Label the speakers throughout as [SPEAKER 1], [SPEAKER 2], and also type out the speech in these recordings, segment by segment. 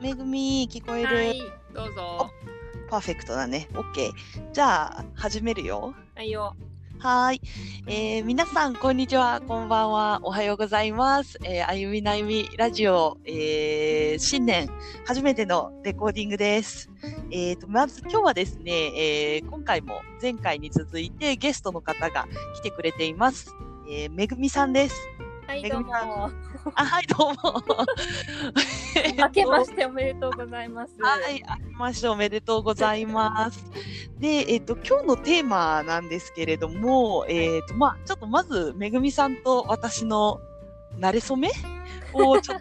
[SPEAKER 1] めぐみ聞こえる、
[SPEAKER 2] はい、どうぞ。
[SPEAKER 1] パーフェクトだね OK じゃあ始めるよ
[SPEAKER 2] はいよ。
[SPEAKER 1] はーい、えー皆さんこんにちはこんばんはおはようございます、えーあゆみなゆみラジオ、えー新年初めてのレコーディングですえー、とまず今日はですね、えー今回も前回に続いてゲストの方が来てくれています、えーめぐみさん です
[SPEAKER 2] はい、
[SPEAKER 1] め
[SPEAKER 2] ど
[SPEAKER 1] ぐ
[SPEAKER 2] う
[SPEAKER 1] みさん
[SPEAKER 2] も。
[SPEAKER 1] あはいどうも
[SPEAKER 2] 明けましておめでとうございます。
[SPEAKER 1] はい、あけましておめでとうございます。で、えっ、と、今日のテーマなんですけれども、えっ、と、まあ、ちょっとまず、めぐみさんと私の馴れ初めをちょっ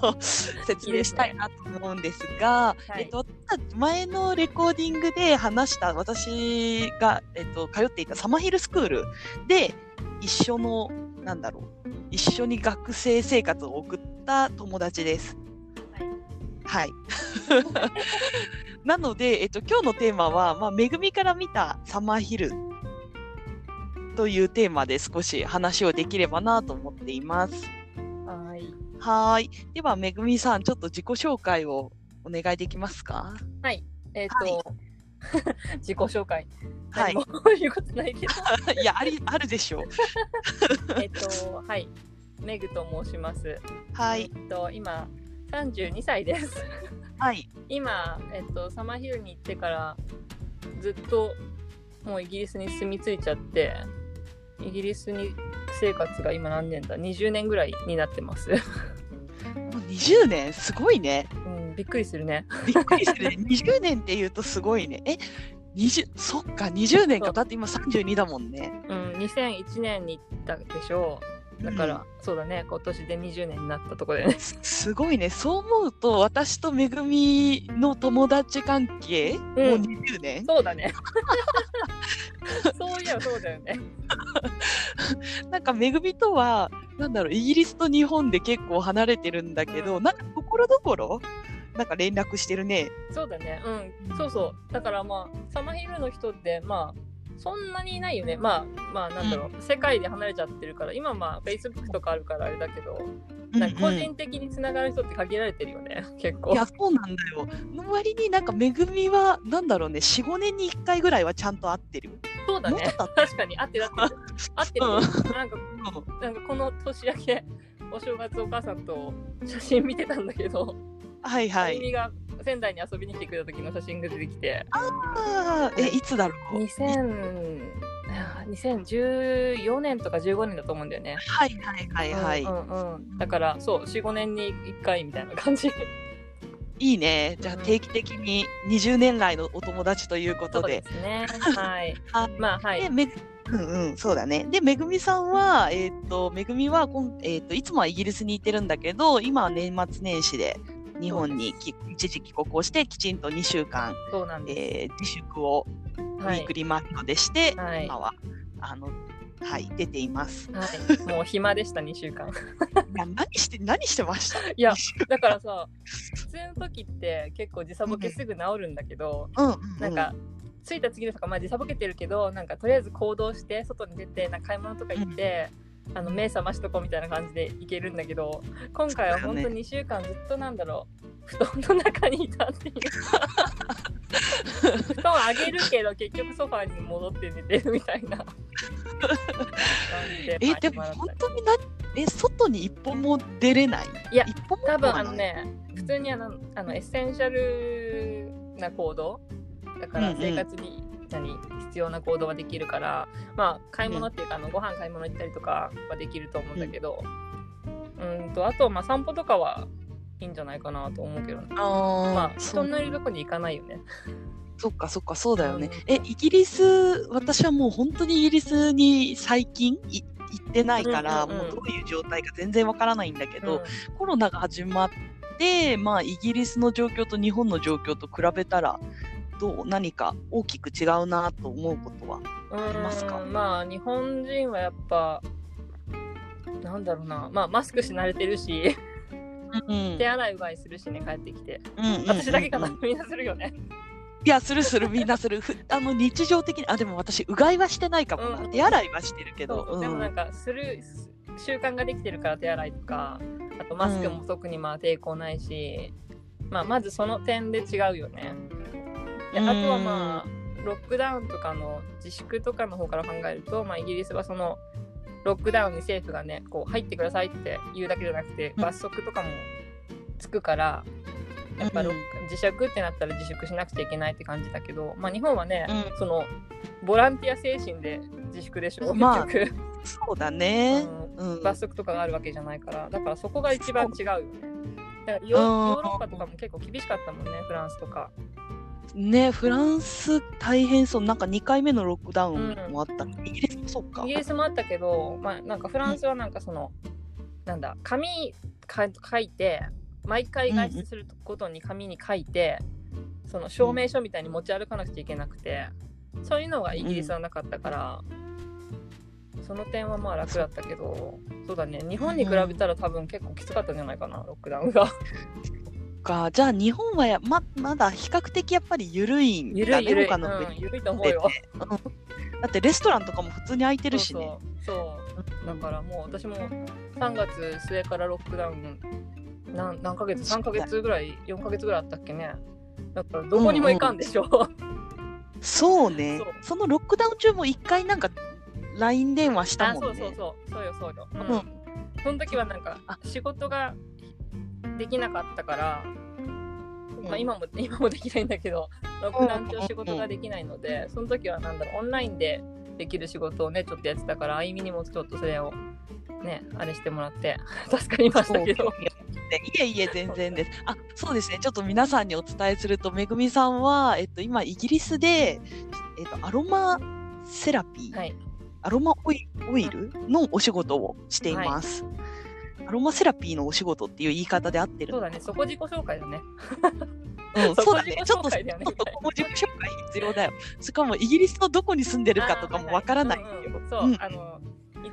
[SPEAKER 1] と 説明したいなと思うんですが、
[SPEAKER 2] は
[SPEAKER 1] え
[SPEAKER 2] い
[SPEAKER 1] っ、と、前のレコーディングで話した、私が、えっ、と、通っていたサマヒルスクールで、一緒の、なんだろう、一緒に学生生活を送った友達です。はい。 なので、えっと、今日のテーマは、まあ、めぐみから見たサマーヒルというテーマで少し話をできればなと思っています。
[SPEAKER 2] はい。
[SPEAKER 1] はーい。では、めぐみさん、ちょっと自己紹介をお願いできますか
[SPEAKER 2] えっ、と、自己紹介。
[SPEAKER 1] はい
[SPEAKER 2] 何。も言うことないけど。
[SPEAKER 1] いや、あり、あるでしょう。
[SPEAKER 2] えっと、はい。メグと申します。
[SPEAKER 1] は
[SPEAKER 2] えっ
[SPEAKER 1] い。
[SPEAKER 2] と、今、三十二歳です。
[SPEAKER 1] はい。
[SPEAKER 2] 今、えっと、サマーヒルに行ってから。ずっと。もうイギリスに住み着いちゃって。イギリスに。生活が今何年だ20年ぐらいになってます、
[SPEAKER 1] もう20年、すごいね。
[SPEAKER 2] うん、びっくりするね
[SPEAKER 1] びっくりす るね。20年って言うとすごいね。え、20、そっか、20年
[SPEAKER 2] そ
[SPEAKER 1] か。
[SPEAKER 2] う
[SPEAKER 1] だって今32だもんね。
[SPEAKER 2] うん、2001年に行ったでしょう。だから、そうだね、今年で20年になったところでね。
[SPEAKER 1] すすごいね。そう思うと、私とめぐみの友達関係、もう20年
[SPEAKER 2] そうだね。そういえばそうだよね。
[SPEAKER 1] なんかめぐみとは、なんだろう、イギリスと日本で結構離れてるんだけど、なんかところどころ、なんか連絡してるね。
[SPEAKER 2] そうだね。うん、そうそう。だからまあ、サマーヒルの人って、まあ、そんなにいないよね。まあ、まあ、なんだろう、世界で離れちゃってるから、今まあ、Facebook とかあるからあれだけど、なんか個
[SPEAKER 1] うんうん
[SPEAKER 2] 人的につながる人って限られてるよね、結
[SPEAKER 1] い
[SPEAKER 2] 構。
[SPEAKER 1] や、そうなんだよ。の割になんかめぐみは、なんだろうね、4、5年に1回ぐらいはちゃんと会ってる。
[SPEAKER 2] そうだ
[SPEAKER 1] もうちょ
[SPEAKER 2] ね
[SPEAKER 1] っ。と会 って
[SPEAKER 2] 確かに、あってだ ってる、あってるよ。なんか、なんかこの年明けお正月お母さんと写真見てたんだけど、
[SPEAKER 1] る。はいは
[SPEAKER 2] あゆ
[SPEAKER 1] い。
[SPEAKER 2] みが仙台に遊びに来てくれた時の写真が出てきて
[SPEAKER 1] あーえ、いつだろう。
[SPEAKER 2] 2000 2014年とか15年だと思うんだよね。
[SPEAKER 1] はいはいはいはい。
[SPEAKER 2] うんうんうんだからそう45年に1回みたいな感じ。
[SPEAKER 1] いいね。じゃあ
[SPEAKER 2] うん
[SPEAKER 1] 定期的に20年来のお友達ということで。
[SPEAKER 2] す ね。はい。
[SPEAKER 1] はい
[SPEAKER 2] まあは
[SPEAKER 1] で
[SPEAKER 2] い。
[SPEAKER 1] めうんうん、そうだね。で、めぐみさんは、えーっと、めぐみはこん、えーっと、いつもはイギリスにいてるんだけど、今は年末年始で日本にき一時帰国をして、きちんと2週間、
[SPEAKER 2] そうなんです。
[SPEAKER 1] えー自粛をウ
[SPEAKER 2] は
[SPEAKER 1] ィー
[SPEAKER 2] い
[SPEAKER 1] ク。リーマートでして、
[SPEAKER 2] はい
[SPEAKER 1] 今は、あの、はい、出ています。
[SPEAKER 2] はい、もう暇でした2週間。
[SPEAKER 1] いや何して、何してま した
[SPEAKER 2] いやだからさ普通の時って結構時差ボケすぐ治るんだけど、
[SPEAKER 1] うんうん、
[SPEAKER 2] なんか、着いた次の日とか、まあ、時差ボケてるけどなんかとりあえず行動して外に出てなんか買い物とか行って、あの目覚ましとこうみたいな感じで行けるんだけど今回は
[SPEAKER 1] そう
[SPEAKER 2] 本
[SPEAKER 1] だ
[SPEAKER 2] 当
[SPEAKER 1] よ
[SPEAKER 2] 2週間ずっとなんだろう布団の中にいたっていう布団あげるけど結局ソファーに戻って寝てるみた いな感じで
[SPEAKER 1] え
[SPEAKER 2] まあ、
[SPEAKER 1] でも
[SPEAKER 2] 暇だった
[SPEAKER 1] 本当にな、え、外に一歩も出れない
[SPEAKER 2] いや
[SPEAKER 1] 一歩も
[SPEAKER 2] 多
[SPEAKER 1] 出
[SPEAKER 2] 分
[SPEAKER 1] ない
[SPEAKER 2] あのね普通にあのあのエッセンシャルな行動だか
[SPEAKER 1] う
[SPEAKER 2] ら
[SPEAKER 1] んうん
[SPEAKER 2] 生活に何必要な行動はできるから、まあ買い物っていうか、あのご飯買い物行ったりとかはできると思うんだけどうんとあとまあ散歩とかはいいんじゃないかなと思うけど、
[SPEAKER 1] あー
[SPEAKER 2] まあ
[SPEAKER 1] そ
[SPEAKER 2] 人
[SPEAKER 1] う
[SPEAKER 2] のいるとこに行かないよね
[SPEAKER 1] そっかそっかそうだよね
[SPEAKER 2] うん。
[SPEAKER 1] えイギリス私はもう本当にイギリスに最近い行ってないから、
[SPEAKER 2] うんうんうん
[SPEAKER 1] もうどういう状態か全然わからないんだけ
[SPEAKER 2] うん
[SPEAKER 1] ど、コロナが始まってまあイギリスの状況と日本の状況と比べたらどう何か大きく違うなと思うことは。
[SPEAKER 2] うん
[SPEAKER 1] りますか
[SPEAKER 2] まあ日本人はやっぱなんだろうなまあマスクし慣れてるし
[SPEAKER 1] うんうん
[SPEAKER 2] 手洗いうがいするしね帰ってきて
[SPEAKER 1] うんうんうん
[SPEAKER 2] 私だけかな、みんなするよね
[SPEAKER 1] いやするするみんなするふ あの日常的にあでも私うがいはしてないかもな、
[SPEAKER 2] うん
[SPEAKER 1] 手洗いはしてるけ
[SPEAKER 2] そ
[SPEAKER 1] ど
[SPEAKER 2] うそうでもなんかするす習慣ができてるから手洗いとかあとマスクも特にまあ抵抗ないし、まあ、まずその点で違うよね。で
[SPEAKER 1] うん
[SPEAKER 2] あとはまあロックダウンとかの自粛とかの方から考えると、まあ、イギリスはそのロックダウンに政府がねこう入ってくださいって言うだけじゃなくて
[SPEAKER 1] うん
[SPEAKER 2] 罰則とかもつくからやっぱロック自粛ってなったら自粛しなくちゃいけないって感じだけど、まあ、日本はね、
[SPEAKER 1] う
[SPEAKER 2] そのボランティア精神で自粛でしょ、
[SPEAKER 1] まあ
[SPEAKER 2] 結局、
[SPEAKER 1] そうだ
[SPEAKER 2] う
[SPEAKER 1] ね。
[SPEAKER 2] ん
[SPEAKER 1] うん。
[SPEAKER 2] 罰則とかがあるわけじゃないからだからそこが一番違うよね。だからヨヨ
[SPEAKER 1] うん
[SPEAKER 2] ーロッパとかも結構厳しかったもんねフランスとか。
[SPEAKER 1] ね、フランス大変そう。なんか2回目のロックダウンもあった。イギリスもそうか
[SPEAKER 2] イギ。リスもあったけど、まあ、なんかフランスはなんかその、なんだ紙か書いて毎回外出するごとに紙に書いて、その証明書みたいに持ち歩かなくちゃいけなくて、そういうのがイギリスはなかったから、その点はまあ楽だったけどそうだね日本に比べたら多分結構きつかったんじゃないかなロックダウンが。
[SPEAKER 1] かじゃあ日本はやままだ比較的やっぱり緩いん
[SPEAKER 2] ゆる
[SPEAKER 1] だ
[SPEAKER 2] い
[SPEAKER 1] ね
[SPEAKER 2] ゆるい、
[SPEAKER 1] 他の
[SPEAKER 2] うん、
[SPEAKER 1] 国、
[SPEAKER 2] ゆるいと思うよ。
[SPEAKER 1] だってレストランとかも普通に空いてるしね
[SPEAKER 2] そうそうそうだからもう私も3月末からロックダウン何何ヶ月3ヶ月ぐらい4ヶ月ぐらいあったっけねだからどこにも行かんでしょ、
[SPEAKER 1] そうね
[SPEAKER 2] そう
[SPEAKER 1] そのロックダウン中も一回なんか LINE 電話した
[SPEAKER 2] あ
[SPEAKER 1] も
[SPEAKER 2] そ
[SPEAKER 1] ん
[SPEAKER 2] うそう
[SPEAKER 1] ね
[SPEAKER 2] そうそうよそうよ、うん
[SPEAKER 1] うん
[SPEAKER 2] その時はなんか
[SPEAKER 1] あ
[SPEAKER 2] 仕事ができなかったから、まあ、
[SPEAKER 1] うん
[SPEAKER 2] 今も 今もできないんだけどロックダウン中仕事ができないのでその時はなんだろうオンラインでできる仕事をねちょっとやってたからあゆみにもちょっとそれをねあれしてもらって 助かりましたけど
[SPEAKER 1] そういえいえ全然ですあそうですねちょっと皆さんにお伝えするとめぐみさんは、えっと、今イギリスで、えっと、アロマセラピー、
[SPEAKER 2] はい
[SPEAKER 1] アロマオイオイルのお仕事をしています、アロマセラピーのお仕事っていう言い方で合ってる
[SPEAKER 2] そ
[SPEAKER 1] の
[SPEAKER 2] うだね、そこ自己紹介だね。
[SPEAKER 1] うん、そ
[SPEAKER 2] そ
[SPEAKER 1] う
[SPEAKER 2] こ
[SPEAKER 1] だ
[SPEAKER 2] 自己
[SPEAKER 1] ね。ちょっと、ち
[SPEAKER 2] 紹
[SPEAKER 1] ょ
[SPEAKER 2] 介
[SPEAKER 1] っ
[SPEAKER 2] だよね
[SPEAKER 1] と、ここ自己紹介必要だよ。しかも、イギリスのどこに住んでるかとかもわからないよ
[SPEAKER 2] あーは。うんうんそう、
[SPEAKER 1] うん
[SPEAKER 2] あの、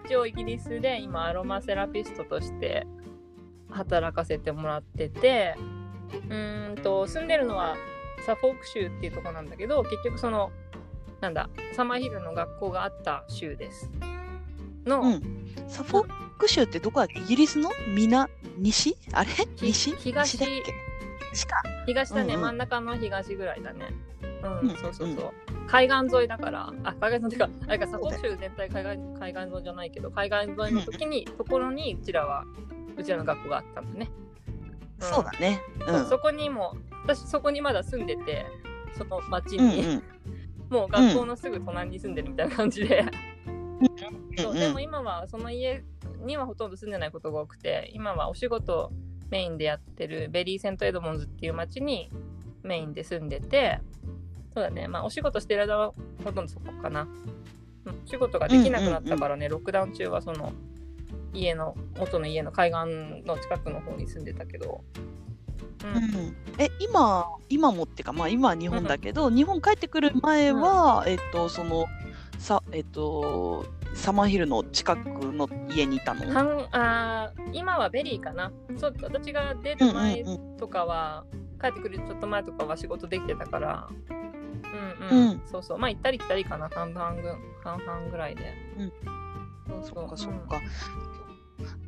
[SPEAKER 2] 一応イギリスで今アロマセラピストとして働かせてもらってて、うーんと、住んでるのはサフォーク州っていうとこなんだけど、結局その、なんだ、サマーヒルの学校があった州です。の、
[SPEAKER 1] うんサフォーク州ってどこだっけイギリスの南、西あれ西
[SPEAKER 2] 東
[SPEAKER 1] 西だっけ西か。
[SPEAKER 2] 東だ
[SPEAKER 1] うん
[SPEAKER 2] ね、
[SPEAKER 1] うん
[SPEAKER 2] 真ん中の東ぐらいだね。う
[SPEAKER 1] うん
[SPEAKER 2] ん、
[SPEAKER 1] うん
[SPEAKER 2] そうそうそう。海岸沿いだから、あ、海岸沿いってか、あれか、
[SPEAKER 1] そ
[SPEAKER 2] 佐
[SPEAKER 1] うだよ
[SPEAKER 2] 藤州全体海岸海岸沿いじゃないけど、海岸沿いの時に、ところに、うちらは、うちらの学校があったんだね。ん
[SPEAKER 1] そうだね。う。
[SPEAKER 2] そうんそこにも、私そこにまだ住んでて、その町
[SPEAKER 1] うん
[SPEAKER 2] に、もう学校のすぐ隣に住んでるみたいな感じで。そう
[SPEAKER 1] うん
[SPEAKER 2] でも今はその家にはほとんど住んでないことが多くて今はお仕事をメインでやってるベリーセントエドモンズっていう町にメインで住んでてそうだねまあお仕事してる間はほとんどそこかなうんお仕事ができなくなったからね、ロックダウン中はその家の元の家の海岸の近くの方に住んでたけど、うん
[SPEAKER 1] うんうんえ、今、今もってか、まあ、今は日本だけど、日本帰ってくる前は、えっと、その、さ、えっと、サマーヒルの近くの家にいたの。
[SPEAKER 2] 半あー今はベリーかなそう私が出
[SPEAKER 1] うん
[SPEAKER 2] る
[SPEAKER 1] うん
[SPEAKER 2] 前
[SPEAKER 1] うん
[SPEAKER 2] とかは、帰ってくるちょっと前とかは仕事できてたからうんうん、
[SPEAKER 1] うん
[SPEAKER 2] そうそうまあ行ったり来たりかな半々ぐ半々ぐらいで、
[SPEAKER 1] うん
[SPEAKER 2] そう
[SPEAKER 1] そっ
[SPEAKER 2] う
[SPEAKER 1] かそっか。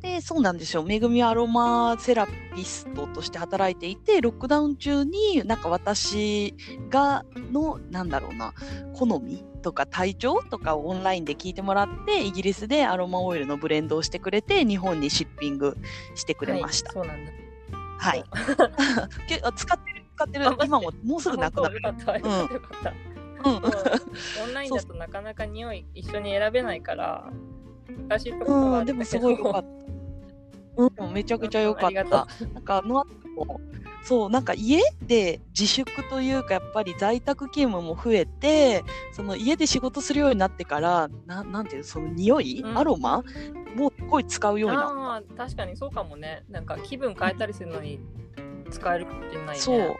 [SPEAKER 1] でそうなんですよめぐみアロマセラピストとして働いていてロックダウン中になんか私がのなんだろうな好みとか体調とかをオンラインで聞いてもらってイギリスでアロマオイルのブレンドをしてくれて日本にシッピングしてく
[SPEAKER 2] うん
[SPEAKER 1] れました。
[SPEAKER 2] はい、そうなんだ
[SPEAKER 1] はい けあ使ってる使ってる
[SPEAKER 2] あマジで
[SPEAKER 1] 今ももうすぐなくなる。
[SPEAKER 2] あ本当よかったよかったよかった、
[SPEAKER 1] うん
[SPEAKER 2] もうオンラインだとなかなか匂い一緒に選べないから難しいところ
[SPEAKER 1] う
[SPEAKER 2] はあ
[SPEAKER 1] ん、
[SPEAKER 2] る
[SPEAKER 1] で
[SPEAKER 2] ん
[SPEAKER 1] も
[SPEAKER 2] だ
[SPEAKER 1] す
[SPEAKER 2] け
[SPEAKER 1] ご
[SPEAKER 2] ど
[SPEAKER 1] い良かった。うん、めちゃくちゃ良かっ
[SPEAKER 2] あり
[SPEAKER 1] た
[SPEAKER 2] が。と
[SPEAKER 1] なんかあの後もそうなんか家で自粛というかやっぱり在宅勤務も増えてその家で仕事するようになってからななんていうその匂い、
[SPEAKER 2] うん
[SPEAKER 1] アロマもうすごい使うようになっ
[SPEAKER 2] あー確かにそうかもねなんか気分変えたりするのに使えるかもしれない
[SPEAKER 1] た、
[SPEAKER 2] ね
[SPEAKER 1] そう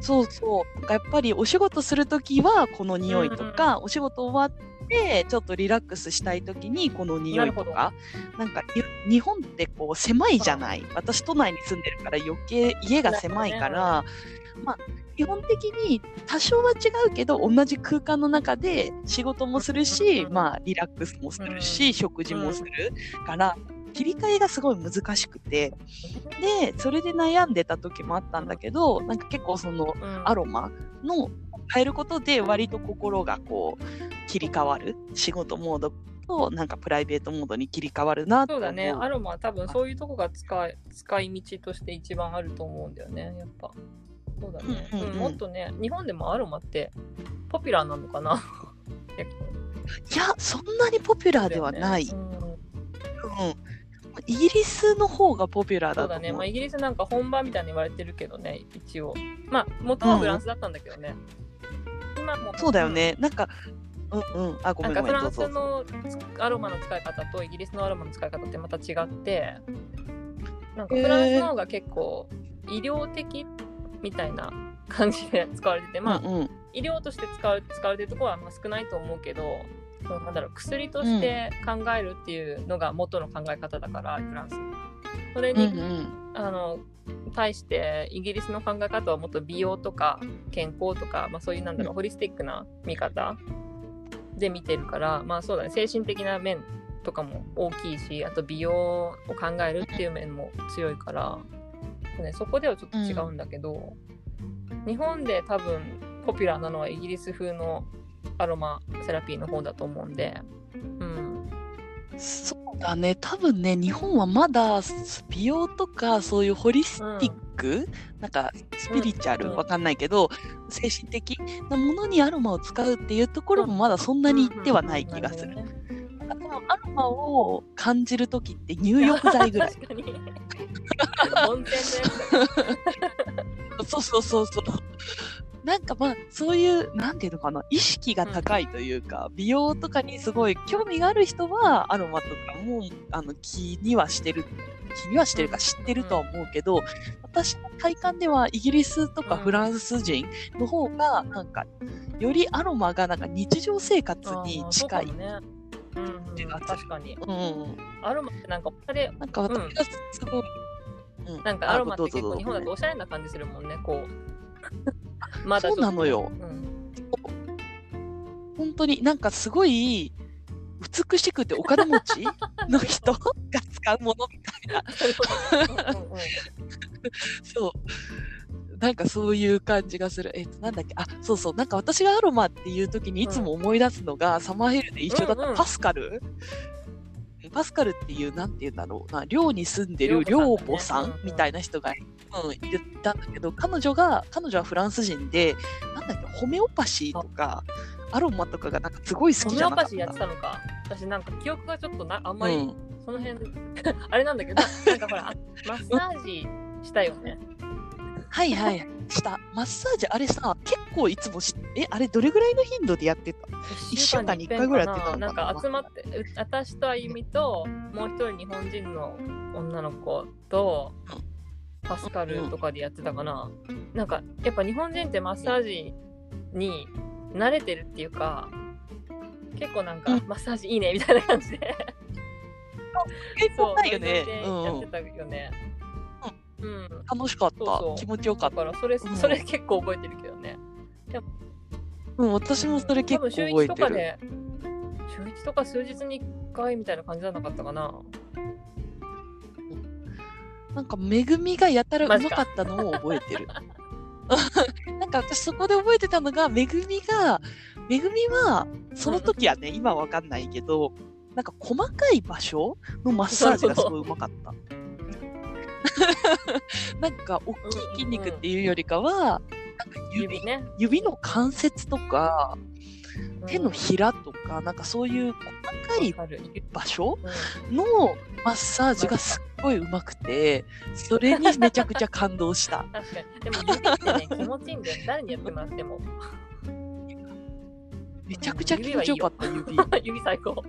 [SPEAKER 1] そうそうなんかやっぱりお仕事する時はこの匂いとか、お仕事終わってちょっとリラックスしたい時にこの匂いと
[SPEAKER 2] な
[SPEAKER 1] かなんかゆ日本ってこう狭いじゃない私都内に住んでるから余計家が狭いか
[SPEAKER 2] な
[SPEAKER 1] ら、まあ、基本的に多少は違うけど同じ空間の中で仕事もする
[SPEAKER 2] うん
[SPEAKER 1] し、
[SPEAKER 2] うん
[SPEAKER 1] まあ、リラックスもするし、食事もするから、切り替えがすごい難しくてでそれで悩んでた時もあったんだけどなんか結構そのアロマの変えることで割と心がこう切り替わる仕事モードとなんかプライベートモードに切り替わるなと
[SPEAKER 2] そう
[SPEAKER 1] 思
[SPEAKER 2] だねアロマは多分そういうとこが使い使い道として一番あると思うんだよねやっぱそうだね、
[SPEAKER 1] うんうんうん
[SPEAKER 2] もっとね日本でもアロマってポピュラーなのかな
[SPEAKER 1] いやそんなにポピュラーではない、
[SPEAKER 2] だよねうん
[SPEAKER 1] うん、イギリスの方がポピュラー
[SPEAKER 2] そ
[SPEAKER 1] だと思
[SPEAKER 2] うだ
[SPEAKER 1] う
[SPEAKER 2] ね、まあ、イギリスなんか本場みたいに言われてるけどね一応まあ元はフランスだったんだけどね、今も
[SPEAKER 1] そうだよね、なんかうんうんあご
[SPEAKER 2] な
[SPEAKER 1] め
[SPEAKER 2] ん
[SPEAKER 1] んご
[SPEAKER 2] かフ
[SPEAKER 1] めん
[SPEAKER 2] ラ
[SPEAKER 1] どう
[SPEAKER 2] ンス
[SPEAKER 1] ぞ
[SPEAKER 2] のアロマの使い方とイギリスのアロマの使い方ってまた違ってなんかフランスの方が結構医療的みたいな感じで使われてて、まあ
[SPEAKER 1] うんうん
[SPEAKER 2] 医療として使う使われてるところはあんま少ないと思うけどそのなんだろう薬として考えるっていうのが元の考え方だから、フランスそれ
[SPEAKER 1] う
[SPEAKER 2] に、
[SPEAKER 1] んうん
[SPEAKER 2] あの対してイギリスの考え方はもっと美容とか健康とか、まあ、そういうなんだろ
[SPEAKER 1] う
[SPEAKER 2] う、
[SPEAKER 1] ん
[SPEAKER 2] ホリスティックな見方で見てるからまあそうだね精神的な面とかも大きいしあと美容を考えるっていう面も強いから、ね、そこではちょっと違うんだけど、日本で多分ポピュラーなのはイギリス風のアロマセラピーの方だと思うんで、うん、
[SPEAKER 1] そうだね多分ね日本はまだ美容とかそういうホリスティック、なんかスピリチュア
[SPEAKER 2] うん
[SPEAKER 1] ルわかんないけど、精神的なものにアロマを使うっていうところもまだそんなにいってはない気がする。
[SPEAKER 2] うんうんうんなるほどね
[SPEAKER 1] あとアロマを感じる時って入浴剤ぐらい
[SPEAKER 2] 確かに温泉のやつだ
[SPEAKER 1] そうそうそうそう。なんかまあそういうなんていうのかな意識が高いというか、美容とかにすごい興味がある人はアロマとかもあの気にはしてる気にはしてるか知ってるとは思うけど、私の体感ではイギリスとか
[SPEAKER 2] うん
[SPEAKER 1] フランス人の方がなんかよりアロマがなんか日常生活に近い。
[SPEAKER 2] あーそうかもねうん
[SPEAKER 1] ていう
[SPEAKER 2] うん、
[SPEAKER 1] やつ
[SPEAKER 2] 確かに
[SPEAKER 1] うん、
[SPEAKER 2] アロマってなんかおしゃれ
[SPEAKER 1] なんか私がすごい、う
[SPEAKER 2] なんかアロマって
[SPEAKER 1] あ
[SPEAKER 2] 結
[SPEAKER 1] どう
[SPEAKER 2] 構
[SPEAKER 1] ぞ
[SPEAKER 2] 日本だとおしゃれな感じするもんね こうまだちょっ
[SPEAKER 1] そう
[SPEAKER 2] と
[SPEAKER 1] なのよ。
[SPEAKER 2] うん、
[SPEAKER 1] 本当になんかすごい美しくてお金持 ちの人が使うものみたいな
[SPEAKER 2] うんうんうん
[SPEAKER 1] そうなんかそういう感じがするえっとなんだっけあそうそうなんか私がアロマっていう時にいつも思い出すのが、サマーヘルで一緒だっ
[SPEAKER 2] うんうん
[SPEAKER 1] たパスカル、パスカルっていうなんて言うんだろうな寮に住んでる
[SPEAKER 2] 寮
[SPEAKER 1] 寮
[SPEAKER 2] 母
[SPEAKER 1] 母
[SPEAKER 2] さ
[SPEAKER 1] さ
[SPEAKER 2] んだね
[SPEAKER 1] んみたいな人が、うん、いたんだけど彼女が彼女はフランス人でなんだっけホメオパシーとかアロマとかがなんかすごい好
[SPEAKER 2] ホ
[SPEAKER 1] き
[SPEAKER 2] メ
[SPEAKER 1] じゃ
[SPEAKER 2] オ
[SPEAKER 1] なか
[SPEAKER 2] パ
[SPEAKER 1] っ
[SPEAKER 2] シーやって
[SPEAKER 1] た。
[SPEAKER 2] たのか私なんか記憶がちょっとなあんま
[SPEAKER 1] う
[SPEAKER 2] り
[SPEAKER 1] ん
[SPEAKER 2] その辺 あれなんだけどなんかほらあマッサージしたよね
[SPEAKER 1] はいはい。した。マッサージ、あれさ、結構いつもし、え、あれどれぐらいの頻度でやってた
[SPEAKER 2] 一
[SPEAKER 1] 一週間に一回ぐらいやってたのかな
[SPEAKER 2] なんか集まってう私とあゆみともう一人日本人の女の子とパスカルとかでやってたかな、なんかやっぱ日本人ってマッサージに慣れてるっていうか結構なんか
[SPEAKER 1] うん
[SPEAKER 2] マッサージいいねみたいな感 じで
[SPEAKER 1] 結構ないよね
[SPEAKER 2] そう。
[SPEAKER 1] う
[SPEAKER 2] ノリでや
[SPEAKER 1] ん
[SPEAKER 2] っ
[SPEAKER 1] う
[SPEAKER 2] て
[SPEAKER 1] ん。
[SPEAKER 2] たよねうん、
[SPEAKER 1] 楽しかった
[SPEAKER 2] そうそう
[SPEAKER 1] 気持ちよか
[SPEAKER 2] だ
[SPEAKER 1] った。
[SPEAKER 2] からそれ
[SPEAKER 1] うん
[SPEAKER 2] それ結構覚えてるけどね、
[SPEAKER 1] うん、私もそれ結構覚え
[SPEAKER 2] 多分週1と
[SPEAKER 1] て
[SPEAKER 2] か
[SPEAKER 1] る。
[SPEAKER 2] で週1とか数日に1回みたいな感じじゃなかったかな
[SPEAKER 1] なんか、めぐみがやたらう
[SPEAKER 2] マ
[SPEAKER 1] ま
[SPEAKER 2] ジか
[SPEAKER 1] かったのを覚えてる。 なんか私そこで覚えてたのが、めぐみが、めぐみは、その時はね、今わかんないけど、なんか細かい場所のマッサージがすごいうまかった。 なんか大きい筋肉っていうよりかは、なんか指
[SPEAKER 2] 指ね
[SPEAKER 1] 指の関節とか手の
[SPEAKER 2] ひ
[SPEAKER 1] ひらとか、なんかそういう細かい
[SPEAKER 2] わかる
[SPEAKER 1] 場所
[SPEAKER 2] うん
[SPEAKER 1] のマッサージがすっごいうまくてそれにめちゃくちゃ感動した
[SPEAKER 2] 確かにでも指って ね気持ちいいんだよ誰にやってもらっても
[SPEAKER 1] めちゃくちゃ気持ちよかった指めっ
[SPEAKER 2] 指最高、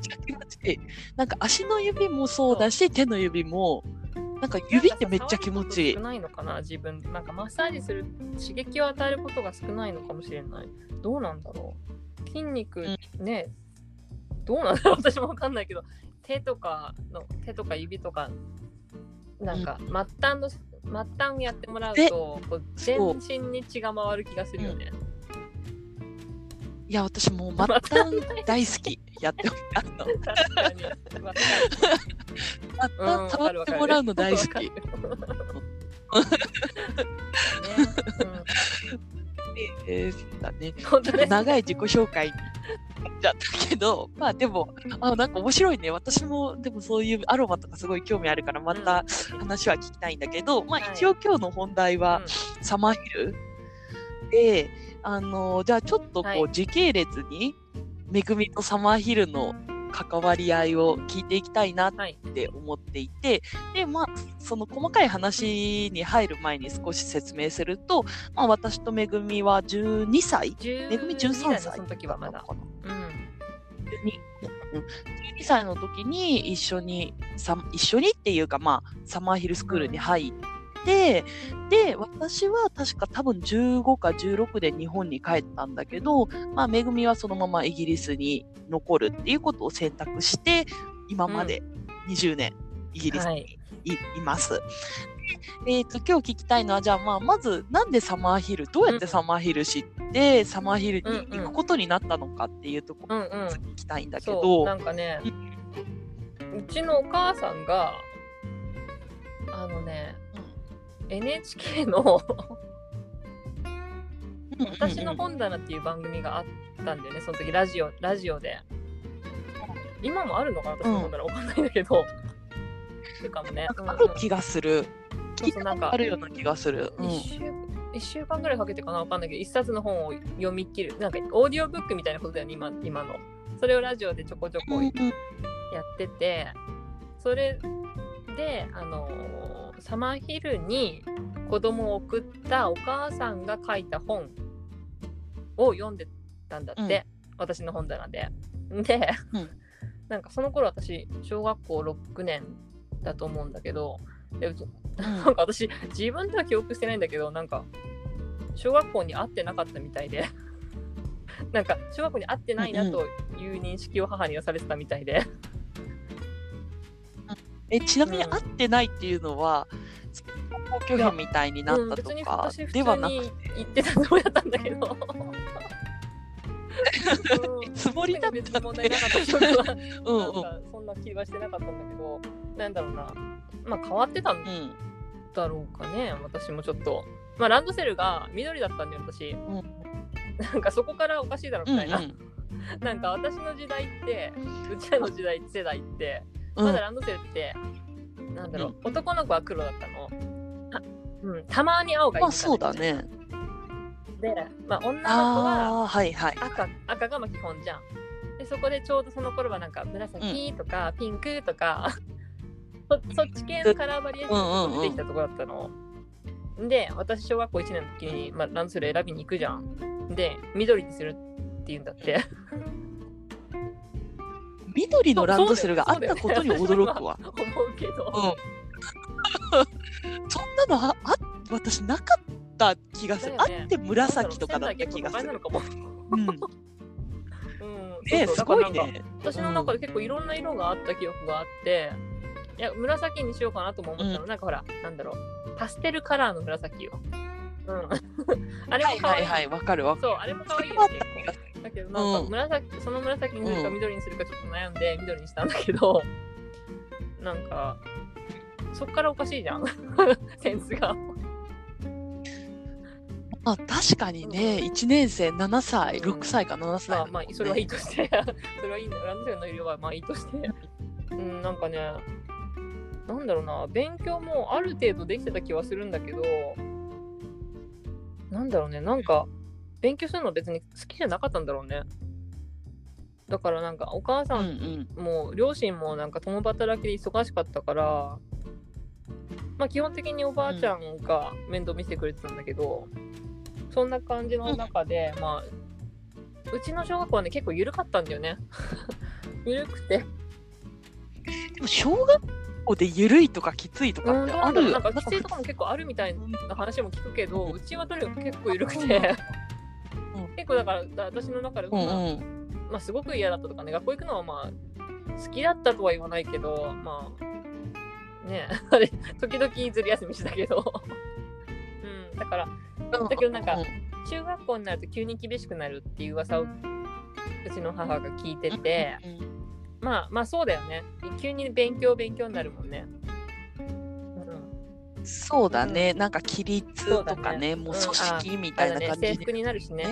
[SPEAKER 1] ちゃ気持ちいいなんか足の指もそうだし手の指もなんか指ってめっちゃ気持ちいい
[SPEAKER 2] なんかさ触ること少ないのかな自分なんかマッサージする刺激を与えることが少ないのかもしれないどうなんだろう筋肉ね、どうなんだろう私もわかんないけど手とかの手とか指とかなんか末端の末端やってもらうとこう全
[SPEAKER 1] そう
[SPEAKER 2] 身に血が回る気がするよね、
[SPEAKER 1] いや私もう末端大好きやってもらうの
[SPEAKER 2] 確かに。わか
[SPEAKER 1] ま
[SPEAKER 2] るう
[SPEAKER 1] た触っ
[SPEAKER 2] ん
[SPEAKER 1] てもらうの大好き。
[SPEAKER 2] わかるわかるね
[SPEAKER 1] えーだね
[SPEAKER 2] うん本当です。
[SPEAKER 1] 長い自己紹介になっちゃったけど、まあでも、あなんか面白いね。私もでもそういうアロマとかすごい興味あるから、また話は聞きたいんだけど、まあ
[SPEAKER 2] はい
[SPEAKER 1] 一応今日の本題は、サマーヒルで、あのじゃあちょっと
[SPEAKER 2] は
[SPEAKER 1] こ
[SPEAKER 2] いう
[SPEAKER 1] 時系列に、めぐみとサマーヒルの関わり合いを聞いていきたいなっ
[SPEAKER 2] うんはい。
[SPEAKER 1] って思っていてでまあその細かい話に入る前に少し説明すると、まあ、私とめぐみは12歳めぐみ13歳
[SPEAKER 2] 代のその時はまだ。うん。
[SPEAKER 1] うん12歳の時に一緒にさ一緒にっていうか、まあ、サマーヒルスクールに入って、で私は確か多分15か16で日本に帰ったんだけど、まあ、めぐみはそのままイギリスに残るっていうことを選択して今まで20年イギリス
[SPEAKER 2] は
[SPEAKER 1] に
[SPEAKER 2] い。
[SPEAKER 1] いいます。でえー、と今日聞きたいのはじゃあ、まあ、まずなんでサマーヒルどうやってサマーヒル知って、サマーヒルに行くことになったのかっていうとこ
[SPEAKER 2] う
[SPEAKER 1] ろ
[SPEAKER 2] んうん
[SPEAKER 1] を。聞きたいんだけ
[SPEAKER 2] そう
[SPEAKER 1] ど、
[SPEAKER 2] なんかねうちのお母さんがあのね NHK の
[SPEAKER 1] うんうんうん
[SPEAKER 2] 「私の本棚」っていう番組があったんだよねその時ラジオラジオで今もあるのかな私の本棚わかんないんだけどっていうかもね
[SPEAKER 1] なんかあ
[SPEAKER 2] うん
[SPEAKER 1] る気がする、
[SPEAKER 2] そうそうなんか
[SPEAKER 1] あるような気がする。うん
[SPEAKER 2] 1週一週間ぐらいかけてかなわかんないけど1冊の本を読み切るなんかオーディオブックみたいなことだよね今今のそれをラジオでちょこちょこやっててそれであのーサマーヒルに子供を送ったお母さんが書いた本を読んでたんだって、私の本棚で。で、
[SPEAKER 1] うん
[SPEAKER 2] なんかその頃私小学校6年だと思うんだけどでうち
[SPEAKER 1] うん
[SPEAKER 2] なんか私自分では記憶してないんだけどなんか小学校に会ってなかったみたいで なんか小学校に会ってないなという認識を母にはされてたみたいで
[SPEAKER 1] えちなみに
[SPEAKER 2] うん
[SPEAKER 1] 会ってないっていうのは、公共拒否みたいにな
[SPEAKER 2] うん
[SPEAKER 1] った
[SPEAKER 2] 別
[SPEAKER 1] と
[SPEAKER 2] に
[SPEAKER 1] か
[SPEAKER 2] 私普通
[SPEAKER 1] で
[SPEAKER 2] に
[SPEAKER 1] はなく、
[SPEAKER 2] 行ってたつもりだったんだけど うん
[SPEAKER 1] つもりだっ
[SPEAKER 2] 別
[SPEAKER 1] た
[SPEAKER 2] に
[SPEAKER 1] っ
[SPEAKER 2] 問題
[SPEAKER 1] て
[SPEAKER 2] な。かったけどな
[SPEAKER 1] うんうん
[SPEAKER 2] んかそんな気はしてなかったんだけどなんだろうなまあ変わってたん
[SPEAKER 1] うん
[SPEAKER 2] だろうかね私もちょっとまあランドセルが緑だったんだよ私、なんかそこからおかしいだろみたいな、なんか私の時代ってうちらの時代世代って
[SPEAKER 1] うんう
[SPEAKER 2] ま
[SPEAKER 1] ん
[SPEAKER 2] だランドセルって、なんだろう、男の子は黒だったの。あうん、たまに青がい
[SPEAKER 1] ま
[SPEAKER 2] る
[SPEAKER 1] あそうだ。ね。
[SPEAKER 2] で、まあ、女の子は
[SPEAKER 1] ああーはいはい。
[SPEAKER 2] 赤赤がまあ基本じゃん。でそこでちょうどその頃はなんか紫とかピンクとか、 そそっち系のカラーバリエーションが出てきたとこだったの。で私小学校1年の時に、まあ、ランドセル選びに行くじゃん。で緑にするって言うんだって。
[SPEAKER 1] 緑のランドセルがあったことに驚くわ。
[SPEAKER 2] 思うけど。
[SPEAKER 1] うんそんなのああ私なかった気がする、
[SPEAKER 2] だよね
[SPEAKER 1] あって紫とかだった気がす
[SPEAKER 2] 仙台
[SPEAKER 1] る
[SPEAKER 2] 結。構バカ
[SPEAKER 1] うん、
[SPEAKER 2] なのかも。うん
[SPEAKER 1] ね
[SPEAKER 2] そう
[SPEAKER 1] す
[SPEAKER 2] そう
[SPEAKER 1] ご
[SPEAKER 2] だ
[SPEAKER 1] い
[SPEAKER 2] からなんか
[SPEAKER 1] ね。
[SPEAKER 2] 私の中で結構いろんな色があった記憶があって、いや紫にしようかなとも思ったの、なんかほらなんだろうパステルカラーの紫よ。 うん。あれも
[SPEAKER 1] はい
[SPEAKER 2] 可
[SPEAKER 1] は
[SPEAKER 2] 愛
[SPEAKER 1] い
[SPEAKER 2] い。
[SPEAKER 1] はいわかるわかる。
[SPEAKER 2] そうあれも可愛い
[SPEAKER 1] そ
[SPEAKER 2] よ
[SPEAKER 1] れ
[SPEAKER 2] ね
[SPEAKER 1] はあった気がする
[SPEAKER 2] だけどなん
[SPEAKER 1] う
[SPEAKER 2] か
[SPEAKER 1] ん
[SPEAKER 2] 紫、その紫にするか
[SPEAKER 1] うん
[SPEAKER 2] 緑にするかちょっと悩んで緑にしたんだけど、なんかそっからおかしいじゃん センスが。
[SPEAKER 1] まあ確かにね、一年生7歳、
[SPEAKER 2] うん
[SPEAKER 1] 6歳か7歳
[SPEAKER 2] ま
[SPEAKER 1] だも
[SPEAKER 2] あ
[SPEAKER 1] んね、
[SPEAKER 2] まあそれはいいとして それはいいんだランドセルの色はまあいいとしてうんなんかねなんだろうな勉強もある程度できてた気はするんだけどなんだろうねなんか勉強するの別に好きじゃなかったんだろうねだからなんかお母さ
[SPEAKER 1] うん
[SPEAKER 2] ん
[SPEAKER 1] うん。
[SPEAKER 2] も両親もなんか共働きで忙しかったからまあ基本的におばあちゃんが面倒見せてくれてたんだけど、そんな感じの中で、まあうちの小学校はね結構緩かったんだよね 緩くて
[SPEAKER 1] でも小学校でゆるいとかきついとかってあるよ。
[SPEAKER 2] なんか規制とかも結構あるみたい
[SPEAKER 1] うん
[SPEAKER 2] な話も聞くけど、うちはとにかく 結構緩くて、
[SPEAKER 1] うん
[SPEAKER 2] 結構だからだ私の中で、
[SPEAKER 1] うん
[SPEAKER 2] まあ
[SPEAKER 1] うん。
[SPEAKER 2] まあ、すごく嫌だったとかね学校行くのはまあ好きだったとは言わないけどまあねあれ時々ずる休みしたけど うんだからだけどなんか
[SPEAKER 1] う
[SPEAKER 2] 中学校になると急に厳しくなるっていう噂をうちの母が聞いてて、
[SPEAKER 1] うん
[SPEAKER 2] まあまあそうだよね急に勉強勉強になるもんね、うん、
[SPEAKER 1] そうだね、なんか規律とかね、
[SPEAKER 2] そうだね
[SPEAKER 1] もう
[SPEAKER 2] うん
[SPEAKER 1] 組織み
[SPEAKER 2] あ
[SPEAKER 1] たい
[SPEAKER 2] れ
[SPEAKER 1] な
[SPEAKER 2] だね
[SPEAKER 1] 感じで、
[SPEAKER 2] 制服になるしね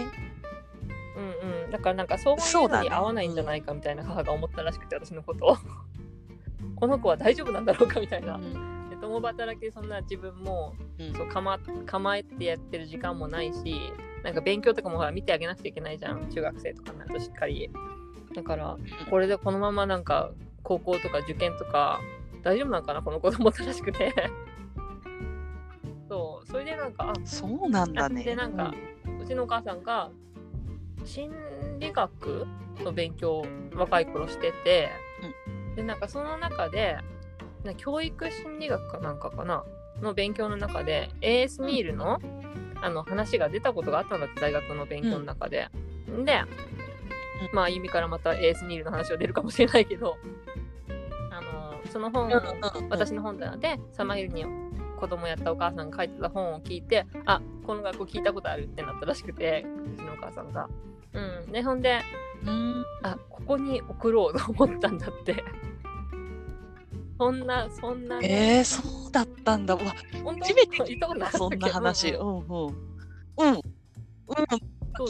[SPEAKER 2] うんうんだからなんかそう
[SPEAKER 1] そう
[SPEAKER 2] いう
[SPEAKER 1] だ
[SPEAKER 2] の
[SPEAKER 1] ね
[SPEAKER 2] に合わないんじゃないかみたいな母が思ったらしくて私のことをこの子は大丈夫なんだろうかみたいな、
[SPEAKER 1] うん
[SPEAKER 2] で共働きでそんな自分も
[SPEAKER 1] うん
[SPEAKER 2] そうかま構えてやってる時間もないしなんか勉強とかもほら見てあげなくちゃいけないじゃん中学生とかになるとしっかりだからこれでこのままなんか高校とか受験とか大丈夫なんかなこの子供たらしくてそうそれでなんかあ
[SPEAKER 1] そうなんだね。
[SPEAKER 2] でなんか
[SPEAKER 1] う
[SPEAKER 2] うちのお母さんが心理学の勉強を若い頃してて、でなんかその中でな教育心理学かなんかかなの勉強の中で AS ミールの,、あの話が出たことがあったんだって大学の勉強の中で。で、まああゆみからまた AS ミールの話は出るかもしれないけどあのその本を
[SPEAKER 1] んうん
[SPEAKER 2] 私の本棚でサマーヒルに子供やったお母さんが書いてた本を聞いてあこの学校聞いたことあるってなったらしくてうちのお母さんが。うん、でほんで
[SPEAKER 1] うん
[SPEAKER 2] あここに送ろうと思ったんだって そんなそんな、ね
[SPEAKER 1] えー、そうだったんだ。うわ
[SPEAKER 2] 本当
[SPEAKER 1] 初めて
[SPEAKER 2] 言ったことなかった
[SPEAKER 1] そんな話。
[SPEAKER 2] け
[SPEAKER 1] う
[SPEAKER 2] ど
[SPEAKER 1] んうん。うん。うん。
[SPEAKER 2] そうだね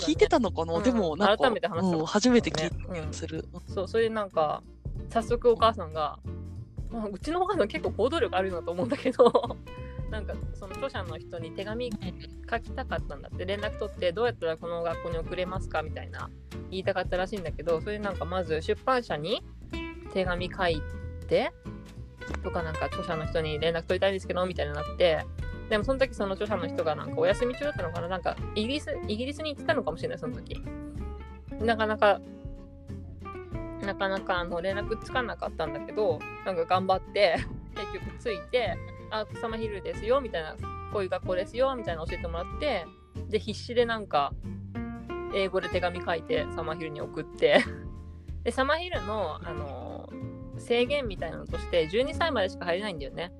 [SPEAKER 1] 聞いてたのかな、
[SPEAKER 2] うん
[SPEAKER 1] でもなんか
[SPEAKER 2] 改めて話した
[SPEAKER 1] う
[SPEAKER 2] こ
[SPEAKER 1] ん、
[SPEAKER 2] と
[SPEAKER 1] 初めて聞いた
[SPEAKER 2] そうね
[SPEAKER 1] 気
[SPEAKER 2] うん
[SPEAKER 1] がする。うん
[SPEAKER 2] そうそれでなんか早速お母さんが、まあうちのお母さん結構行動力あるなと思うんだけど なんかその著者の人に手紙書きたかったんだって連絡取ってどうやったらこの学校に送れますかみたいな言いたかったらしいんだけどそれでなんかまず出版社に手紙書いてとかなんか著者の人に連絡取りたいんですけどみたいになってでもその時その著者の人がなんかお休み中だったのかななんかイギリスイギリスに行ってたのかもしれないその時なかなかなかなかあの連絡つかなかったんだけどなんか頑張って 結局ついて「あ草間ヒルですよ」みたいな「こういう学校ですよ」みたいなの教えてもらってで必死でなんか英語で手紙書いてサマーヒルに送って でサマーヒルの、あの制限みたいなのとして12歳までしか入れないんだよね。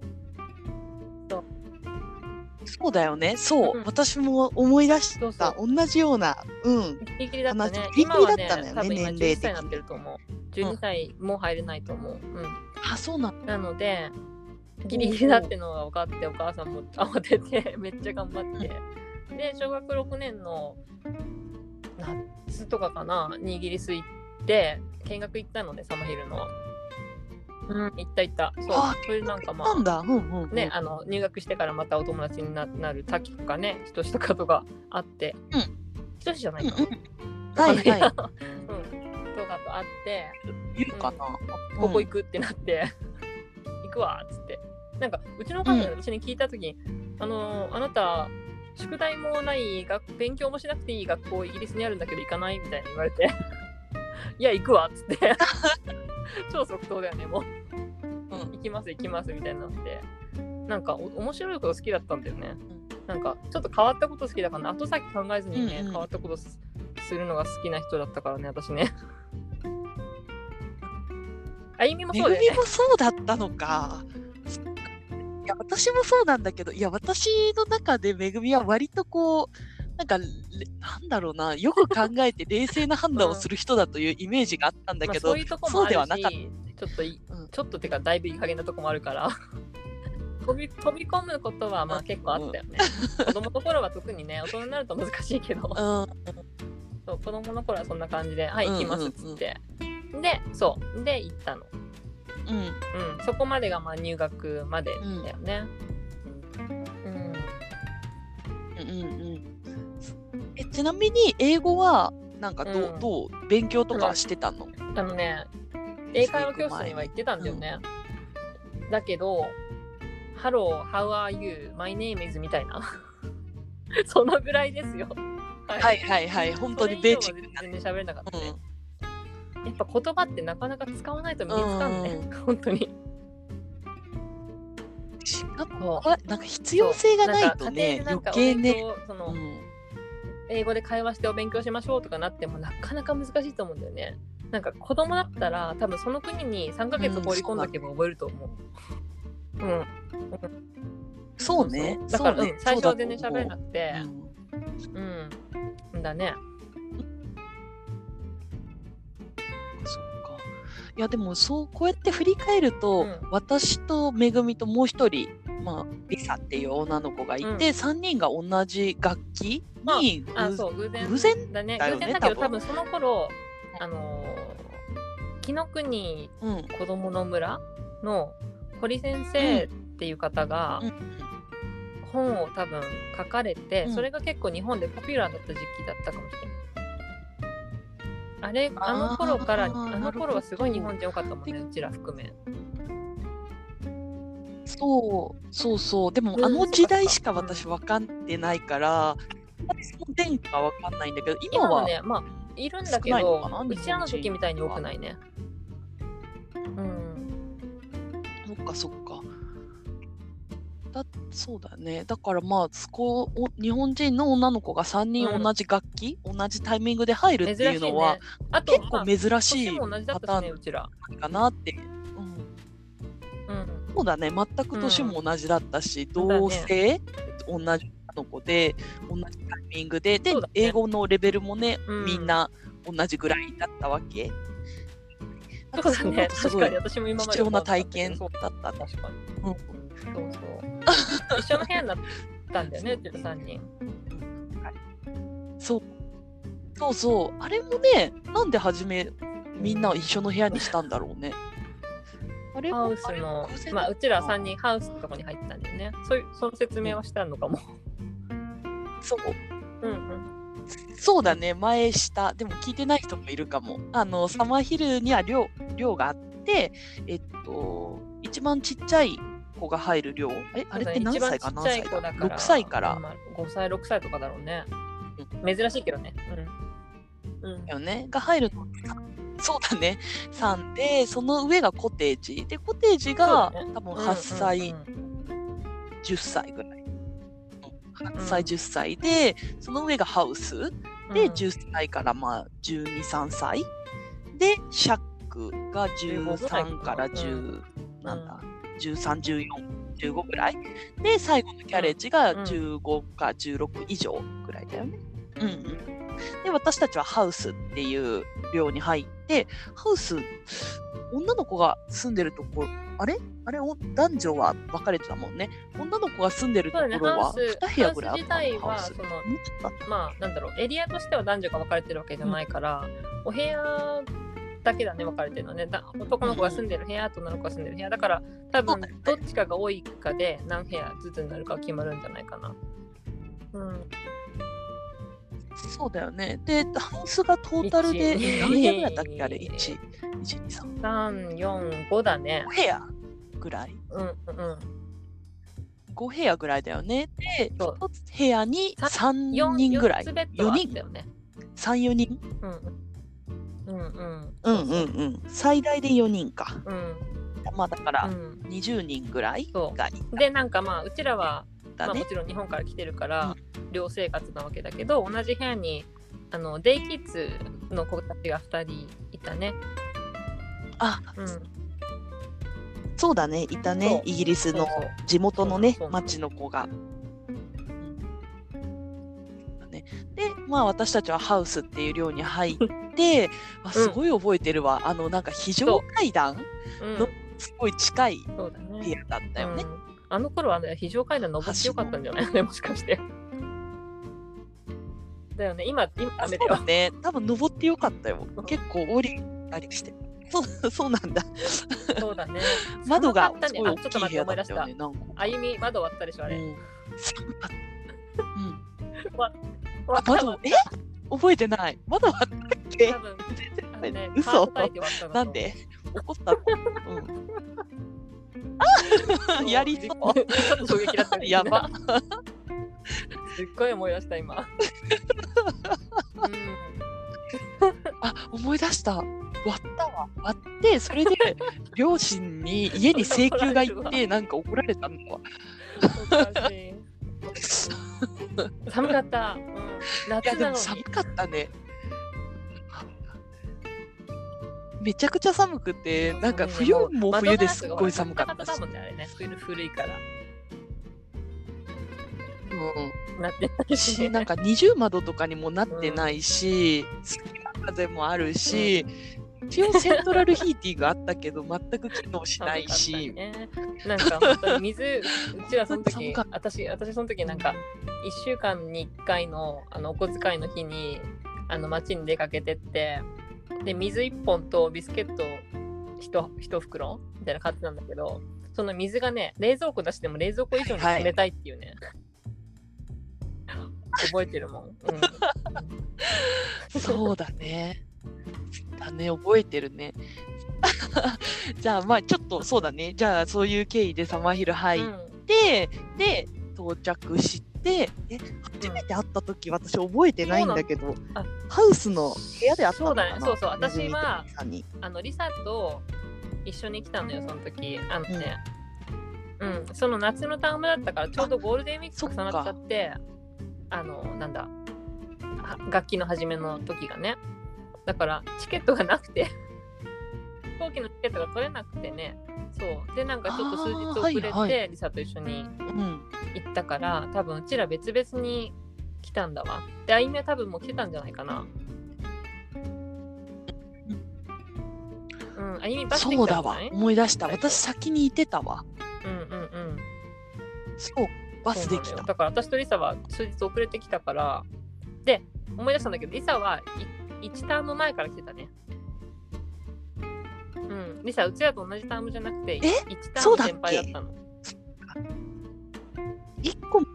[SPEAKER 1] そうだよね。そう、
[SPEAKER 2] うん
[SPEAKER 1] 私も思い出した。
[SPEAKER 2] そうそう
[SPEAKER 1] 同じような。うん。
[SPEAKER 2] ギリギリだった
[SPEAKER 1] 同。
[SPEAKER 2] ね
[SPEAKER 1] じギリギリだったのよね
[SPEAKER 2] 今は多分今
[SPEAKER 1] 年齢
[SPEAKER 2] 11
[SPEAKER 1] 的
[SPEAKER 2] 歳
[SPEAKER 1] に
[SPEAKER 2] になってると思う。12歳も入れないと思う。う
[SPEAKER 1] あ、そうなん
[SPEAKER 2] ん、なので、ギリギリだってのが分かってお母さんも慌てて めっちゃ頑張ってで小学6年の夏とかかなにイギリス行って見学行ったのでサマヒルの、うん、行った行ったそう
[SPEAKER 1] あ
[SPEAKER 2] それなんかま
[SPEAKER 1] なん
[SPEAKER 2] あ
[SPEAKER 1] だ。うんうん、うん。
[SPEAKER 2] ね、あの入学してからまたお友達にななる滝とかね人志とかとかあって、
[SPEAKER 1] うん
[SPEAKER 2] 人志じゃな
[SPEAKER 1] う
[SPEAKER 2] い
[SPEAKER 1] ん
[SPEAKER 2] か
[SPEAKER 1] う
[SPEAKER 2] な、
[SPEAKER 1] ん。はいはい。
[SPEAKER 2] うん、とかと会って、
[SPEAKER 1] 言うかな。
[SPEAKER 2] ここ
[SPEAKER 1] うん
[SPEAKER 2] 行くってなって、 行くわっつって。なんか、うちのお母さんが私に聞いたときに、あのー、あなた、宿題もない学、勉強もしなくていい学校、イギリスにあるんだけど行かないみたいに言われて、 いや、行くわっつって、 超即答だよね、もう。
[SPEAKER 1] うん
[SPEAKER 2] 行きます、行きますみたいになって、なんかお、面白いこと好きだったんだよね。なんか、ちょっと変わったこと好きだから、後先考えずにね、
[SPEAKER 1] うんうん
[SPEAKER 2] 変わったことすするのが好きな人だったからね、私 ね。あゆみも
[SPEAKER 1] め
[SPEAKER 2] そう
[SPEAKER 1] ぐ
[SPEAKER 2] だよね
[SPEAKER 1] み。もそうだったのか。いや私もそうなんだけど、いや私の中でめぐみは割とこう、なんかれなんだろうな、よく考えて冷静な判断をする人だというイメージがあったんだけど、
[SPEAKER 2] まあ、そういうとこもあ
[SPEAKER 1] そうでは
[SPEAKER 2] る
[SPEAKER 1] なかっ
[SPEAKER 2] しちょっとい、
[SPEAKER 1] うん
[SPEAKER 2] ちょっとてかだいぶいい加減なとこもあるから 飛び飛び込むことはまあ結構あったよね、子供の頃は特にね大人になると難しいけど
[SPEAKER 1] た。うん、
[SPEAKER 2] そう子供の頃はそんな感じで「はい
[SPEAKER 1] うん
[SPEAKER 2] 行きます」っつって、でそうで行ったの、
[SPEAKER 1] うん、
[SPEAKER 2] うん、そこまでがまあ入学までだよね、うん
[SPEAKER 1] うんうんうんえちなみに英語はなんかどう,、
[SPEAKER 2] うん
[SPEAKER 1] どう勉強とかはしてたの、
[SPEAKER 2] あのね英会話教室には行ってたんだよね、だけど「Hello, how are you? My name is」みたいな そのぐらいですよはい
[SPEAKER 1] はいはいはい本当にベーシックな、
[SPEAKER 2] それ以上は全然喋れなかった
[SPEAKER 1] う
[SPEAKER 2] ね
[SPEAKER 1] ん、
[SPEAKER 2] やっぱ言葉ってなかなか使わないと身につかんね、
[SPEAKER 1] う
[SPEAKER 2] 本当に
[SPEAKER 1] しかも
[SPEAKER 2] こう
[SPEAKER 1] あなんか必要性がないとね
[SPEAKER 2] なん
[SPEAKER 1] 余
[SPEAKER 2] か
[SPEAKER 1] 計
[SPEAKER 2] 家庭で
[SPEAKER 1] ね、
[SPEAKER 2] なんかお勉強その、
[SPEAKER 1] うん、
[SPEAKER 2] 英語で会話してお勉強しましょうとかなってもなかなか難しいと思うんだよね。なんか子供だったら多分その国に3ヶ月放り込んだけば覚えると思う。うん、
[SPEAKER 1] そうね
[SPEAKER 2] だから、
[SPEAKER 1] そう
[SPEAKER 2] う
[SPEAKER 1] ね
[SPEAKER 2] ん、最初は全然
[SPEAKER 1] そう
[SPEAKER 2] 喋れ
[SPEAKER 1] だ
[SPEAKER 2] な
[SPEAKER 1] と
[SPEAKER 2] くて
[SPEAKER 1] 思う、
[SPEAKER 2] うん、だね。
[SPEAKER 1] いやでもそうこうやって振り返ると、
[SPEAKER 2] うん
[SPEAKER 1] 私とめぐみともう一人まあリサっていう女の子がいて、
[SPEAKER 2] うん
[SPEAKER 1] 3人が同じ楽器に、
[SPEAKER 2] あ
[SPEAKER 1] 偶
[SPEAKER 2] そう偶然
[SPEAKER 1] 偶然
[SPEAKER 2] だね
[SPEAKER 1] だよ
[SPEAKER 2] 偶
[SPEAKER 1] ね
[SPEAKER 2] 然だけど
[SPEAKER 1] 多
[SPEAKER 2] 多
[SPEAKER 1] 分
[SPEAKER 2] 分その頃あのー紀ノ国
[SPEAKER 1] うん
[SPEAKER 2] 子どもの村の堀先生っていう方が
[SPEAKER 1] うん
[SPEAKER 2] 本を多分書かれて、
[SPEAKER 1] うん
[SPEAKER 2] それが結構日本でポピュラーだった時期だったかもしれない。あれあの頃から
[SPEAKER 1] あ
[SPEAKER 2] あ
[SPEAKER 1] ー
[SPEAKER 2] の頃はすごい
[SPEAKER 1] なる
[SPEAKER 2] 日
[SPEAKER 1] ほど
[SPEAKER 2] 本人多かったもんねうちら含め。
[SPEAKER 1] そうそうそうでも、
[SPEAKER 2] うん
[SPEAKER 1] あの時代しか
[SPEAKER 2] そうか
[SPEAKER 1] 私分かってないから、その前科は分かんないんだけど今
[SPEAKER 2] 今
[SPEAKER 1] は
[SPEAKER 2] もねまあいるんだけ
[SPEAKER 1] 少ないの
[SPEAKER 2] ど
[SPEAKER 1] かな
[SPEAKER 2] うちらの
[SPEAKER 1] 日本人
[SPEAKER 2] 時みたいに多くないね。うん、
[SPEAKER 1] そっかそっか。だそうだよねだからまあそこを日本人の女の子が3
[SPEAKER 2] う
[SPEAKER 1] 人
[SPEAKER 2] ん
[SPEAKER 1] 同じ楽器、同じタイミングで入る
[SPEAKER 2] 珍
[SPEAKER 1] っ
[SPEAKER 2] してい
[SPEAKER 1] いう
[SPEAKER 2] ね
[SPEAKER 1] のは、。
[SPEAKER 2] あと
[SPEAKER 1] 結
[SPEAKER 2] ま
[SPEAKER 1] 構
[SPEAKER 2] あ
[SPEAKER 1] 珍し
[SPEAKER 2] 年
[SPEAKER 1] い
[SPEAKER 2] も同じだっ
[SPEAKER 1] パタ
[SPEAKER 2] たしね
[SPEAKER 1] ー
[SPEAKER 2] うちら。
[SPEAKER 1] ンかなって、うん、
[SPEAKER 2] うん
[SPEAKER 1] そうだね全く年も同じだったし、同性同じ女の子で同じタイミングでで、
[SPEAKER 2] そうだね
[SPEAKER 1] 英語のレベルもね、
[SPEAKER 2] うん
[SPEAKER 1] みんな同じぐらいだったわけ。なん
[SPEAKER 2] そ
[SPEAKER 1] か
[SPEAKER 2] う
[SPEAKER 1] そう思
[SPEAKER 2] だね
[SPEAKER 1] うとす
[SPEAKER 2] 確
[SPEAKER 1] ご
[SPEAKER 2] か
[SPEAKER 1] い
[SPEAKER 2] に私も今まで
[SPEAKER 1] 貴重な体
[SPEAKER 2] そ
[SPEAKER 1] 験
[SPEAKER 2] う
[SPEAKER 1] だったね。
[SPEAKER 2] 確かに。
[SPEAKER 1] うん
[SPEAKER 2] そうそう。一緒の部屋になったんだよね、うちら三人。
[SPEAKER 1] そう。そうそう。あれもね、なんで初めみんなを一緒の部屋にしたんだろうね。あれ
[SPEAKER 2] ハ
[SPEAKER 1] も
[SPEAKER 2] ウスの
[SPEAKER 1] 偶然だった、
[SPEAKER 2] まあ、うちら三人ハウスのとこに入ったんだよね。そういう、その説明はしたのかも。
[SPEAKER 1] そう
[SPEAKER 2] うんうん。
[SPEAKER 1] そうだね、前した。でも聞いてない人もいるかも。あの、サマーヒルには寮寮があって、えっと、一番ちっちゃい子が入る寮。え、あれって何歳か
[SPEAKER 2] 一
[SPEAKER 1] 何
[SPEAKER 2] 番ち
[SPEAKER 1] 歳
[SPEAKER 2] っちゃい子
[SPEAKER 1] か
[SPEAKER 2] だから。
[SPEAKER 1] ?6 歳から。
[SPEAKER 2] まあ五歳、六歳とかだろうね。珍しいけどね。うん。うん
[SPEAKER 1] だ。よね、が入るのってそうだね3でその上がコテージでコテージが、
[SPEAKER 2] そうだね
[SPEAKER 1] 多分8歳、
[SPEAKER 2] うんうん
[SPEAKER 1] 10歳ぐらい。8
[SPEAKER 2] う
[SPEAKER 1] 歳、
[SPEAKER 2] ん
[SPEAKER 1] 10歳で、その上がハウス
[SPEAKER 2] うん
[SPEAKER 1] で、10歳からまあ12、3歳で、シャックが13から10、なんだ、13、14、15ぐらいで、最後のキャレッジが
[SPEAKER 2] うん
[SPEAKER 1] 15か16以上ぐらいだよね。うんうん。で、私たちはハウスっていう寮に入って、ハウス、女の子が住んでるところ、あれあれお男女は分かれてたもんね。女の子が住んでると
[SPEAKER 2] そう
[SPEAKER 1] こ
[SPEAKER 2] だね、
[SPEAKER 1] ろ
[SPEAKER 2] ハ
[SPEAKER 1] は
[SPEAKER 2] ウス。
[SPEAKER 1] 2部屋ぐらいあったのハ
[SPEAKER 2] ハウ
[SPEAKER 1] ウ
[SPEAKER 2] ス
[SPEAKER 1] ス。
[SPEAKER 2] 自体は、その、
[SPEAKER 1] もうちょっとあっ
[SPEAKER 2] まあなんだろうエリアとしては男女が分かれてるわけじゃないから、お部屋だけだね分かれてるのねだ男の子が住んでる部屋と女の子が住んでる部屋だから多
[SPEAKER 1] そう
[SPEAKER 2] 分
[SPEAKER 1] だよね
[SPEAKER 2] どっちかが多いかで何部屋ずつになるか決まるんじゃないかな。うん、
[SPEAKER 1] たそうだよね。で、ハウスがトータルで
[SPEAKER 2] 一
[SPEAKER 1] 何部屋ぐらいだっけあれ ?1、
[SPEAKER 2] 二
[SPEAKER 1] 1、2、3。
[SPEAKER 2] 345だね
[SPEAKER 1] 5。部屋ぐらい
[SPEAKER 2] うんうんうん。
[SPEAKER 1] 5部屋ぐらいだよね。で、
[SPEAKER 2] そう
[SPEAKER 1] 1つ部屋に
[SPEAKER 2] さ
[SPEAKER 1] 3
[SPEAKER 2] 四
[SPEAKER 1] 人ぐらい。
[SPEAKER 2] 四つベッド
[SPEAKER 1] 4
[SPEAKER 2] はあっ
[SPEAKER 1] 人
[SPEAKER 2] たよね。
[SPEAKER 1] 3、4人
[SPEAKER 2] うんうんうん
[SPEAKER 1] うんうんうん。最大で4人か。
[SPEAKER 2] うんうん
[SPEAKER 1] まあだか
[SPEAKER 2] う
[SPEAKER 1] ら
[SPEAKER 2] ん。
[SPEAKER 1] 20人ぐらい
[SPEAKER 2] そう
[SPEAKER 1] がい
[SPEAKER 2] でなんかまあうちらは
[SPEAKER 1] た
[SPEAKER 2] まあ、
[SPEAKER 1] ね
[SPEAKER 2] も。ちろん日本から来てるから、寮生活なわけだけど同じ部屋にあのデイキッズの子たちが2人いたね。
[SPEAKER 1] あ、
[SPEAKER 2] うん、そう
[SPEAKER 1] そうだね。いた
[SPEAKER 2] そう
[SPEAKER 1] ね。イギリス
[SPEAKER 2] そう
[SPEAKER 1] の地元のね
[SPEAKER 2] そうそう
[SPEAKER 1] 町の子が。ねでまあ私たちはハウスっていう寮に入 って、あすごい覚えてるわあのなんか非常階段
[SPEAKER 2] うん
[SPEAKER 1] のすごい近い
[SPEAKER 2] そうだ
[SPEAKER 1] 部
[SPEAKER 2] ね
[SPEAKER 1] 屋だったよね。
[SPEAKER 2] うんあの頃はね非常階段登ってよかったんじゃないもしかして。だよね今今ダ
[SPEAKER 1] そう
[SPEAKER 2] メだよ
[SPEAKER 1] だ。ね多分登ってよかったよ
[SPEAKER 2] うん
[SPEAKER 1] 結構降りたりしてそう そうなんだ
[SPEAKER 2] そうだね。
[SPEAKER 1] 窓が
[SPEAKER 2] 寒かっ
[SPEAKER 1] す
[SPEAKER 2] た
[SPEAKER 1] ごい
[SPEAKER 2] ね、あ
[SPEAKER 1] 大
[SPEAKER 2] ち
[SPEAKER 1] き
[SPEAKER 2] ょっと
[SPEAKER 1] い部
[SPEAKER 2] 待って
[SPEAKER 1] 屋
[SPEAKER 2] 思い
[SPEAKER 1] だ
[SPEAKER 2] 出
[SPEAKER 1] っよ
[SPEAKER 2] したた
[SPEAKER 1] ね。なんか
[SPEAKER 2] 歩み窓割ったでしょあれ。
[SPEAKER 1] うん寒かったうんあ
[SPEAKER 2] 割った
[SPEAKER 1] 窓え覚えてない。まだあったっけ
[SPEAKER 2] 多分あのね
[SPEAKER 1] 嘘
[SPEAKER 2] ハート叩いて割ったん
[SPEAKER 1] な
[SPEAKER 2] だと思
[SPEAKER 1] ん
[SPEAKER 2] う
[SPEAKER 1] で怒ったの、う
[SPEAKER 2] そ
[SPEAKER 1] ん、
[SPEAKER 2] う
[SPEAKER 1] やり
[SPEAKER 2] びっ
[SPEAKER 1] そう。
[SPEAKER 2] くり ちょっと衝撃だったね
[SPEAKER 1] やば。
[SPEAKER 2] すっごい思い出した今。うん
[SPEAKER 1] あ思い出した。割ったわ。割って、それで両親に家に請求が行 って、なんか怒られたのは。
[SPEAKER 2] おかしい寒かった。うん
[SPEAKER 1] いや、
[SPEAKER 2] 夏
[SPEAKER 1] でも
[SPEAKER 2] なの
[SPEAKER 1] 寒
[SPEAKER 2] に。
[SPEAKER 1] かったね。めちゃくちゃ寒くて、なんか冬も冬ですっごい寒かったし
[SPEAKER 2] 窓ガラスが割れた。もんねあれね。冬の古いから。
[SPEAKER 1] うん
[SPEAKER 2] なってないしね。
[SPEAKER 1] しなんか二重窓とかにもなってないし、隙間風もあるし、一応セントラルヒーティングあったけど、全く機能しないし、
[SPEAKER 2] ね、なんか本当に水 うちらその
[SPEAKER 1] 寒
[SPEAKER 2] 時
[SPEAKER 1] かっ
[SPEAKER 2] 私私その時なんか1週間に1回のあのお小遣いの日にあの街に出かけてってで水1本とビスケット 1, 一袋みたいなの買ってたんだけどその水がね冷蔵庫出しても冷蔵庫以上に冷たいっていう ね、覚えてるもん、うん
[SPEAKER 1] そうだね。だね、覚えてるね。 じゃあ、まあ、ちょっと、そうだね。じゃあ、そういう経緯でサマーヒル入っ
[SPEAKER 2] うん
[SPEAKER 1] て、で、到着して、え、初めて会った時、私覚えてないんだけど
[SPEAKER 2] なの、
[SPEAKER 1] ハウスの部屋で会ったのかな
[SPEAKER 2] そうだねそうそう私は
[SPEAKER 1] めぐみとみさんに
[SPEAKER 2] あのリサと一緒に来たのよその時あのね、うんその夏のタームだったからちょうどゴールデンウィーク
[SPEAKER 1] そっ
[SPEAKER 2] 重
[SPEAKER 1] か
[SPEAKER 2] なっちゃってあのなんだは楽器の始めの時がねだからチケットがなく て飛行機のチケットが取れなくてねそうでなんかちょっと数
[SPEAKER 1] あ
[SPEAKER 2] 日
[SPEAKER 1] ー
[SPEAKER 2] 遅れて、
[SPEAKER 1] はいは
[SPEAKER 2] リサと一緒に
[SPEAKER 1] うん。
[SPEAKER 2] 行ったから多分うちら別々に来たんだわであゆみは多分もう来てたんじゃないかなうんあゆみバスで
[SPEAKER 1] そ
[SPEAKER 2] 来
[SPEAKER 1] う
[SPEAKER 2] た
[SPEAKER 1] だ
[SPEAKER 2] んじゃ
[SPEAKER 1] わ
[SPEAKER 2] ない。
[SPEAKER 1] 思い出した。
[SPEAKER 2] 最初
[SPEAKER 1] 私、先にいてたわ。
[SPEAKER 2] うんうんうん
[SPEAKER 1] そう、バスで
[SPEAKER 2] そ
[SPEAKER 1] き
[SPEAKER 2] うなの
[SPEAKER 1] た
[SPEAKER 2] よ。だから私とリサは数日遅れてきたからで思い出したんだけどリサは1ターム前から来てたねうんリサうちらと同じタームじゃなくて1ター
[SPEAKER 1] そう
[SPEAKER 2] ム
[SPEAKER 1] だっけ
[SPEAKER 2] 先輩だったの
[SPEAKER 1] 一個前か。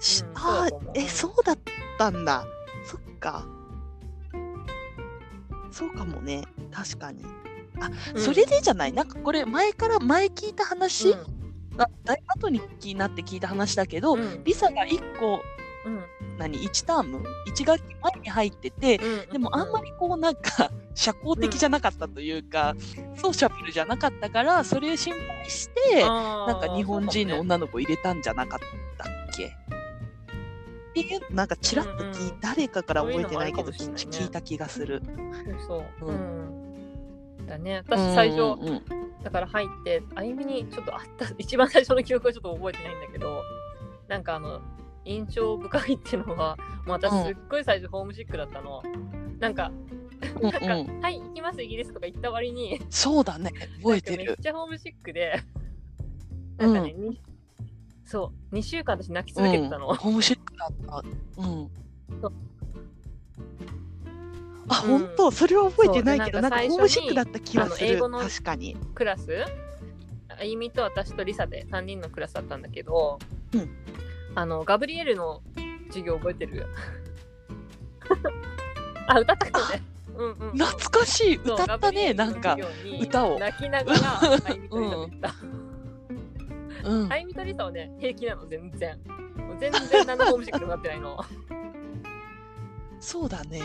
[SPEAKER 1] し
[SPEAKER 2] うん
[SPEAKER 1] あ
[SPEAKER 2] そうだと思う
[SPEAKER 1] あ、え、
[SPEAKER 2] うん
[SPEAKER 1] そうだったんだ。そっか。そうかもね。確かに。
[SPEAKER 2] うん
[SPEAKER 1] それでじゃない。なんかこれ、前から、前聞いた話、
[SPEAKER 2] うん
[SPEAKER 1] あだいぶ後に気になって聞いた話だけど、
[SPEAKER 2] うん
[SPEAKER 1] リサが一個、
[SPEAKER 2] うん
[SPEAKER 1] 何、1ターム ?1 学期前に入ってて、
[SPEAKER 2] うん
[SPEAKER 1] でもあんまりこうなんか社交的じゃなかったというか、ソーシャルじゃなかったからそれを心配して
[SPEAKER 2] な
[SPEAKER 1] なんか日本人の
[SPEAKER 2] 女
[SPEAKER 1] 女の子入れたんじゃなかったっけっていうなんかちらっと聞い、
[SPEAKER 2] うんうん
[SPEAKER 1] 誰かから覚えてないけど
[SPEAKER 2] そういうのもあるかもしれないね
[SPEAKER 1] 聞いた気がする。
[SPEAKER 2] そうそ
[SPEAKER 1] う
[SPEAKER 2] う、うんだね私最初、
[SPEAKER 1] うんうん
[SPEAKER 2] だから入ってあゆみにちょっとあった 一番最初の記憶はちょっと覚えてないんだけどなんかあの印象深いっていうのはもう私
[SPEAKER 1] うん
[SPEAKER 2] すっごい最初ホームシックだったの、なんか
[SPEAKER 1] うん
[SPEAKER 2] なんか、
[SPEAKER 1] うんうん
[SPEAKER 2] はい行きますイギリスとか行った割に
[SPEAKER 1] そうだね覚えて
[SPEAKER 2] なんかめ
[SPEAKER 1] る
[SPEAKER 2] っ。ちゃホームシックで
[SPEAKER 1] う
[SPEAKER 2] なんんかね、にそう2週間私泣き
[SPEAKER 1] うん
[SPEAKER 2] 続けてたの、
[SPEAKER 1] ホームシックだった。うん
[SPEAKER 2] そう。
[SPEAKER 1] あ、
[SPEAKER 2] うん
[SPEAKER 1] 本当それは覚えてないけど
[SPEAKER 2] そう
[SPEAKER 1] な
[SPEAKER 2] でなんん
[SPEAKER 1] か
[SPEAKER 2] か
[SPEAKER 1] ホームシックだった気はす
[SPEAKER 2] 最初に
[SPEAKER 1] る
[SPEAKER 2] あの英語の
[SPEAKER 1] 確かに。
[SPEAKER 2] クラスあゆみと私とリサで3人のクラスだったんだけど、
[SPEAKER 1] うん
[SPEAKER 2] あのガブリエルの授業覚えてる あ歌ったからねうんうんうん
[SPEAKER 1] 懐かしい
[SPEAKER 2] そう
[SPEAKER 1] 歌ったねなんか
[SPEAKER 2] ガブリエルの授業に
[SPEAKER 1] 歌を
[SPEAKER 2] 泣きながらあゆみとリサで歌った、
[SPEAKER 1] うん
[SPEAKER 2] あゆみとリサはね平気なの全然もう全然何のホームシックにもなってないの
[SPEAKER 1] そうだね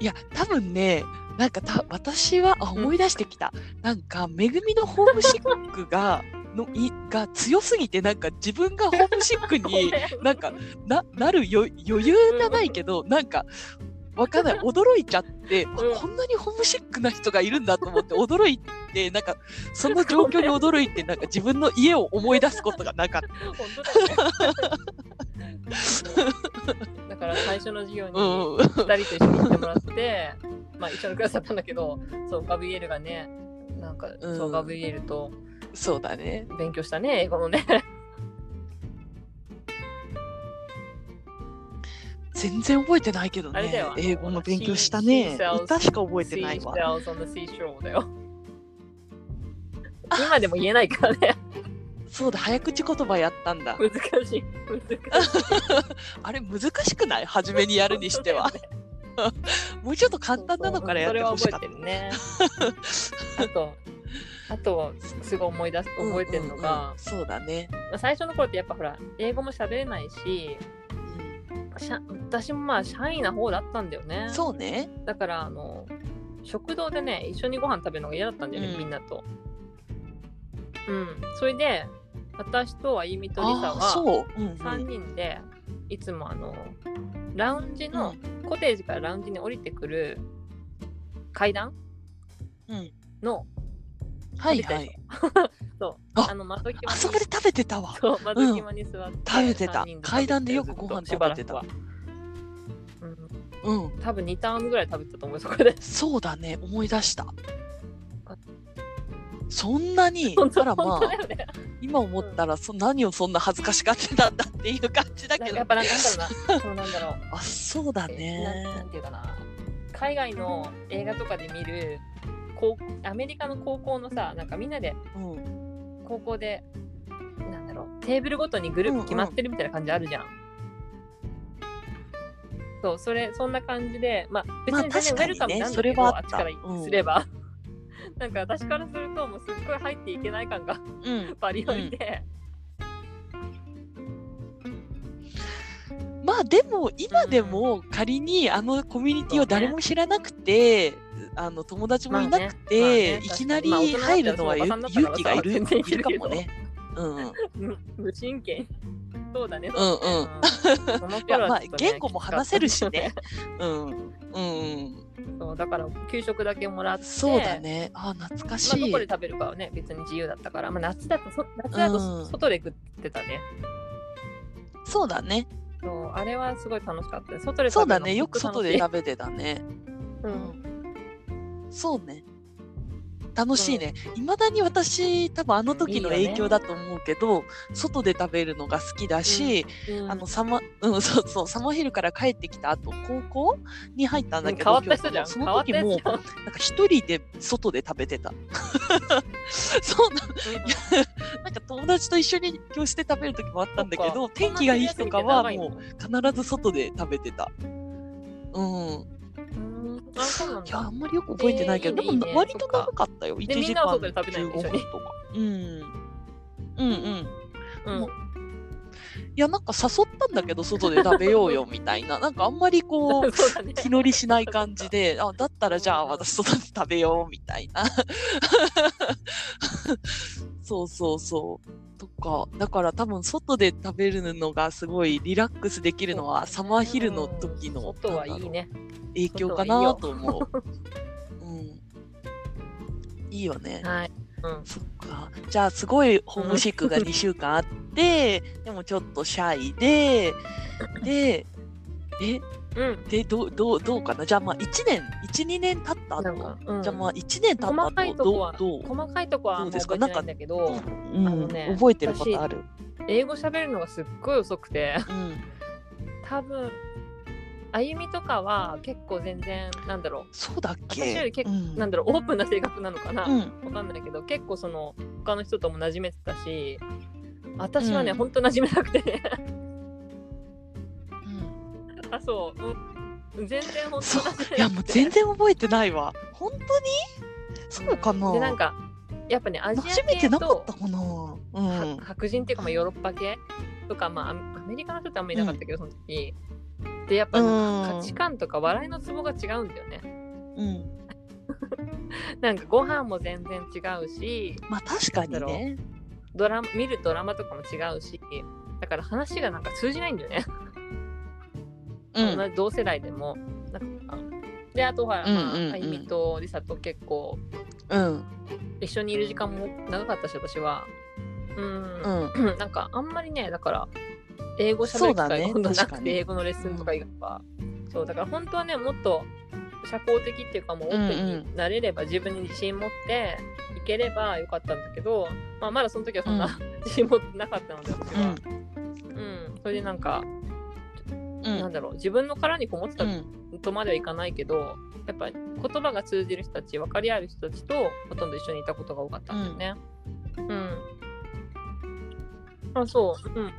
[SPEAKER 1] いや多分ねなんかた私はあ
[SPEAKER 2] うん
[SPEAKER 1] 思い出してきた、なんかめぐみのホームシック がのいが強すぎてなんか自分がホームシッ クになんかななるよ余裕じゃないけどなんかわかんない驚いちゃって、あ
[SPEAKER 2] うん
[SPEAKER 1] こんなにホームシックな人がいるんだと思って驚いてなんかその状況に驚いてなんか自分の家を思い出すことがなかった。
[SPEAKER 2] 本当だよね だから最初の授業に、
[SPEAKER 1] うん
[SPEAKER 2] 二人と一緒に行ってもらって、まあ一緒のクラスだったんだけど、そう、ガブリエルがね、なんか、
[SPEAKER 1] うん
[SPEAKER 2] そう、ガブリエルと
[SPEAKER 1] そうだね。
[SPEAKER 2] 勉強したね、英語のね。
[SPEAKER 1] 全然覚えてないけど
[SPEAKER 2] あれだ
[SPEAKER 1] ね
[SPEAKER 2] よ。
[SPEAKER 1] 英語の勉強した
[SPEAKER 2] シ
[SPEAKER 1] ね
[SPEAKER 2] ーシェル。ズ
[SPEAKER 1] 歌しか覚えてないわ。
[SPEAKER 2] Seashells on the seashore だよ。今でも言えないから ね、
[SPEAKER 1] そうだ、早口言葉やったんだ。
[SPEAKER 2] 難しい、難しい。
[SPEAKER 1] あれ難しくない初めにやるにして は。もうちょっと簡単なのからやってほしかった
[SPEAKER 2] そ。う それは覚えてるね。あと、あと、すごい思い出す、覚えてるのが、
[SPEAKER 1] うんうんうんそうだね。
[SPEAKER 2] まあ最初の頃ってやっぱほら、英語も喋れないし、しゃ私もまあシャイな方だったんだよね
[SPEAKER 1] うんそうね。
[SPEAKER 2] だからあの食堂でね一緒にご飯食べるのが嫌だったんだよね、
[SPEAKER 1] うん
[SPEAKER 2] みんなとうんそれで私とあゆみとりさ
[SPEAKER 1] ああ、
[SPEAKER 2] は
[SPEAKER 1] そう。うんうん
[SPEAKER 2] 3人でいつもあのラウンジの、コテージからラウンジに降りてくる階段
[SPEAKER 1] うん
[SPEAKER 2] の
[SPEAKER 1] はいはい。
[SPEAKER 2] そう
[SPEAKER 1] あ
[SPEAKER 2] あの窓際
[SPEAKER 1] あ
[SPEAKER 2] に
[SPEAKER 1] そこで食べてたわ。
[SPEAKER 2] そう窓際に座って、
[SPEAKER 1] 食べてた
[SPEAKER 2] 三人で
[SPEAKER 1] 階段でよくご飯
[SPEAKER 2] ずっとしばら
[SPEAKER 1] 食べて
[SPEAKER 2] く
[SPEAKER 1] た
[SPEAKER 2] はうん
[SPEAKER 1] うん、
[SPEAKER 2] 多分2ターンぐらい食べてたと思うそこで
[SPEAKER 1] そうだね、思い出した。そんな に、
[SPEAKER 2] 本当
[SPEAKER 1] あらま
[SPEAKER 2] 本
[SPEAKER 1] あ
[SPEAKER 2] 当、だよね
[SPEAKER 1] 今思ったらそ、何をそんな恥ずかしがってたんだっていう感じだ
[SPEAKER 2] なん
[SPEAKER 1] け
[SPEAKER 2] か
[SPEAKER 1] ど
[SPEAKER 2] やっ、ぱなんだろうなそうなんだろう
[SPEAKER 1] あ、そうだ
[SPEAKER 2] えなな
[SPEAKER 1] ね
[SPEAKER 2] ん。ていうかな海外の映画とかで見る高アメリカの高校のさなんかみんなで
[SPEAKER 1] うん、
[SPEAKER 2] 高校でなんだろうテーブルごとにグループ決まってるみたいな感じあるじゃん。そうそれそんな感じでまあ別
[SPEAKER 1] まあ
[SPEAKER 2] に全然ウェルカムな
[SPEAKER 1] 確かに
[SPEAKER 2] んだ
[SPEAKER 1] ねそれ
[SPEAKER 2] けど、
[SPEAKER 1] は
[SPEAKER 2] あ
[SPEAKER 1] あ
[SPEAKER 2] っ
[SPEAKER 1] っ
[SPEAKER 2] ち
[SPEAKER 1] た
[SPEAKER 2] から
[SPEAKER 1] うん
[SPEAKER 2] すれば、 なんか私からするともうすっごい入っていけない感が
[SPEAKER 1] うん。
[SPEAKER 2] バリ置いて、
[SPEAKER 1] まあでも今でも仮にあのコミュニティを誰も知らなくて、あの友達もいなくて、
[SPEAKER 2] まあねまあね
[SPEAKER 1] いきなり
[SPEAKER 2] まあ大人だったら
[SPEAKER 1] 入るのはゆ
[SPEAKER 2] そうおばさんだったから
[SPEAKER 1] 勇気がいる
[SPEAKER 2] 全然い
[SPEAKER 1] い
[SPEAKER 2] ける
[SPEAKER 1] る
[SPEAKER 2] け
[SPEAKER 1] か
[SPEAKER 2] ど
[SPEAKER 1] もね。うんうん、うん
[SPEAKER 2] うん無神経そうだね、
[SPEAKER 1] うん
[SPEAKER 2] うんその
[SPEAKER 1] いや
[SPEAKER 2] 頃
[SPEAKER 1] まあ
[SPEAKER 2] はちょっとね
[SPEAKER 1] 言語も話せるしね。うんうん
[SPEAKER 2] そうだから給食だけもらっ
[SPEAKER 1] うん、
[SPEAKER 2] て
[SPEAKER 1] そうだねあ懐か
[SPEAKER 2] まあ、
[SPEAKER 1] し
[SPEAKER 2] ど
[SPEAKER 1] い、
[SPEAKER 2] こで食べるかはね別に自由だったから、まあ、夏だとそ夏だ
[SPEAKER 1] う
[SPEAKER 2] と
[SPEAKER 1] ん
[SPEAKER 2] 外で食ってたね、
[SPEAKER 1] そうだね
[SPEAKER 2] そうあれはすごい楽しかったね外で
[SPEAKER 1] そ
[SPEAKER 2] 食
[SPEAKER 1] う
[SPEAKER 2] べ
[SPEAKER 1] だ
[SPEAKER 2] るの
[SPEAKER 1] ねよく外で食べてたね、
[SPEAKER 2] べ
[SPEAKER 1] うん、そうね楽しいねいま、未だに私多分あの時の影響だと思うけど外で食べるのが好きだし、あのサマ、うん、 そうそう、サマーヒルから帰ってきた後、高校に入ったんだけど、
[SPEAKER 2] 変わった人じゃん
[SPEAKER 1] そ
[SPEAKER 2] 変
[SPEAKER 1] の
[SPEAKER 2] わった
[SPEAKER 1] 時も
[SPEAKER 2] や、つ
[SPEAKER 1] なんか一人で外で食べてた。 そうな、
[SPEAKER 2] じゃん
[SPEAKER 1] なんか友達と一緒に教室で食べる時もあったんだけ
[SPEAKER 2] そっ
[SPEAKER 1] ど、
[SPEAKER 2] か
[SPEAKER 1] 天気がいい日とかは
[SPEAKER 2] そんなに休みって長いの
[SPEAKER 1] もう必ず外で食べてた。うん。
[SPEAKER 2] うんあそうなん
[SPEAKER 1] いや、あ
[SPEAKER 2] だ
[SPEAKER 1] んまりよく覚えてないけど、
[SPEAKER 2] えー
[SPEAKER 1] で
[SPEAKER 2] いいね
[SPEAKER 1] も割と
[SPEAKER 2] そっか
[SPEAKER 1] 長かったよ。1
[SPEAKER 2] でみ
[SPEAKER 1] 時
[SPEAKER 2] んな
[SPEAKER 1] 間
[SPEAKER 2] は外で食べない
[SPEAKER 1] 15
[SPEAKER 2] の一緒
[SPEAKER 1] 分
[SPEAKER 2] に
[SPEAKER 1] とか。うん。うんうん。
[SPEAKER 2] うん
[SPEAKER 1] いや、なんか誘ったんだけど、外で食べよう よ、みたいな。なんかあんまりこう、
[SPEAKER 2] そうだね
[SPEAKER 1] 気乗りしない感じで、あだったらじゃあ私外で食べようみたいな。 そうそうそう。とか、だから多分外で食べるのがすごいリラックスできるのはサマーヒルの時
[SPEAKER 2] うん
[SPEAKER 1] の
[SPEAKER 2] 外はい
[SPEAKER 1] なんだ
[SPEAKER 2] い
[SPEAKER 1] ろう
[SPEAKER 2] ね
[SPEAKER 1] 影響かなと思 う。うん、いいよね。
[SPEAKER 2] はい、うん、
[SPEAKER 1] そっか。じゃあすごいホームシックが2週間あって、でもちょっとシャイで、で、え、
[SPEAKER 2] うん
[SPEAKER 1] でどうどうどうかなじゃあまあ1年12年経った
[SPEAKER 2] な
[SPEAKER 1] 後
[SPEAKER 2] んか、うん、
[SPEAKER 1] じゃあまあ1年経った
[SPEAKER 2] 細かい
[SPEAKER 1] 後
[SPEAKER 2] とこは
[SPEAKER 1] どうどう
[SPEAKER 2] 細かいとこはあんま覚えてないんだけど
[SPEAKER 1] うん
[SPEAKER 2] あのね
[SPEAKER 1] 覚えてることある、
[SPEAKER 2] 英語喋るのがすっごい遅くて
[SPEAKER 1] うん、
[SPEAKER 2] 多分あゆみとかは結構全然なんだろ
[SPEAKER 1] そうだっけ
[SPEAKER 2] 私より結
[SPEAKER 1] う
[SPEAKER 2] 構
[SPEAKER 1] ん
[SPEAKER 2] うなんだろうオープンな性格なのかな、
[SPEAKER 1] う
[SPEAKER 2] わ
[SPEAKER 1] ん
[SPEAKER 2] かんないけど結構その他の人とも馴染めてたし私はね、
[SPEAKER 1] うん
[SPEAKER 2] ほんと馴染めなくて ね
[SPEAKER 1] うん
[SPEAKER 2] あそう、うん、全然ほんと
[SPEAKER 1] そう
[SPEAKER 2] 馴染めなくて
[SPEAKER 1] いやもう全然覚えてないわ本当にそうかな,、
[SPEAKER 2] うんでなんかやっぱねアジ
[SPEAKER 1] 初
[SPEAKER 2] ア
[SPEAKER 1] めて
[SPEAKER 2] 系
[SPEAKER 1] なかっ
[SPEAKER 2] と
[SPEAKER 1] たかなうん
[SPEAKER 2] は白人っていうかまあヨーロッパ系とか、まあ、アメアメリカの人ってあんまいなかったけど、その時でやっぱなんか
[SPEAKER 1] うん
[SPEAKER 2] 価値観とか笑いのツボが違うんだよね
[SPEAKER 1] うん
[SPEAKER 2] なんかご飯も全然違うし
[SPEAKER 1] まあ確かに
[SPEAKER 2] なんだろ
[SPEAKER 1] ね
[SPEAKER 2] ドラマ見るドラマとかも違うしだから話がなんか通じないんだよね、
[SPEAKER 1] うん
[SPEAKER 2] 同じ同世代でもなんかであとは、ま
[SPEAKER 1] う
[SPEAKER 2] あ
[SPEAKER 1] んうんうん
[SPEAKER 2] あゆみとりさと結構
[SPEAKER 1] うん
[SPEAKER 2] 一緒にいる時間も長かったし私はうん
[SPEAKER 1] う、ん
[SPEAKER 2] なんかあんまりねだから英語喋
[SPEAKER 1] そ
[SPEAKER 2] る
[SPEAKER 1] う
[SPEAKER 2] 機
[SPEAKER 1] だね
[SPEAKER 2] 会が今度な
[SPEAKER 1] 確
[SPEAKER 2] く
[SPEAKER 1] か
[SPEAKER 2] て、
[SPEAKER 1] に
[SPEAKER 2] 英語のレッスンとか以外は、そうだから本当はねもっと社交的っていうかもうオープンになれれば、自分に自信持っていければよかったんだけど、まあ、まだその時はそんな、
[SPEAKER 1] う
[SPEAKER 2] 自信持ってなかったので私は、うん、それでなんか、
[SPEAKER 1] う
[SPEAKER 2] なん
[SPEAKER 1] ん
[SPEAKER 2] だろう自分の殻にこもってた
[SPEAKER 1] うん
[SPEAKER 2] とまではいかないけど、やっぱ言葉が通じる人たち分かり合える人たちとほとんど一緒にいたことが多かったんだよね。うん、あそう、うん、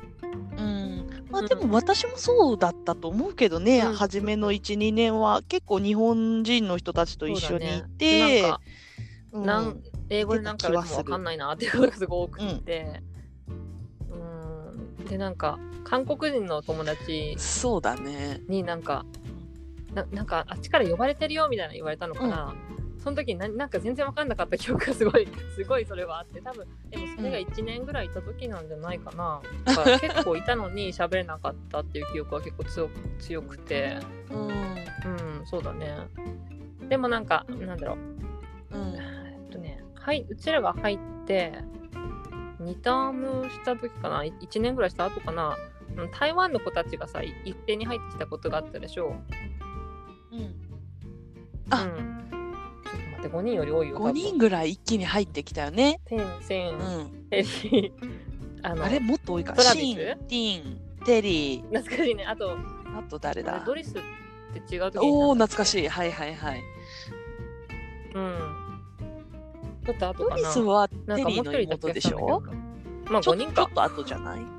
[SPEAKER 1] うんまあでも私もそうだったと思うけどね、
[SPEAKER 2] うん
[SPEAKER 1] 初めの12年は結構日本人の人たちと一緒にいて、
[SPEAKER 2] そうだね
[SPEAKER 1] う
[SPEAKER 2] なんか
[SPEAKER 1] ん
[SPEAKER 2] なん英語で何回言われても分かんないなっていうことがすごく多くて、うん、でなんか韓国人の友達
[SPEAKER 1] そうだね。
[SPEAKER 2] になんかななんかあっちから呼ばれてるよみたいな言われたのかな、その時にななんか全然分かんなかった記憶がすごい すごいそれはあって多分でもそれが1年ぐらいいた時なんじゃないかな、だから結構いたのに喋れなかったっていう記憶は結構強く強くて
[SPEAKER 1] うん
[SPEAKER 2] うんそうだねでもなんかなんだろ
[SPEAKER 1] う
[SPEAKER 2] う
[SPEAKER 1] ん
[SPEAKER 2] えっとね、はいうちらが入って2タームした時かない1年ぐらいした後かなうん台湾の子たちがさい一斉に入ってきたことがあったでしょ
[SPEAKER 1] あ
[SPEAKER 2] うん、ちょっと待って5人より多いよ
[SPEAKER 1] 5人ぐらい一気に入ってきたよね。
[SPEAKER 2] テンセン、
[SPEAKER 1] うん、
[SPEAKER 2] テリー あの
[SPEAKER 1] あれもっと多いか
[SPEAKER 2] トラ
[SPEAKER 1] シ
[SPEAKER 2] ビス
[SPEAKER 1] ン、ティン、テリ
[SPEAKER 2] 懐かしいねあと
[SPEAKER 1] ー、あと誰
[SPEAKER 2] あ
[SPEAKER 1] だ
[SPEAKER 2] れドリスって違う時に
[SPEAKER 1] おおー、懐かしい。はいはいはい。
[SPEAKER 2] うんちょっと後
[SPEAKER 1] ド
[SPEAKER 2] か
[SPEAKER 1] リ
[SPEAKER 2] な
[SPEAKER 1] スは
[SPEAKER 2] なん
[SPEAKER 1] テ
[SPEAKER 2] か
[SPEAKER 1] リ
[SPEAKER 2] も
[SPEAKER 1] ー
[SPEAKER 2] う一
[SPEAKER 1] の
[SPEAKER 2] 人だ
[SPEAKER 1] 妹
[SPEAKER 2] け
[SPEAKER 1] でしょ
[SPEAKER 2] まあ
[SPEAKER 1] ちょ
[SPEAKER 2] 5
[SPEAKER 1] っとち
[SPEAKER 2] 人
[SPEAKER 1] ょ
[SPEAKER 2] か
[SPEAKER 1] っと後じゃない、うんうん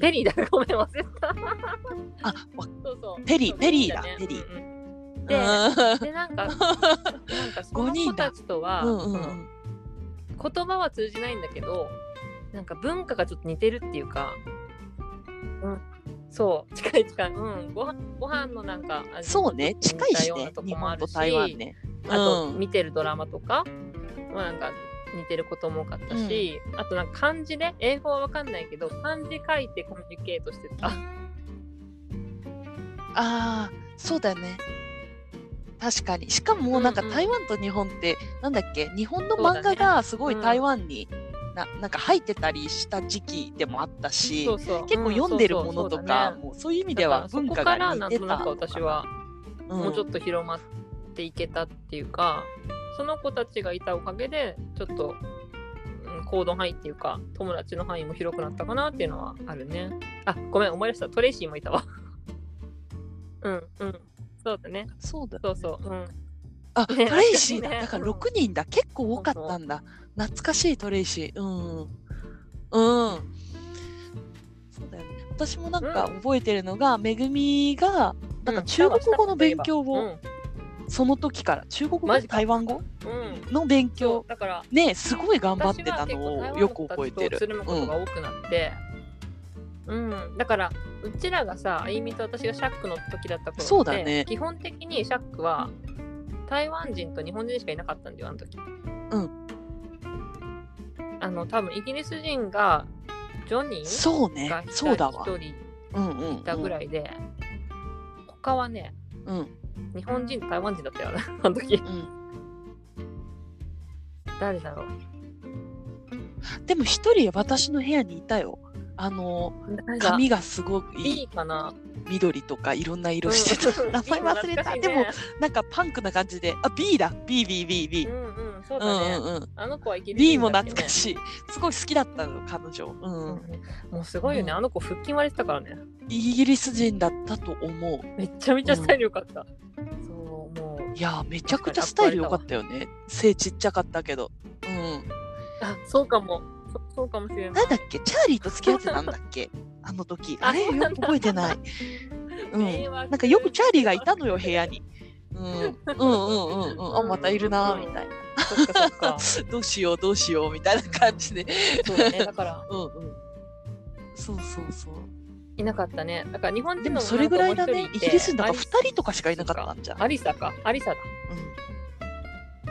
[SPEAKER 2] ペリーだご めん忘れた
[SPEAKER 1] あわ
[SPEAKER 2] そうそう
[SPEAKER 1] ペリー
[SPEAKER 2] そう
[SPEAKER 1] ペリーだ
[SPEAKER 2] ね
[SPEAKER 1] ペリー
[SPEAKER 2] うんうんで
[SPEAKER 1] うん
[SPEAKER 2] でな んかなんかそ
[SPEAKER 1] 五
[SPEAKER 2] の子
[SPEAKER 1] 人だ
[SPEAKER 2] たちとは、
[SPEAKER 1] うんうんう
[SPEAKER 2] その
[SPEAKER 1] ん
[SPEAKER 2] 言葉は通じないんだけどなんか文化がちょっと似てるっていうか、うん、そう近い近い、うん、ご飯ご飯のなんか味
[SPEAKER 1] そうね、
[SPEAKER 2] ちょっ
[SPEAKER 1] 近い
[SPEAKER 2] と似た
[SPEAKER 1] し
[SPEAKER 2] ような
[SPEAKER 1] ね
[SPEAKER 2] と、こ
[SPEAKER 1] 日
[SPEAKER 2] もあ
[SPEAKER 1] 本と
[SPEAKER 2] るし
[SPEAKER 1] 台湾ね。
[SPEAKER 2] あと
[SPEAKER 1] うん
[SPEAKER 2] 見てるドラマとか、まあ、なんか似てることも多かったし、あとなんか漢字ね英語はわかんないけど漢字書いてコミュニケートしてた。
[SPEAKER 1] ああ、そうだね。確かに。しかも、なんか
[SPEAKER 2] うんうん
[SPEAKER 1] 台湾と日本って、なんだっけ、日本の
[SPEAKER 2] そうだね
[SPEAKER 1] 漫画がすごい
[SPEAKER 2] うん
[SPEAKER 1] 台湾に、ななんか入ってたりした時期でもあったし、
[SPEAKER 2] そうそう
[SPEAKER 1] 結構
[SPEAKER 2] うん
[SPEAKER 1] 読んでるものとか、
[SPEAKER 2] そうそうそうだね
[SPEAKER 1] もうそういう意味では文化
[SPEAKER 2] だから
[SPEAKER 1] が
[SPEAKER 2] そこからな
[SPEAKER 1] 似て
[SPEAKER 2] んと
[SPEAKER 1] た
[SPEAKER 2] なく
[SPEAKER 1] のか
[SPEAKER 2] 私
[SPEAKER 1] な。
[SPEAKER 2] はもうちょっと広まっていけたっていうか、その子たちがいたおかげでちょっと、うん、行動範囲っていうか友達の範囲も広くなったかなっていうのはあるねあごめん思い出したトレイシーもいたわ うんうんそうだね
[SPEAKER 1] うんそうだ。
[SPEAKER 2] そうそううん
[SPEAKER 1] あ、ト
[SPEAKER 2] ね
[SPEAKER 1] レイシーだ。
[SPEAKER 2] 懐かしいね
[SPEAKER 1] だから
[SPEAKER 2] うん
[SPEAKER 1] 6人だ。結構多かったんだ。懐かしいトレイシー。うん。うん。そうだよね。私もなんか
[SPEAKER 2] う
[SPEAKER 1] 覚えてるのが、めぐみが、なんか
[SPEAKER 2] う
[SPEAKER 1] 中国語の勉強
[SPEAKER 2] う
[SPEAKER 1] を、
[SPEAKER 2] ん、
[SPEAKER 1] その時から、中国語
[SPEAKER 2] マジか
[SPEAKER 1] 台湾語
[SPEAKER 2] うん、
[SPEAKER 1] の勉
[SPEAKER 2] そ
[SPEAKER 1] 強
[SPEAKER 2] う、だから
[SPEAKER 1] ね、すごい頑張って
[SPEAKER 2] 私
[SPEAKER 1] た
[SPEAKER 2] は結構台
[SPEAKER 1] のを
[SPEAKER 2] 湾
[SPEAKER 1] よ
[SPEAKER 2] の
[SPEAKER 1] く
[SPEAKER 2] 子た
[SPEAKER 1] 覚え
[SPEAKER 2] ち
[SPEAKER 1] て
[SPEAKER 2] とつ
[SPEAKER 1] る
[SPEAKER 2] るむ。こ
[SPEAKER 1] う
[SPEAKER 2] と
[SPEAKER 1] ん
[SPEAKER 2] が。多くなって、うんだからうちらがさあゆみと私がシャックの時だった頃って
[SPEAKER 1] そうだね
[SPEAKER 2] 基本的にシャックは台湾人と日本人しかいなかったんだよあの時。
[SPEAKER 1] うん
[SPEAKER 2] あの多分イギリス人がジョニー
[SPEAKER 1] そうね
[SPEAKER 2] が。
[SPEAKER 1] そうだわ。
[SPEAKER 2] 1人
[SPEAKER 1] うんうん。
[SPEAKER 2] いたぐらいで、他はね
[SPEAKER 1] うん。うん。
[SPEAKER 2] 日本人と台湾人だったよあの時
[SPEAKER 1] うん
[SPEAKER 2] 誰だろう
[SPEAKER 1] でも一人私の部屋にいたよ。あの、
[SPEAKER 2] 誰だ
[SPEAKER 1] 髪がすごくいい
[SPEAKER 2] いいかな
[SPEAKER 1] 緑とかいろんな色して た、名前忘れた、でもなんかパンクな感じであ B だ BBBB
[SPEAKER 2] う、んうん、そう
[SPEAKER 1] う
[SPEAKER 2] だね。
[SPEAKER 1] んうんうん
[SPEAKER 2] あの子はイギリス
[SPEAKER 1] B
[SPEAKER 2] 人だ
[SPEAKER 1] も
[SPEAKER 2] っけ
[SPEAKER 1] 懐
[SPEAKER 2] ね
[SPEAKER 1] かしいすごい好きだったの彼女、うん
[SPEAKER 2] もうすごいよね、
[SPEAKER 1] うん
[SPEAKER 2] あの子腹筋割れてたからね。
[SPEAKER 1] イギリス人だったと思う
[SPEAKER 2] めっちゃめちゃスタイル良かった。そう、もう。
[SPEAKER 1] いやーめちゃくちゃスタイル良かったよね背ちっちゃかったけどうん
[SPEAKER 2] あ、そうかも。そそうかもしれない。
[SPEAKER 1] なんだっけチャーリーと付き合ってたんだっ けあの時あれ
[SPEAKER 2] あそうな
[SPEAKER 1] よ
[SPEAKER 2] ん
[SPEAKER 1] く
[SPEAKER 2] だ
[SPEAKER 1] 覚えて ないうん
[SPEAKER 2] 迷惑
[SPEAKER 1] なんかよくチャーリーがいたのよ部屋に、うん、うんうんうんうんあまたいるなーみたいな
[SPEAKER 2] そっ かそっか。
[SPEAKER 1] どうしようどうしようみたいな感じで
[SPEAKER 2] そうだね。だから、
[SPEAKER 1] うんうん。そうそうそう。
[SPEAKER 2] いなかったね。だから日本
[SPEAKER 1] で
[SPEAKER 2] 人
[SPEAKER 1] も
[SPEAKER 2] の
[SPEAKER 1] それぐらいだ
[SPEAKER 2] 女の
[SPEAKER 1] ね
[SPEAKER 2] 子。も
[SPEAKER 1] イ
[SPEAKER 2] 一人て
[SPEAKER 1] ギリス人だから
[SPEAKER 2] アリス
[SPEAKER 1] 2人とかしかいなかったんじゃん。
[SPEAKER 2] アリサか。アリサだ。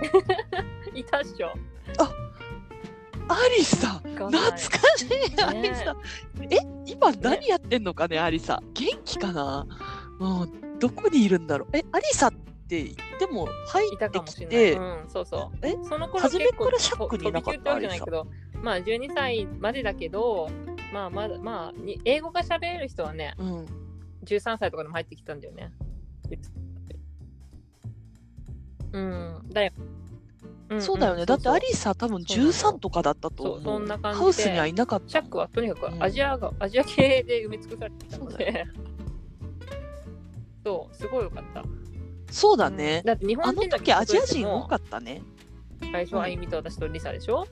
[SPEAKER 1] うん
[SPEAKER 2] いたっしょ。
[SPEAKER 1] アリサ
[SPEAKER 2] か
[SPEAKER 1] 懐
[SPEAKER 2] んない
[SPEAKER 1] かしいアリサえ今何やってんのかねアリサ元気かなうんどこにいるんだろうえアリサって言っても入
[SPEAKER 2] い
[SPEAKER 1] ったて
[SPEAKER 2] かも
[SPEAKER 1] き
[SPEAKER 2] してれない。うん、そうそう。
[SPEAKER 1] え
[SPEAKER 2] その頃
[SPEAKER 1] 初め
[SPEAKER 2] 結構
[SPEAKER 1] からシャックにいなかった
[SPEAKER 2] 飛び級ってわけじゃないけど、まあ12歳までだけど、まあまだまあに英語が喋れる人はね、
[SPEAKER 1] うん
[SPEAKER 2] 13歳とかでも入ってきたんだよね。うん、だよ。んん
[SPEAKER 1] そうだよねだって
[SPEAKER 2] そう
[SPEAKER 1] アリサ多分
[SPEAKER 2] そうなの
[SPEAKER 1] 13とかだったと
[SPEAKER 2] そうそ
[SPEAKER 1] 思
[SPEAKER 2] ん
[SPEAKER 1] う
[SPEAKER 2] な感じで
[SPEAKER 1] ハウスにはいなかっ
[SPEAKER 2] シ
[SPEAKER 1] た
[SPEAKER 2] ャックはとにか
[SPEAKER 1] う
[SPEAKER 2] く
[SPEAKER 1] ん
[SPEAKER 2] アジアが、アジア系で埋め尽くされてたの
[SPEAKER 1] そう
[SPEAKER 2] で、そう、すごいよかった。
[SPEAKER 1] そうだね
[SPEAKER 2] うんだって日
[SPEAKER 1] あ
[SPEAKER 2] 本
[SPEAKER 1] の
[SPEAKER 2] 人だ
[SPEAKER 1] 時
[SPEAKER 2] け
[SPEAKER 1] アジア人多
[SPEAKER 2] っ
[SPEAKER 1] かったね
[SPEAKER 2] た。最初はあゆみと私とリサでしょ。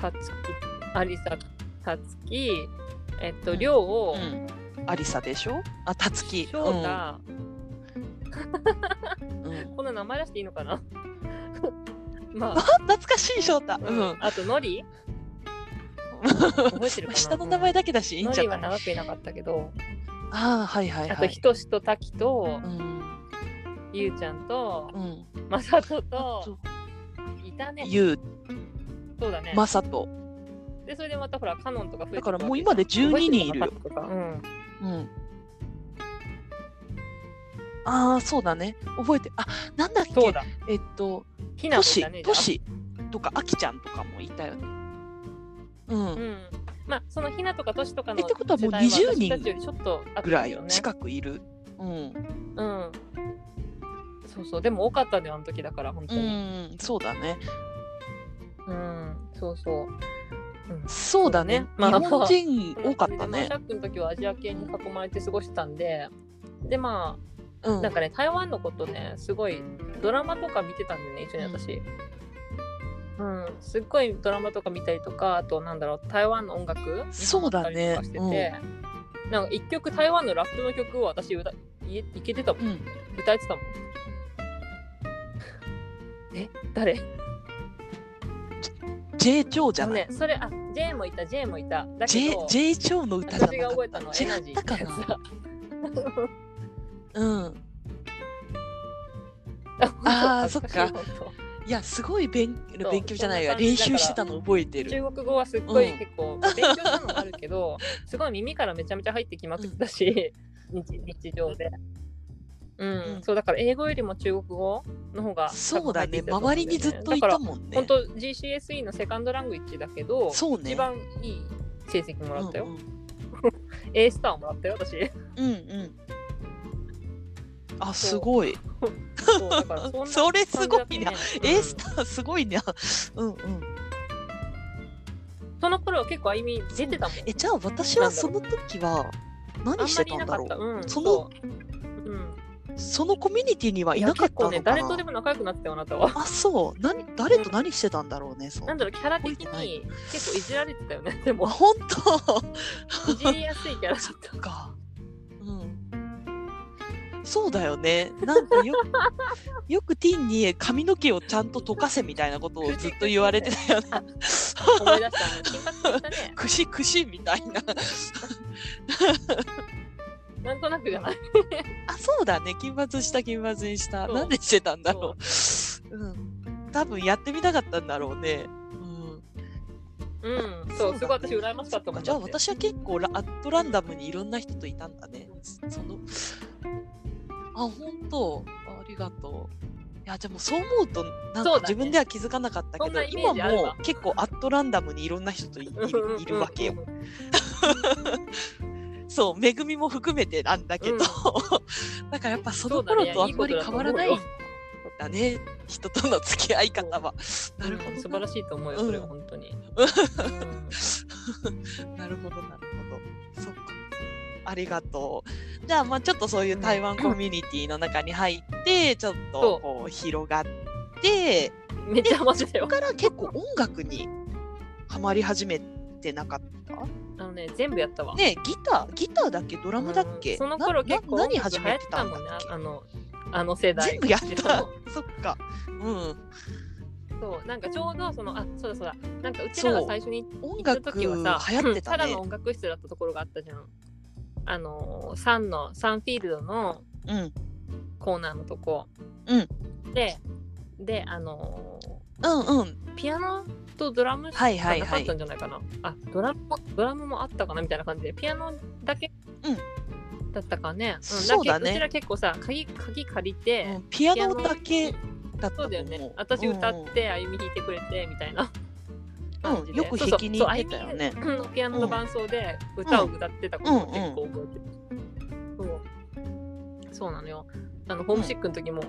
[SPEAKER 2] たつき、アリサ、たつき、えっと、
[SPEAKER 1] うん
[SPEAKER 2] りょうを、
[SPEAKER 1] うんアリサでしょあたつき
[SPEAKER 2] しょうた、
[SPEAKER 1] うん
[SPEAKER 2] この名前出していいのかな まあ
[SPEAKER 1] あ、懐かしい翔太。うん。
[SPEAKER 2] あと、のり覚えてるかな
[SPEAKER 1] 下の名前だけだ し、いいん
[SPEAKER 2] の
[SPEAKER 1] じゃ
[SPEAKER 2] り
[SPEAKER 1] な。
[SPEAKER 2] はい長くいなかったけど、
[SPEAKER 1] ああ、はいはい
[SPEAKER 2] あ
[SPEAKER 1] は
[SPEAKER 2] と
[SPEAKER 1] い
[SPEAKER 2] ひ。としとたきと
[SPEAKER 1] うん。
[SPEAKER 2] ゆうちゃんと
[SPEAKER 1] うん。
[SPEAKER 2] まさと
[SPEAKER 1] あ
[SPEAKER 2] と
[SPEAKER 1] と
[SPEAKER 2] いたね
[SPEAKER 1] ゆう、
[SPEAKER 2] そうだね、
[SPEAKER 1] まさと。
[SPEAKER 2] でそれでまたほらカノンとか増えて
[SPEAKER 1] だ
[SPEAKER 2] く
[SPEAKER 1] から
[SPEAKER 2] わけ
[SPEAKER 1] もう今で12人いるよ
[SPEAKER 2] 覚えてかなうん
[SPEAKER 1] うん。ああ、そうだね。覚えて。あ、なんだっ
[SPEAKER 2] そう
[SPEAKER 1] け。
[SPEAKER 2] だ
[SPEAKER 1] えっと、
[SPEAKER 2] ひな
[SPEAKER 1] と
[SPEAKER 2] こだ
[SPEAKER 1] し
[SPEAKER 2] ね、
[SPEAKER 1] と
[SPEAKER 2] じ
[SPEAKER 1] しとか、あきちゃんとかもいたよね。う。
[SPEAKER 2] ゃあうんんまあそのひなとかとしとかの
[SPEAKER 1] えってことはもう
[SPEAKER 2] 世代
[SPEAKER 1] 20人
[SPEAKER 2] 私たちよりちょっと後
[SPEAKER 1] ぐら
[SPEAKER 2] だよ
[SPEAKER 1] い
[SPEAKER 2] ね
[SPEAKER 1] 近くいる。うん。
[SPEAKER 2] うんそうそうでも多かったねあの時だから本当
[SPEAKER 1] う
[SPEAKER 2] に
[SPEAKER 1] ん、そうだね。
[SPEAKER 2] うんそうそう
[SPEAKER 1] そうだね。
[SPEAKER 2] まあ
[SPEAKER 1] 日本人多かった
[SPEAKER 2] でまあ
[SPEAKER 1] ね
[SPEAKER 2] シ。ャックの時はアジア系に囲まれて過ごしてたんででま
[SPEAKER 1] う
[SPEAKER 2] あ
[SPEAKER 1] ん
[SPEAKER 2] なん。かね台湾のことねすごいドラマとか見てたんだよね一緒に私うん、すっごいドラマとか見たりとかあとなんだろう台湾の音楽
[SPEAKER 1] そうだね
[SPEAKER 2] 見たりとかしてて、なんか一曲台湾のラップの曲を私歌いいけてたもん
[SPEAKER 1] うん。
[SPEAKER 2] 歌えてたもんえ誰
[SPEAKER 1] J 長じゃない。
[SPEAKER 2] ね、それあ J もいた J もいただけ
[SPEAKER 1] J
[SPEAKER 2] ど
[SPEAKER 1] J 長の歌じゃ
[SPEAKER 2] 私
[SPEAKER 1] な
[SPEAKER 2] が
[SPEAKER 1] か
[SPEAKER 2] 覚え
[SPEAKER 1] った
[SPEAKER 2] のは
[SPEAKER 1] た。
[SPEAKER 2] エナ
[SPEAKER 1] 違
[SPEAKER 2] ジ
[SPEAKER 1] っ
[SPEAKER 2] ー
[SPEAKER 1] たか
[SPEAKER 2] ってやつ
[SPEAKER 1] な。
[SPEAKER 2] だ
[SPEAKER 1] うん。あーそっかいやすごい勉
[SPEAKER 2] そう
[SPEAKER 1] 勉強じゃないや
[SPEAKER 2] そんな感
[SPEAKER 1] 練
[SPEAKER 2] じだか
[SPEAKER 1] 習
[SPEAKER 2] ら
[SPEAKER 1] してたの覚えてる。
[SPEAKER 2] 中国語はすっごい
[SPEAKER 1] うん
[SPEAKER 2] 結構勉強したのもあるけど、 すごい耳からめちゃめちゃ入ってきまくっ たし、日日常で。うん、
[SPEAKER 1] うん
[SPEAKER 2] そうだから英語よりも中国語の方が多
[SPEAKER 1] そう
[SPEAKER 2] 分
[SPEAKER 1] だ
[SPEAKER 2] 入って
[SPEAKER 1] ね
[SPEAKER 2] きたと思う
[SPEAKER 1] 周
[SPEAKER 2] んよ
[SPEAKER 1] りにずっとい
[SPEAKER 2] だ
[SPEAKER 1] た
[SPEAKER 2] か
[SPEAKER 1] もん
[SPEAKER 2] ら
[SPEAKER 1] ね
[SPEAKER 2] 本。当 GCSE のセカンドラングイッチだけど、
[SPEAKER 1] そうね
[SPEAKER 2] 一番いい成績もらったよ、
[SPEAKER 1] うん
[SPEAKER 2] A スターもらった よ私
[SPEAKER 1] うんうん。あすごい。
[SPEAKER 2] そうだからんな
[SPEAKER 1] それすごいな
[SPEAKER 2] 感じだったね
[SPEAKER 1] A スターすごいね。 うんうん。
[SPEAKER 2] うんその頃は結構あゆみ出てたもん
[SPEAKER 1] えじゃあ私はその時は
[SPEAKER 2] あ
[SPEAKER 1] 何
[SPEAKER 2] ん
[SPEAKER 1] し
[SPEAKER 2] ま
[SPEAKER 1] て
[SPEAKER 2] りい
[SPEAKER 1] た
[SPEAKER 2] なん
[SPEAKER 1] だろ
[SPEAKER 2] かった。
[SPEAKER 1] う。
[SPEAKER 2] うん、
[SPEAKER 1] そ
[SPEAKER 2] そ
[SPEAKER 1] の
[SPEAKER 2] う。うん、
[SPEAKER 1] そのコミュニティにはいなかった
[SPEAKER 2] いや結構ね、
[SPEAKER 1] の
[SPEAKER 2] 誰と
[SPEAKER 1] か
[SPEAKER 2] で
[SPEAKER 1] な。
[SPEAKER 2] も仲良くなってたよ、あなたは。
[SPEAKER 1] あそうな誰と何してたんだろうね。そう
[SPEAKER 2] なんだろう、キャラ的
[SPEAKER 1] 覚え
[SPEAKER 2] に結構いじられてたよね。 で
[SPEAKER 1] あ
[SPEAKER 2] も、
[SPEAKER 1] 本当。
[SPEAKER 2] いじりやすいキャラだっ
[SPEAKER 1] そっか。うん。そうだよね。なんか よよくティンに髪の毛をちゃんと溶かせみたいなことをずっと言われてたよ ね。
[SPEAKER 2] た。思い出したね。金髪にしたね。
[SPEAKER 1] くしくしみたいな。
[SPEAKER 2] なんとなくじゃない。
[SPEAKER 1] あ、そうだね。金髪した金髪にした。
[SPEAKER 2] そう
[SPEAKER 1] なんでしてたんだろう。うん。多分やってみたかったんだろうね。うん
[SPEAKER 2] うん、そう、すごい私、羨ましかった
[SPEAKER 1] そ
[SPEAKER 2] も
[SPEAKER 1] っ
[SPEAKER 2] ん。
[SPEAKER 1] じゃあ
[SPEAKER 2] だって
[SPEAKER 1] 私は結構ラアットランダムにいろんな人といたんだね。そのあ本当あありがとう。いやでもそう思うとなん
[SPEAKER 2] そ
[SPEAKER 1] か
[SPEAKER 2] うだね
[SPEAKER 1] 自分では気づかなかったけ
[SPEAKER 2] そん
[SPEAKER 1] ど、
[SPEAKER 2] なイメ
[SPEAKER 1] 今
[SPEAKER 2] ージあるわ
[SPEAKER 1] も結構アットランダムにいろんな人といい
[SPEAKER 2] うんうんう
[SPEAKER 1] る
[SPEAKER 2] ん
[SPEAKER 1] いるわけよ。。そうめぐみも含めてなんだけど、
[SPEAKER 2] うん
[SPEAKER 1] だからやっぱそ
[SPEAKER 2] そ
[SPEAKER 1] の
[SPEAKER 2] うだ
[SPEAKER 1] 頃
[SPEAKER 2] ね
[SPEAKER 1] とあんまり変わらない
[SPEAKER 2] いい
[SPEAKER 1] ん
[SPEAKER 2] こ
[SPEAKER 1] だね人との付き合い方は。なるほ
[SPEAKER 2] うん素
[SPEAKER 1] ど
[SPEAKER 2] 晴
[SPEAKER 1] な、
[SPEAKER 2] らしいと思うよ、それは
[SPEAKER 1] うん
[SPEAKER 2] 本当に。うん
[SPEAKER 1] なるほどなるほど。そっか。ありがとう。じゃあまあちょっとそういう台湾コミュニティの中に入ってちょっ
[SPEAKER 2] そ
[SPEAKER 1] と
[SPEAKER 2] う
[SPEAKER 1] こう広がって
[SPEAKER 2] めっちゃマジだ
[SPEAKER 1] そ
[SPEAKER 2] よ
[SPEAKER 1] こ。から結構音楽にハマり始めてなかった
[SPEAKER 2] あのね、全部やったわ。
[SPEAKER 1] ねえギターギターだっけドラムだっけ、
[SPEAKER 2] うんその
[SPEAKER 1] な
[SPEAKER 2] 頃
[SPEAKER 1] な
[SPEAKER 2] 結構
[SPEAKER 1] 何始めてたんだっ
[SPEAKER 2] 流行って
[SPEAKER 1] け
[SPEAKER 2] たもんねあのあの世代
[SPEAKER 1] 全部やっ
[SPEAKER 2] そう
[SPEAKER 1] たそっかうん
[SPEAKER 2] そうなんかちょうどそのあそうだそうだなんかうちらが最初に
[SPEAKER 1] 音
[SPEAKER 2] 行った
[SPEAKER 1] 楽
[SPEAKER 2] 時
[SPEAKER 1] 流
[SPEAKER 2] はさ
[SPEAKER 1] 行ってた
[SPEAKER 2] だ
[SPEAKER 1] ね
[SPEAKER 2] の音楽室だったところがあったじゃんあのーサンのサンフィールドの
[SPEAKER 1] うん
[SPEAKER 2] コーナーのとこでであの
[SPEAKER 1] うんうん
[SPEAKER 2] ーピアノとドラムしか
[SPEAKER 1] はいはい
[SPEAKER 2] なか
[SPEAKER 1] は
[SPEAKER 2] っ
[SPEAKER 1] い
[SPEAKER 2] たんじゃないかな、あドラムもドラムもあったかなみたいな感じでピアノだけ、だったかね、ん
[SPEAKER 1] そうだね
[SPEAKER 2] から結うちら結構さ鍵鍵借りて、
[SPEAKER 1] うんピアノだけだったと思
[SPEAKER 2] そう
[SPEAKER 1] う
[SPEAKER 2] だよね。私歌
[SPEAKER 1] うんう
[SPEAKER 2] っ
[SPEAKER 1] ん
[SPEAKER 2] て、あゆみ弾いてくれてみたいな。感じ
[SPEAKER 1] うん、
[SPEAKER 2] で
[SPEAKER 1] よく弾きに行ってたよ。ね
[SPEAKER 2] そ。うそうそうあゆみがピアノの伴奏で歌を歌ってたことを結構覚えてる。そうそうなのよ。あのホームシックの時も、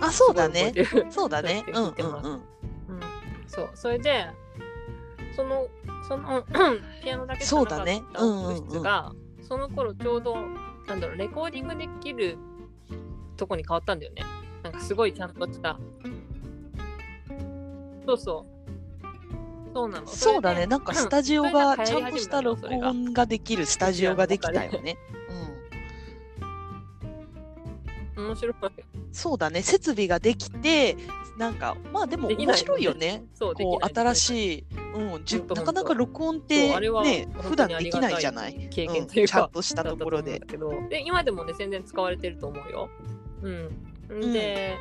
[SPEAKER 1] あ、そうだね。
[SPEAKER 2] すごい覚えてる。
[SPEAKER 1] そうだね。うん
[SPEAKER 2] そうや
[SPEAKER 1] う
[SPEAKER 2] って弾いてもらった
[SPEAKER 1] んうん。
[SPEAKER 2] うんそう。それで、その、その、ピアノだけ
[SPEAKER 1] そうだねうんうんうん
[SPEAKER 2] 部室が、その頃ちょうど、なんだろう、レコーディングできるとこに変わったんだよね。なんかすごいちゃんとした。そうそう。そうなの。
[SPEAKER 1] そうだね。
[SPEAKER 2] それで
[SPEAKER 1] なんかスタジオが
[SPEAKER 2] それで
[SPEAKER 1] ちゃんとした録音ができるスタジオができたよね。
[SPEAKER 2] 面白い。
[SPEAKER 1] うん、そうだね設備ができてなんかまあでも
[SPEAKER 2] できな
[SPEAKER 1] 面
[SPEAKER 2] い
[SPEAKER 1] 白いよね
[SPEAKER 2] そう、でき
[SPEAKER 1] こ
[SPEAKER 2] な
[SPEAKER 1] う
[SPEAKER 2] い
[SPEAKER 1] 新しい、うん、じ
[SPEAKER 2] ほんと
[SPEAKER 1] な
[SPEAKER 2] ほ
[SPEAKER 1] んか
[SPEAKER 2] と
[SPEAKER 1] なか録音っ
[SPEAKER 2] そう
[SPEAKER 1] て
[SPEAKER 2] あれは
[SPEAKER 1] ね
[SPEAKER 2] 本
[SPEAKER 1] 普
[SPEAKER 2] 当
[SPEAKER 1] 段
[SPEAKER 2] にあ
[SPEAKER 1] で
[SPEAKER 2] り
[SPEAKER 1] き
[SPEAKER 2] が
[SPEAKER 1] な
[SPEAKER 2] た
[SPEAKER 1] いじゃない、
[SPEAKER 2] 経
[SPEAKER 1] う
[SPEAKER 2] 験
[SPEAKER 1] ん、
[SPEAKER 2] という
[SPEAKER 1] ちゃ
[SPEAKER 2] か
[SPEAKER 1] ん、としたところで
[SPEAKER 2] だったと思うんだけどで今でもね全然使われてると思うようんで、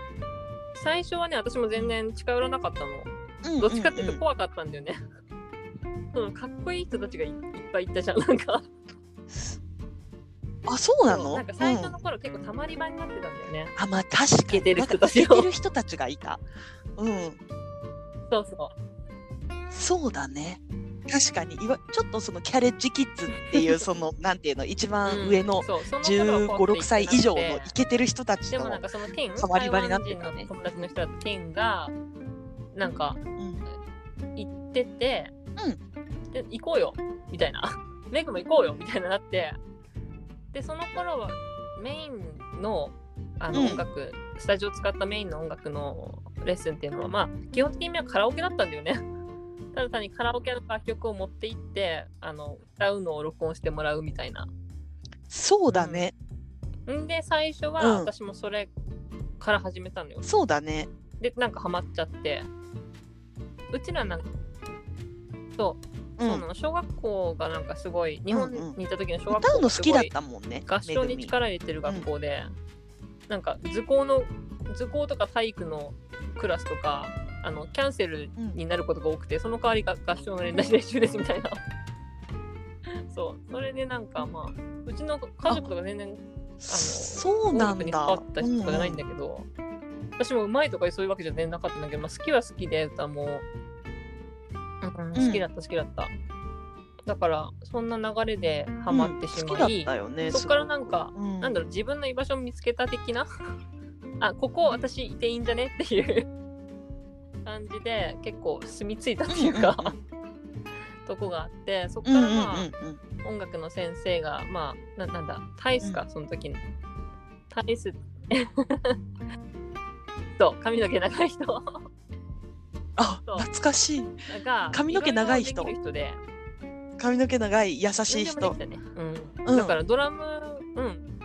[SPEAKER 2] 最初はね私も全然近寄らなかったのどっちかっていう
[SPEAKER 1] うんう
[SPEAKER 2] と
[SPEAKER 1] んうん
[SPEAKER 2] 怖かったんだよね、 うんかっこいい人たちがいいっぱいいたじゃんなんか
[SPEAKER 1] あそうなの
[SPEAKER 2] なんか最
[SPEAKER 1] う
[SPEAKER 2] 初
[SPEAKER 1] ん
[SPEAKER 2] の頃結構たまり場になってたんだよね、
[SPEAKER 1] あまあ確か
[SPEAKER 2] け
[SPEAKER 1] に
[SPEAKER 2] て
[SPEAKER 1] な
[SPEAKER 2] る
[SPEAKER 1] んか
[SPEAKER 2] 人
[SPEAKER 1] イ
[SPEAKER 2] たち
[SPEAKER 1] ケ
[SPEAKER 2] を
[SPEAKER 1] てる人たちがいたうん
[SPEAKER 2] そうそ
[SPEAKER 1] そうだね。確かにいわちょっとそのキャレッジキッズって いうそのなんていうの一番上の
[SPEAKER 2] そうそ
[SPEAKER 1] 1 5
[SPEAKER 2] の頃はこう
[SPEAKER 1] 6歳以上のイ
[SPEAKER 2] で
[SPEAKER 1] ケてる人たち
[SPEAKER 2] で
[SPEAKER 1] の
[SPEAKER 2] もなんかそのテン
[SPEAKER 1] 変わり場になって
[SPEAKER 2] 台
[SPEAKER 1] た
[SPEAKER 2] 湾人
[SPEAKER 1] ね
[SPEAKER 2] の友達の人だとテンがなんか
[SPEAKER 1] うん
[SPEAKER 2] 行ってて、で行こうよみたいな メグも行こうよみたいななってでその頃はメインのあの
[SPEAKER 1] うん
[SPEAKER 2] 音楽、スタジオを使ったメインの音楽のレッスンっていうのはまあ基本的にはカラオケだったんだよね ただ単にカラオケの楽曲を持って行ってあの歌うのを録音してもらうみたいな
[SPEAKER 1] そうだね、
[SPEAKER 2] んで最初は
[SPEAKER 1] うん
[SPEAKER 2] 私もそれから始めたのよ、
[SPEAKER 1] そうだね
[SPEAKER 2] でなんかハマっちゃってうちらなんかそう
[SPEAKER 1] う
[SPEAKER 2] そうなんの小学校がなんかすごい日本にいた時の小学校
[SPEAKER 1] 歌うの好きだっ
[SPEAKER 2] す
[SPEAKER 1] たもんね
[SPEAKER 2] ごい合唱
[SPEAKER 1] めぐ
[SPEAKER 2] に
[SPEAKER 1] み
[SPEAKER 2] 力入れてる学校で、なんか図工の図工とか体育のクラスとかあのキャンセルになることが多くて、その代わりが合唱の練習練習ですみたいなそうそれでなんかまあうちの家族とか全然
[SPEAKER 1] そう
[SPEAKER 2] 音
[SPEAKER 1] なん
[SPEAKER 2] 楽に関
[SPEAKER 1] だ
[SPEAKER 2] わった人とかじゃないんだけど、私もうまいとかそういうわけじゃ全然なかったんだけど、まあ、好きは好きで歌も、うん、好きだった好きだった、だからそんな流れでハマってし
[SPEAKER 1] うん好
[SPEAKER 2] ま
[SPEAKER 1] きだ
[SPEAKER 2] い
[SPEAKER 1] っ、たよね
[SPEAKER 2] そこからなんか、
[SPEAKER 1] うん
[SPEAKER 2] なんだろう自分の居場所を見つけた的な あここ私いていいんじゃねっていう感じで結構住み着いたっていうか、
[SPEAKER 1] うんう
[SPEAKER 2] とこがあってそこ
[SPEAKER 1] う
[SPEAKER 2] か
[SPEAKER 1] ん
[SPEAKER 2] ら
[SPEAKER 1] うんう
[SPEAKER 2] ま
[SPEAKER 1] ん
[SPEAKER 2] あ、
[SPEAKER 1] うん
[SPEAKER 2] 音楽の先生がまあななんだタイスか、
[SPEAKER 1] う
[SPEAKER 2] その時のタイス そう髪の毛長い人
[SPEAKER 1] あ
[SPEAKER 2] そう
[SPEAKER 1] 懐かしい
[SPEAKER 2] が
[SPEAKER 1] 髪の毛長い人
[SPEAKER 2] ろろできる人で
[SPEAKER 1] 髪の毛長い優しい
[SPEAKER 2] 何でも
[SPEAKER 1] 人
[SPEAKER 2] できたね、うん
[SPEAKER 1] うん
[SPEAKER 2] だからドラムうん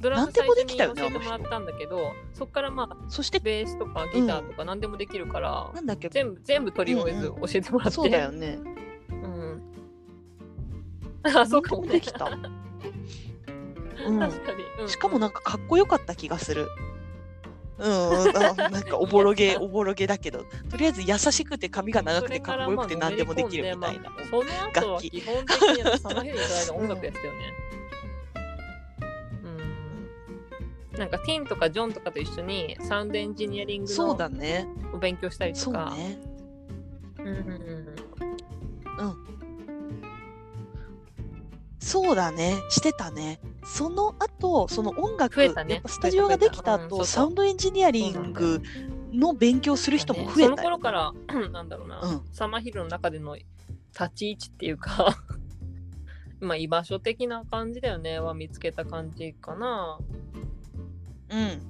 [SPEAKER 2] ドラ
[SPEAKER 1] な
[SPEAKER 2] ム
[SPEAKER 1] んで
[SPEAKER 2] 最
[SPEAKER 1] も
[SPEAKER 2] 初
[SPEAKER 1] でき
[SPEAKER 2] に
[SPEAKER 1] たよね
[SPEAKER 2] 教えてもらったんだけどそっからまあ
[SPEAKER 1] そして
[SPEAKER 2] ベースとかギターとか何でもできるから、
[SPEAKER 1] なんだっけ
[SPEAKER 2] 全部全部とりあえず教えてもらって、
[SPEAKER 1] そうだよね
[SPEAKER 2] うん あそうかも
[SPEAKER 1] なんで
[SPEAKER 2] ね
[SPEAKER 1] で きたうん
[SPEAKER 2] 確かに、うん
[SPEAKER 1] しかもなんかかっこよかった気がする。うん、あなん かおぼろげ、おぼろげだけど、とりあえず優しくて髪が長くてかっこよくて何でもできるみたいな。
[SPEAKER 2] それからまあのめり込んでまあその後は基本的にはサマヘリの間音楽やってたよね。うん。なんかティンとかジョンとかと一緒にサウンドエンジニアリング
[SPEAKER 1] そう
[SPEAKER 2] の
[SPEAKER 1] だね。
[SPEAKER 2] お勉強したり
[SPEAKER 1] そ
[SPEAKER 2] と
[SPEAKER 1] う
[SPEAKER 2] か。
[SPEAKER 1] ね。
[SPEAKER 2] うんうんうん
[SPEAKER 1] そうだね。してたね。その後、その音楽、
[SPEAKER 2] 増えたね
[SPEAKER 1] やっぱスタジオができた
[SPEAKER 2] 増
[SPEAKER 1] 後、
[SPEAKER 2] えた増えたうんそうそう
[SPEAKER 1] サウンドエンジニアリングの勉強する人も増え
[SPEAKER 2] その
[SPEAKER 1] たよ。
[SPEAKER 2] 頃 から、なんだろうな、
[SPEAKER 1] うん
[SPEAKER 2] サマヒルの中での立ち位置っていうか まあ居場所的な感じだよねは見つけた感じかな。
[SPEAKER 1] うん。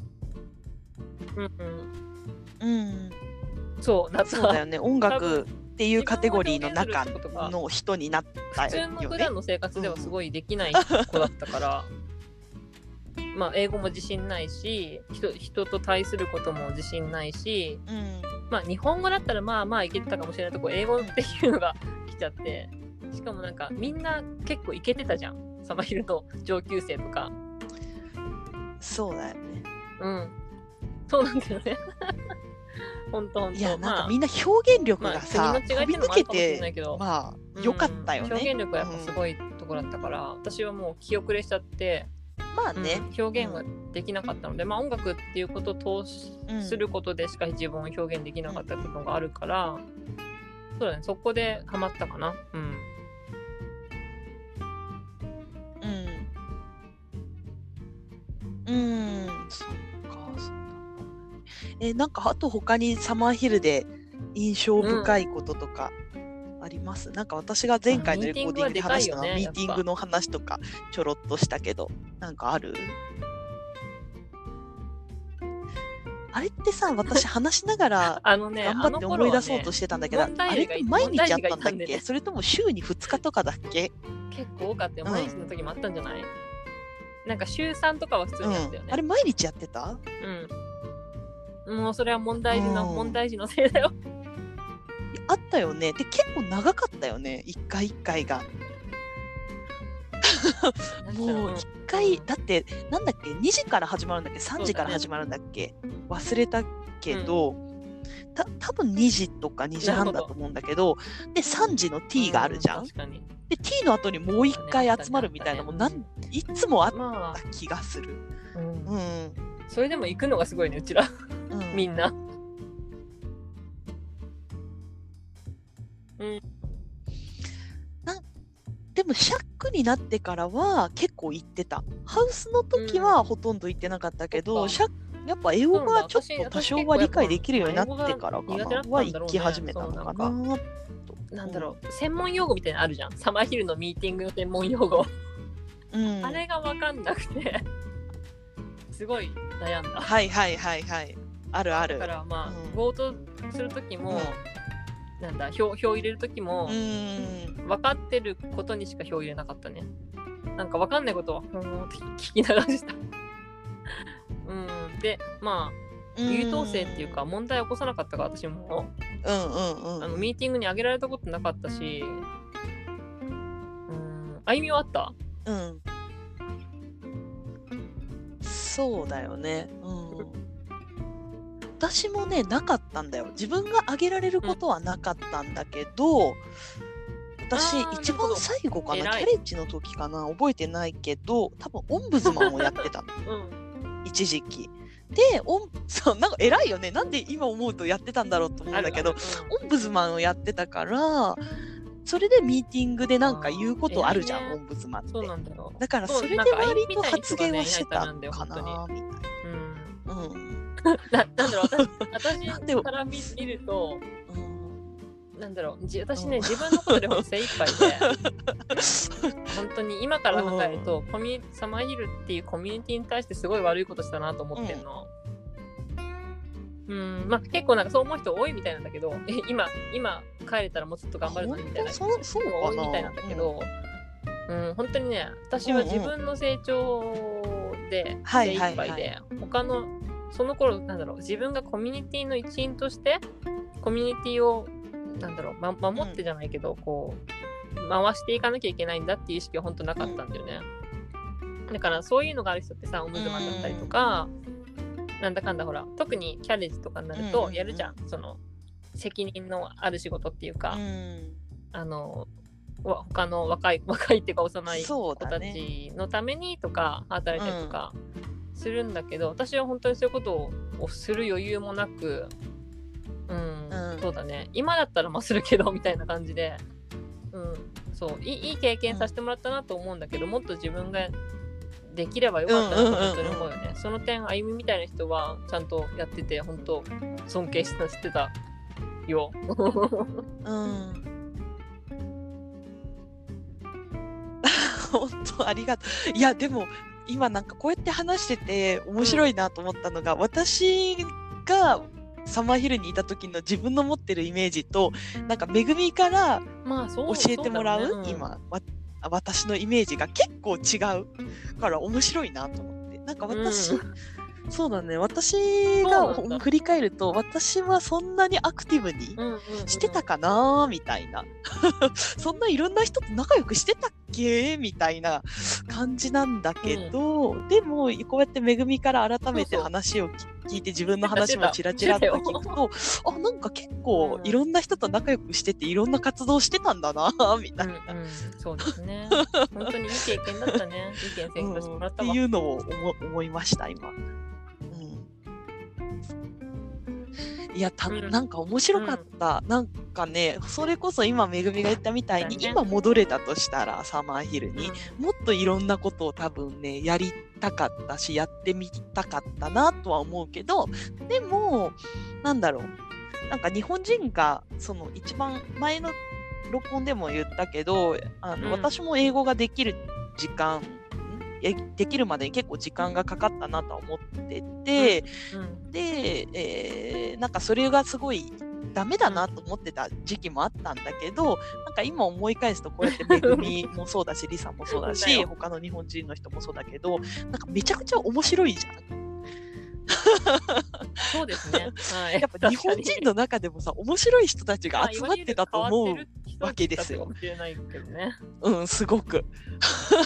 [SPEAKER 2] うんうん、
[SPEAKER 1] うん。
[SPEAKER 2] そうだ
[SPEAKER 1] そうだ
[SPEAKER 2] か
[SPEAKER 1] よね。音楽っていうカテゴリーの中の人になった
[SPEAKER 2] 普通
[SPEAKER 1] よ
[SPEAKER 2] の普
[SPEAKER 1] ね
[SPEAKER 2] 段。の生活ではすごいできない子だったから、まあ英語も自信ないし人人と対することも自信ないし
[SPEAKER 1] うん。
[SPEAKER 2] まあ日本語だったらまあまあいけてたかもしれないとこ英語っていうのが来ちゃってしかもなんかみんな結構いけてたじゃんサマヒルの上級生とか
[SPEAKER 1] そうだよね。
[SPEAKER 2] うんそうなんだよね 本当本当
[SPEAKER 1] いや、なん
[SPEAKER 2] ま
[SPEAKER 1] か
[SPEAKER 2] あ
[SPEAKER 1] みんな表現力
[SPEAKER 2] まあ
[SPEAKER 1] がさ、
[SPEAKER 2] 国の違い
[SPEAKER 1] 飛び
[SPEAKER 2] ってい
[SPEAKER 1] 抜け
[SPEAKER 2] うのもあるかもしれな
[SPEAKER 1] て
[SPEAKER 2] い、けど
[SPEAKER 1] ま
[SPEAKER 2] う
[SPEAKER 1] あ、
[SPEAKER 2] ん
[SPEAKER 1] 良かったよ
[SPEAKER 2] 表
[SPEAKER 1] ね。
[SPEAKER 2] 現力はやっぱすごいところだったから、私はもう気遅れしちゃって
[SPEAKER 1] まあね、
[SPEAKER 2] うん表現ができなかったので、まあ、音楽っていうことを通し、
[SPEAKER 1] うん
[SPEAKER 2] することでしか自分を表現できなかった部分があるから、そうだねそこでハマったかなうん
[SPEAKER 1] うん。うん。そっか、そうだえ、なんか、あと他にサマーヒルで印象深いこととか。ありますなんか私が前回のレコーディングで話したのは
[SPEAKER 2] まあミ
[SPEAKER 1] ミ
[SPEAKER 2] ー
[SPEAKER 1] ーテ
[SPEAKER 2] ティングは
[SPEAKER 1] ィング
[SPEAKER 2] でかいよね
[SPEAKER 1] の話とかちょろっとしたけどなんかあるあれってさ私話しながら
[SPEAKER 2] あのね
[SPEAKER 1] 頑張って
[SPEAKER 2] あの頃
[SPEAKER 1] 思
[SPEAKER 2] はいね
[SPEAKER 1] 出そうとしてたんだけど、
[SPEAKER 2] 問題
[SPEAKER 1] あ
[SPEAKER 2] 児
[SPEAKER 1] れっ
[SPEAKER 2] が
[SPEAKER 1] て
[SPEAKER 2] いた
[SPEAKER 1] 毎日やったんだ
[SPEAKER 2] 問題児がいた
[SPEAKER 1] っ
[SPEAKER 2] ん
[SPEAKER 1] け、
[SPEAKER 2] でね
[SPEAKER 1] それとも週に2日とかだっけ
[SPEAKER 2] 結構多かったよ
[SPEAKER 1] うん
[SPEAKER 2] 毎日の時もあったんじゃない、なんか週3とかは普通
[SPEAKER 1] う
[SPEAKER 2] にあっ
[SPEAKER 1] ん
[SPEAKER 2] たよね、
[SPEAKER 1] あれ毎日やってた
[SPEAKER 2] うんもうそれは問題児の、
[SPEAKER 1] うん
[SPEAKER 2] 問題児のせいだよ
[SPEAKER 1] あったよねで結構長かったよね一回一回がもう一回だってなんだっけ2時から始まるんだっけ3時から始まるんだっけ忘れたけど、た多分2時とか2時半だと思うんだけどで3時の T があるじゃん、
[SPEAKER 2] う確かに
[SPEAKER 1] で T の後にもう一回集まるみたいなのも
[SPEAKER 2] あ
[SPEAKER 1] な
[SPEAKER 2] ったね
[SPEAKER 1] んいつもあっ
[SPEAKER 2] ま
[SPEAKER 1] た気がする
[SPEAKER 2] あ、うん
[SPEAKER 1] うん、
[SPEAKER 2] それでも行くのがすごいねうちら
[SPEAKER 1] うん、
[SPEAKER 2] みんな
[SPEAKER 1] もシャックになってからは結構行ってたハウスの時はほとんど行ってなかったけど、
[SPEAKER 2] うん
[SPEAKER 1] シャッやっぱ英語がちょっ
[SPEAKER 2] そうなんだ
[SPEAKER 1] と
[SPEAKER 2] 私
[SPEAKER 1] 多少は理解できるようになってから
[SPEAKER 2] 私
[SPEAKER 1] かな
[SPEAKER 2] 英語が苦手だったんだろ
[SPEAKER 1] は
[SPEAKER 2] うね
[SPEAKER 1] 行き始めたのか
[SPEAKER 2] そう
[SPEAKER 1] な
[SPEAKER 2] なんだろう専門用語みたいなのあるじゃんサマーヒルのミーティングの専門用語、
[SPEAKER 1] うん
[SPEAKER 2] あれが分かんなくてすごい悩んだ
[SPEAKER 1] はいはいはいはいあるあ
[SPEAKER 2] だ
[SPEAKER 1] る
[SPEAKER 2] からまあ、
[SPEAKER 1] うん
[SPEAKER 2] 強盗する時も、なんだ表表入れる時も、
[SPEAKER 1] うん
[SPEAKER 2] 分かってることにしか表入れなかったねなんか分かんないことはふーんって聞き流した うんでまあ優等生っていうか問題起こさなかったから私も
[SPEAKER 1] うんうん
[SPEAKER 2] あ
[SPEAKER 1] うん
[SPEAKER 2] のミーティングに挙げられたことなかったしうん歩みはあった
[SPEAKER 1] うんそうだよね。うん。私もね、なかったんだよ。自分があげられることはなかったんだけど、私
[SPEAKER 2] あー、
[SPEAKER 1] 一
[SPEAKER 2] なるほど
[SPEAKER 1] 番最後かな、キ
[SPEAKER 2] 偉い
[SPEAKER 1] ャレッジの時かな、覚えてないけど、多分オンブズマンをやって たの、
[SPEAKER 2] うん
[SPEAKER 1] 一時期。で、オンそうなんか偉いよね。なんで今思うとやってたんだろうと思うんだけど、オンブズマンをやってたから、それでミーティングでなんか言うことあるじゃ
[SPEAKER 2] あー偉
[SPEAKER 1] ん、
[SPEAKER 2] い
[SPEAKER 1] オンブズマンって。
[SPEAKER 2] そうなんだよ
[SPEAKER 1] だから
[SPEAKER 2] そう
[SPEAKER 1] それで
[SPEAKER 2] なんか
[SPEAKER 1] 割と
[SPEAKER 2] あいみたいな人
[SPEAKER 1] 発
[SPEAKER 2] がね
[SPEAKER 1] 言はしてた
[SPEAKER 2] いな
[SPEAKER 1] か
[SPEAKER 2] いとなんだよ
[SPEAKER 1] なみたい
[SPEAKER 2] うん
[SPEAKER 1] な。うん
[SPEAKER 2] ななんだろう私
[SPEAKER 1] で
[SPEAKER 2] 私
[SPEAKER 1] も
[SPEAKER 2] から見見ると
[SPEAKER 1] うん。
[SPEAKER 2] なんだろうじ私
[SPEAKER 1] う
[SPEAKER 2] ね
[SPEAKER 1] ん
[SPEAKER 2] 自分のことでも精一杯で本当に今から考えると、コミュニサマーヒルっていうコミュニティに対してすごい悪いことしたなと思ってんの。うん、まあ結構なんかそう思う人多いみたいなんだけど、え今今帰れたらもうちょっと頑張るのにみたいな
[SPEAKER 1] あ本当そうそうかな
[SPEAKER 2] 多いみたいなんだけど、うん、本当にね、私は自分の成長で
[SPEAKER 1] はい
[SPEAKER 2] 精一
[SPEAKER 1] はい
[SPEAKER 2] 杯
[SPEAKER 1] は
[SPEAKER 2] で、他のその頃なんだろう自分がコミュニティの一員としてコミュニティをなんだろう、ま、守ってじゃないけど、こう回していかなきゃいけないんだっていう意識は本当なかったんだよね、だからそういうのがある人ってさオムズマンだったりとか、なんだかんだほら特にキャレージとかになる
[SPEAKER 1] うんうん
[SPEAKER 2] と
[SPEAKER 1] うん
[SPEAKER 2] やるじゃん、その責任のある仕事っていうか、
[SPEAKER 1] うん
[SPEAKER 2] あのわ他の若い若いっていうか幼い
[SPEAKER 1] そう
[SPEAKER 2] 子
[SPEAKER 1] だ
[SPEAKER 2] た
[SPEAKER 1] ね。
[SPEAKER 2] ちのためにとか働いたりとかするんだけど、私は本当にそういうことをする余裕もなく、うん
[SPEAKER 1] うん
[SPEAKER 2] そうだね今だったらまあするけどみたいな感じで、うん、そういいいい経験させてもらったなと思うんだけど、もっと自分ができればよかったなと本当に思うよね、その点あゆみみたいな人はちゃんとやってて本当尊敬してたしてたよ。
[SPEAKER 1] うん。 本当ありがとう。いやでも今なんかこうやって話してて面白いなと思ったのが、私がサマーヒルにいた時の自分の持ってるイメージとなんかめぐみから
[SPEAKER 2] まあそう
[SPEAKER 1] 教えてもらう
[SPEAKER 2] そだねん
[SPEAKER 1] 今わ私のイメージが結構違うから面白いなと思ってなんか私、
[SPEAKER 2] う
[SPEAKER 1] そうだね私
[SPEAKER 2] そう
[SPEAKER 1] が
[SPEAKER 2] なんだ
[SPEAKER 1] 振り返ると私はそんなにアクティブに
[SPEAKER 2] うんうんうんうん
[SPEAKER 1] してたかなみたいな そんないろんな人と仲良くしてたっけみたいな感じなんだけど、でもこうやってめぐみから改めて
[SPEAKER 2] そうそう
[SPEAKER 1] 話を聞いて自分の話も
[SPEAKER 2] し
[SPEAKER 1] ち
[SPEAKER 2] て
[SPEAKER 1] ら
[SPEAKER 2] た
[SPEAKER 1] ちらっと
[SPEAKER 2] してたよ
[SPEAKER 1] 聞くとあなんか結構
[SPEAKER 2] うん
[SPEAKER 1] いろんな人と仲良くしてていろんな活動してたんだなみたいな。
[SPEAKER 2] うんうん、そうですね。本当にいい経験だったね。いい経験させてもらっ
[SPEAKER 1] って
[SPEAKER 2] たわ。
[SPEAKER 1] いうのを思思いました今。うん、いやた
[SPEAKER 2] うん
[SPEAKER 1] なんか面白かった、なんかねそれこそ今めぐみが言ったみたいに、
[SPEAKER 2] だね
[SPEAKER 1] 今戻れたとしたらサマーヒルに、
[SPEAKER 2] う
[SPEAKER 1] もっといろんなことを多分ねやりたかったしやってみたかったなとは思うけどでもなんだろうなんか日本人がその一番前の録音でも言ったけどあの、
[SPEAKER 2] うん
[SPEAKER 1] 私も英語ができる時間んえできるまでに結構時間がかかったなとは思ってて、
[SPEAKER 2] ん
[SPEAKER 1] で、えーなんかそれがすごいダメだなと思ってた時期もあったんだけど、なんか今思い返すとこうやってめぐみもそうだしりさもそうだ
[SPEAKER 2] そうだ
[SPEAKER 1] し
[SPEAKER 2] よ
[SPEAKER 1] 他の日本人の人もそうだけどなんかめちゃくちゃ面白いじゃん。
[SPEAKER 2] そうですね。はい。
[SPEAKER 1] やっぱ日本人の中でもさ面白い人たちが集まってたと思う、
[SPEAKER 2] う
[SPEAKER 1] わけですよ
[SPEAKER 2] かもしれないけどね。
[SPEAKER 1] うん、すごく。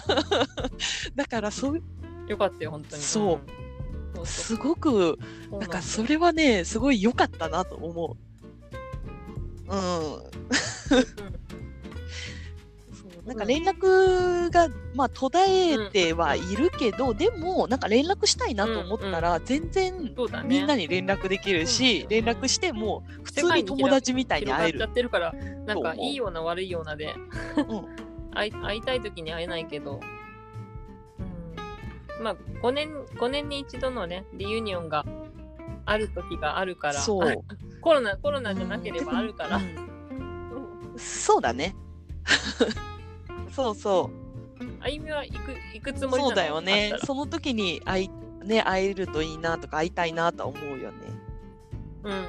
[SPEAKER 1] だからそう
[SPEAKER 2] よかったよ本当に。。
[SPEAKER 1] そうん
[SPEAKER 2] そうそ
[SPEAKER 1] すごく
[SPEAKER 2] うそう
[SPEAKER 1] なん
[SPEAKER 2] だ
[SPEAKER 1] かそれはねすごい良かったなと思う。うん、そうなんか連絡が、まあ、途絶えてはいるけど、でもなんか連絡したいなと思ったら、全然
[SPEAKER 2] そうだね。
[SPEAKER 1] みんなに連絡できるし、
[SPEAKER 2] そうだよ
[SPEAKER 1] 連
[SPEAKER 2] ね
[SPEAKER 1] 絡しても普
[SPEAKER 2] 世
[SPEAKER 1] 通
[SPEAKER 2] 界
[SPEAKER 1] に
[SPEAKER 2] に
[SPEAKER 1] 友達みたいに
[SPEAKER 2] 広が
[SPEAKER 1] 会
[SPEAKER 2] っ
[SPEAKER 1] え
[SPEAKER 2] ちゃ
[SPEAKER 1] る
[SPEAKER 2] っ。てるからなん
[SPEAKER 1] と
[SPEAKER 2] か
[SPEAKER 1] 思う
[SPEAKER 2] いいような悪いようなで。 会い会いたい時に会えないけど、うん、まあ5年 ,5 年に一度のねリユニオンがある時があるから
[SPEAKER 1] そう。
[SPEAKER 2] コロナコロナじゃなければあるから、
[SPEAKER 1] うん
[SPEAKER 2] うん
[SPEAKER 1] そうだね。 そうそ
[SPEAKER 2] あゆみは行く行くつ
[SPEAKER 1] う。
[SPEAKER 2] もりなの
[SPEAKER 1] そうだよね
[SPEAKER 2] あっ。た
[SPEAKER 1] その時に会い、ね、会えるといいなとか、会いたいなとは思うよね。
[SPEAKER 2] らうん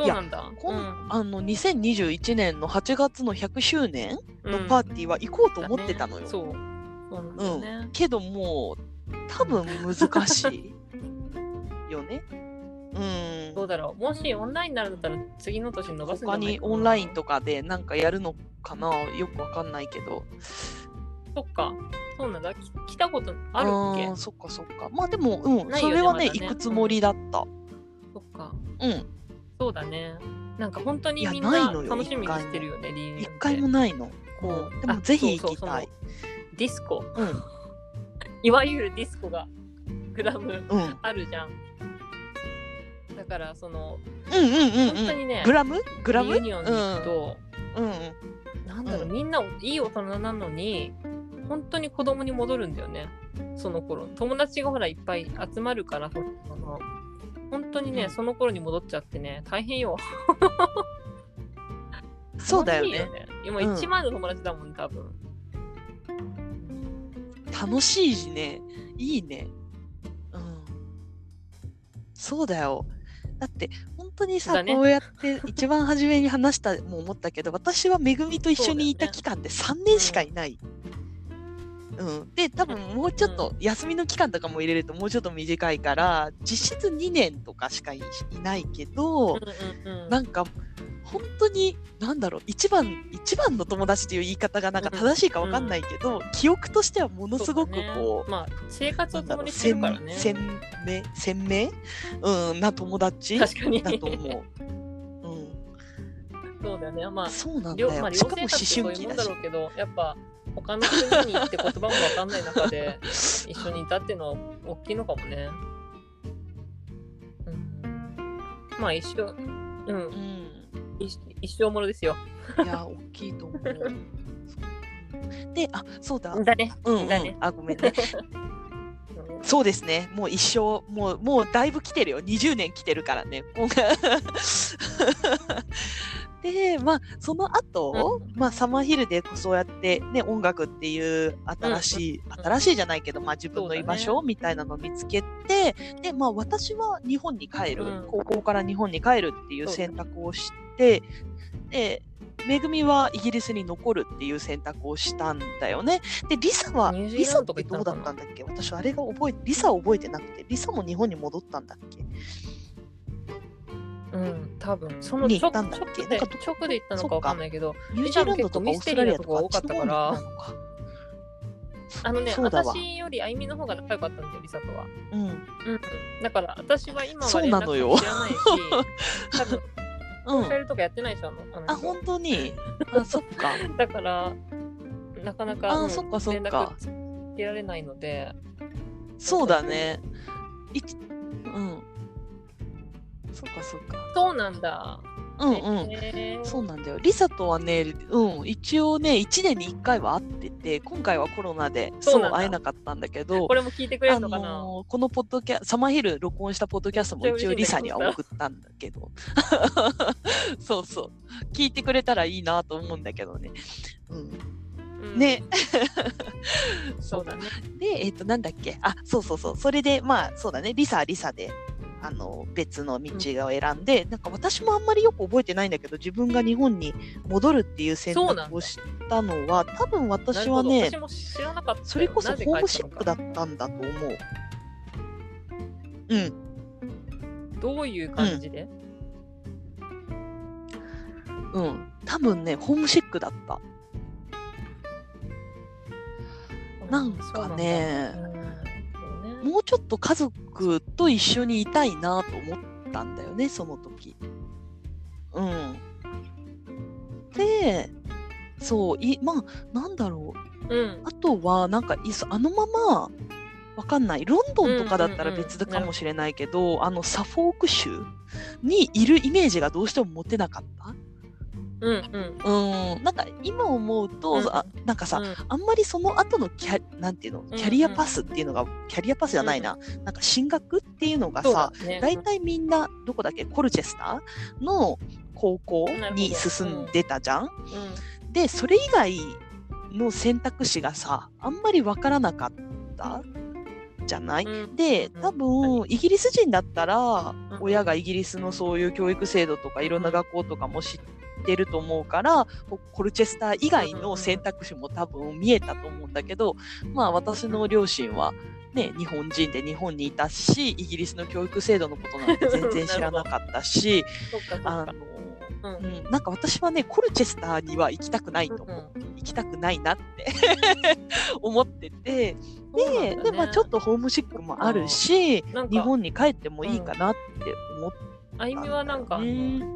[SPEAKER 2] そうなんだ
[SPEAKER 1] こん
[SPEAKER 2] うん
[SPEAKER 1] あの、2021年の8月の100周年のパーティーは行こうと思ってたのよ。
[SPEAKER 2] そうそうなんだよね、
[SPEAKER 1] けどもう、多分難しいよ ね。うん
[SPEAKER 2] ど。うだろうもしオンラインになるんだったら次の年に伸ばすんじ
[SPEAKER 1] 他
[SPEAKER 2] ゃない
[SPEAKER 1] に
[SPEAKER 2] かな
[SPEAKER 1] オンラインとかでなんかやるのかなよくわかんないけど。
[SPEAKER 2] そっかそうなんだき来たことあるっけ
[SPEAKER 1] ーそっかそっか。まあでも、うん、
[SPEAKER 2] ない
[SPEAKER 1] そ
[SPEAKER 2] よね
[SPEAKER 1] れはね、
[SPEAKER 2] まだね
[SPEAKER 1] 行くつもりだった。
[SPEAKER 2] そっか
[SPEAKER 1] うん。
[SPEAKER 2] そうだねなんか本当に
[SPEAKER 1] いや
[SPEAKER 2] みんな
[SPEAKER 1] ないのよ
[SPEAKER 2] 楽しみにしてるよねリー
[SPEAKER 1] 一回もないの。こうでもぜひ行きたい。
[SPEAKER 2] ディスコ
[SPEAKER 1] うん
[SPEAKER 2] いわゆるディスコがクラブ
[SPEAKER 1] うん
[SPEAKER 2] あるじゃんだからその
[SPEAKER 1] うんうんうん
[SPEAKER 2] 本当にね
[SPEAKER 1] グラムグラム？う
[SPEAKER 2] リユ
[SPEAKER 1] ん
[SPEAKER 2] ニオンに行くと、
[SPEAKER 1] うん
[SPEAKER 2] なんだろう、
[SPEAKER 1] うん
[SPEAKER 2] みんないい大人なのに本当に子供に戻るんだよねその頃友達がほらいっぱい集まるからその本当にね、
[SPEAKER 1] うん
[SPEAKER 2] その頃に戻っちゃってね大変よ
[SPEAKER 1] そうだよ
[SPEAKER 2] 楽し
[SPEAKER 1] ね。
[SPEAKER 2] い今
[SPEAKER 1] うん
[SPEAKER 2] 一万の友達だもん、多分
[SPEAKER 1] 楽しいしね。いいね。うん。そうだよ。だって本当に
[SPEAKER 2] そう
[SPEAKER 1] さ、
[SPEAKER 2] だね
[SPEAKER 1] こうやって一番初めに話したも思ったけど、私はめぐみと一緒にいた期間って3年しかいない。うん、で多分もうちょっと休みの期間とかも入れるともうちょっと短いから実質2年とかしかいいないけど、
[SPEAKER 2] うんうんうん
[SPEAKER 1] なんか本当に何だろう一番一番の友達という言い方がなんか
[SPEAKER 2] うん
[SPEAKER 1] 正しいか分かんないけど、記憶としてはものすごく
[SPEAKER 2] そうだね
[SPEAKER 1] こう。
[SPEAKER 2] まあ生活を
[SPEAKER 1] なんだろ
[SPEAKER 2] 共
[SPEAKER 1] う
[SPEAKER 2] にしてるから
[SPEAKER 1] 鮮
[SPEAKER 2] ね
[SPEAKER 1] 鮮明鮮明、うん、な友達だ
[SPEAKER 2] 確かに
[SPEAKER 1] と思う。
[SPEAKER 2] そうだよねま
[SPEAKER 1] う
[SPEAKER 2] あ
[SPEAKER 1] ん、そうなんだ
[SPEAKER 2] 両
[SPEAKER 1] よ、
[SPEAKER 2] まあ、両
[SPEAKER 1] しかも
[SPEAKER 2] 生
[SPEAKER 1] 思
[SPEAKER 2] 活ってそ
[SPEAKER 1] 春期だ
[SPEAKER 2] ういうもんだ
[SPEAKER 1] し
[SPEAKER 2] ろうけどやっぱ他の国に行って言葉も分かんない中で 一緒にいたっていうのは大きいのかもね。うん、まあ一生、うん、
[SPEAKER 1] う
[SPEAKER 2] 一一生ものですよ。
[SPEAKER 1] ん、いや大きいと 思う。そうであそうだ、
[SPEAKER 2] だね。
[SPEAKER 1] うん、うん
[SPEAKER 2] だね
[SPEAKER 1] あごめんねそうですね。もう一生、もう、もうだいぶ来てるよ。20年来てるからね。もう で、まあ、その後、まあ、サマーヒルでそうやって、ね、音楽っていう新しい、
[SPEAKER 2] うん
[SPEAKER 1] 新しいじゃないけど、まあ、自分の居場
[SPEAKER 2] そう
[SPEAKER 1] 所みたいなのを見つけて、で、まあ、私は日本に帰る、
[SPEAKER 2] うん
[SPEAKER 1] 高校から日本に帰るっていう
[SPEAKER 2] そうだね
[SPEAKER 1] 選択をして、で、めぐみはイギリスに残るっていう選択をしたんだよね。で、リサは、
[SPEAKER 2] ニュージ
[SPEAKER 1] リ
[SPEAKER 2] ーラ
[SPEAKER 1] サ
[SPEAKER 2] ン
[SPEAKER 1] っ
[SPEAKER 2] ドと
[SPEAKER 1] て
[SPEAKER 2] か行った
[SPEAKER 1] ど
[SPEAKER 2] の
[SPEAKER 1] うだ
[SPEAKER 2] かな
[SPEAKER 1] ったんだっけ私、あれが覚え、リサは覚えてなくて、リサも日本に戻ったんだっけ
[SPEAKER 2] うん、多分その
[SPEAKER 1] に行
[SPEAKER 2] 直
[SPEAKER 1] ったんだっけ
[SPEAKER 2] 直
[SPEAKER 1] な
[SPEAKER 2] で
[SPEAKER 1] んかど
[SPEAKER 2] 直で行ったのか分かんないけど
[SPEAKER 1] ニュージーランドとかオーストラリアとか、
[SPEAKER 2] 多かったから
[SPEAKER 1] あっちの方に行ったのか
[SPEAKER 2] あのね
[SPEAKER 1] そうだわ。
[SPEAKER 2] 私よりあゆみの方が仲良かったんだよリサとは。
[SPEAKER 1] うん。
[SPEAKER 2] うん、だから私は今
[SPEAKER 1] そ
[SPEAKER 2] は
[SPEAKER 1] う
[SPEAKER 2] 連
[SPEAKER 1] な
[SPEAKER 2] 絡
[SPEAKER 1] のよ
[SPEAKER 2] 知らないし多 分
[SPEAKER 1] う
[SPEAKER 2] フェ
[SPEAKER 1] ん。
[SPEAKER 2] ルとかやってないでしょあのあの人
[SPEAKER 1] あ、本当 にあ、そっか。
[SPEAKER 2] だからなかなか
[SPEAKER 1] あー
[SPEAKER 2] うん
[SPEAKER 1] そっかそっ
[SPEAKER 2] 連
[SPEAKER 1] か
[SPEAKER 2] 絡つけられないので
[SPEAKER 1] そうだね。いちうん。そっかそっか。
[SPEAKER 2] そうなんだ
[SPEAKER 1] うんうん。
[SPEAKER 2] へー
[SPEAKER 1] そうなんだよ。リサとはね、うん、一応ね、1年に1回は会ってて、今回はコロナで
[SPEAKER 2] そ
[SPEAKER 1] そう
[SPEAKER 2] なん
[SPEAKER 1] う
[SPEAKER 2] だ
[SPEAKER 1] 会えなかったんだけど
[SPEAKER 2] こ、れも聞いてくれ
[SPEAKER 1] あ
[SPEAKER 2] るのかな、
[SPEAKER 1] のーこのポッドキャサマーヒル録音したポッドキャストも一応リサには送ったんだけど、 そうそう、聞いてくれたらいいなと思うんだけどね。うん、
[SPEAKER 2] うん
[SPEAKER 1] ね、
[SPEAKER 2] そうだね
[SPEAKER 1] で、えっ、と、なんだっけ、あ、そうそうそう、それで、まあ、そうだね、リサはリサで、あの、別の道を選んで、なんか私もあんまりよく覚えてないんだけど、自分が日本に戻るっていう選
[SPEAKER 2] そうなん
[SPEAKER 1] 択
[SPEAKER 2] だ
[SPEAKER 1] をしたのは、多分
[SPEAKER 2] な
[SPEAKER 1] 私
[SPEAKER 2] るほ
[SPEAKER 1] は
[SPEAKER 2] ど
[SPEAKER 1] ね
[SPEAKER 2] 私、も知らなかったよ
[SPEAKER 1] それこそ
[SPEAKER 2] なぜ
[SPEAKER 1] ホームシ
[SPEAKER 2] 帰
[SPEAKER 1] ッ
[SPEAKER 2] たのか
[SPEAKER 1] クだったんだと思う。うん。
[SPEAKER 2] どういう感じで、
[SPEAKER 1] うん、多分ね、ホームシックだった。
[SPEAKER 2] うん
[SPEAKER 1] なんかね
[SPEAKER 2] そうなんだうんそうね
[SPEAKER 1] もうちょっと家族と一緒にいたいなと思ったんだよね、その時。うん。で、そう、いまあ、なんだろう。
[SPEAKER 2] うん
[SPEAKER 1] あとは、なんかいっそ、あのまま、わかんない。ロンドンとかだったら
[SPEAKER 2] うんうんうん
[SPEAKER 1] 別かもしれないけど、あの、サフォーク州にいるイメージがどうしても持てなかった。
[SPEAKER 2] うんうん
[SPEAKER 1] うん、なんか今思うと、
[SPEAKER 2] うん
[SPEAKER 1] あなんかさ、
[SPEAKER 2] うん
[SPEAKER 1] あんまりその後のキャなんていうの
[SPEAKER 2] うん
[SPEAKER 1] キャリアパスっていうのが、キャリアパスじゃないな、なんか進学っていうのがさ、
[SPEAKER 2] そうだね
[SPEAKER 1] 大体みんなどこだっけコルチェスターの高校に進んでたじゃん、
[SPEAKER 2] うん
[SPEAKER 1] でそれ以外の選択肢がさあんまりわからなかったじゃない、
[SPEAKER 2] うん
[SPEAKER 1] で
[SPEAKER 2] うん
[SPEAKER 1] 多分イギリス人だったら
[SPEAKER 2] ん
[SPEAKER 1] 親がイギリスのそういう教育制度とかいろんな学校とかも知ってると思うからこコルチェスター以外の選択肢も多分見えたと思うんだけどまあ私の両親は。ね、日本人で日本にいたしイギリスの教育制度のことなんて全然知らなかった し
[SPEAKER 2] そっかそっ
[SPEAKER 1] あ
[SPEAKER 2] か
[SPEAKER 1] の、
[SPEAKER 2] う
[SPEAKER 1] うん、なんか私はねコルチェスターには行きたくないと思
[SPEAKER 2] う
[SPEAKER 1] うん
[SPEAKER 2] うん
[SPEAKER 1] 行きたくないなって 思ってて、
[SPEAKER 2] そうなんだ
[SPEAKER 1] で,、
[SPEAKER 2] ね
[SPEAKER 1] でまあちょっとホームシックもあるし
[SPEAKER 2] なんか
[SPEAKER 1] 日本に帰ってもいいかなって思っ
[SPEAKER 2] あゆみはなん
[SPEAKER 1] た
[SPEAKER 2] かあの
[SPEAKER 1] ね。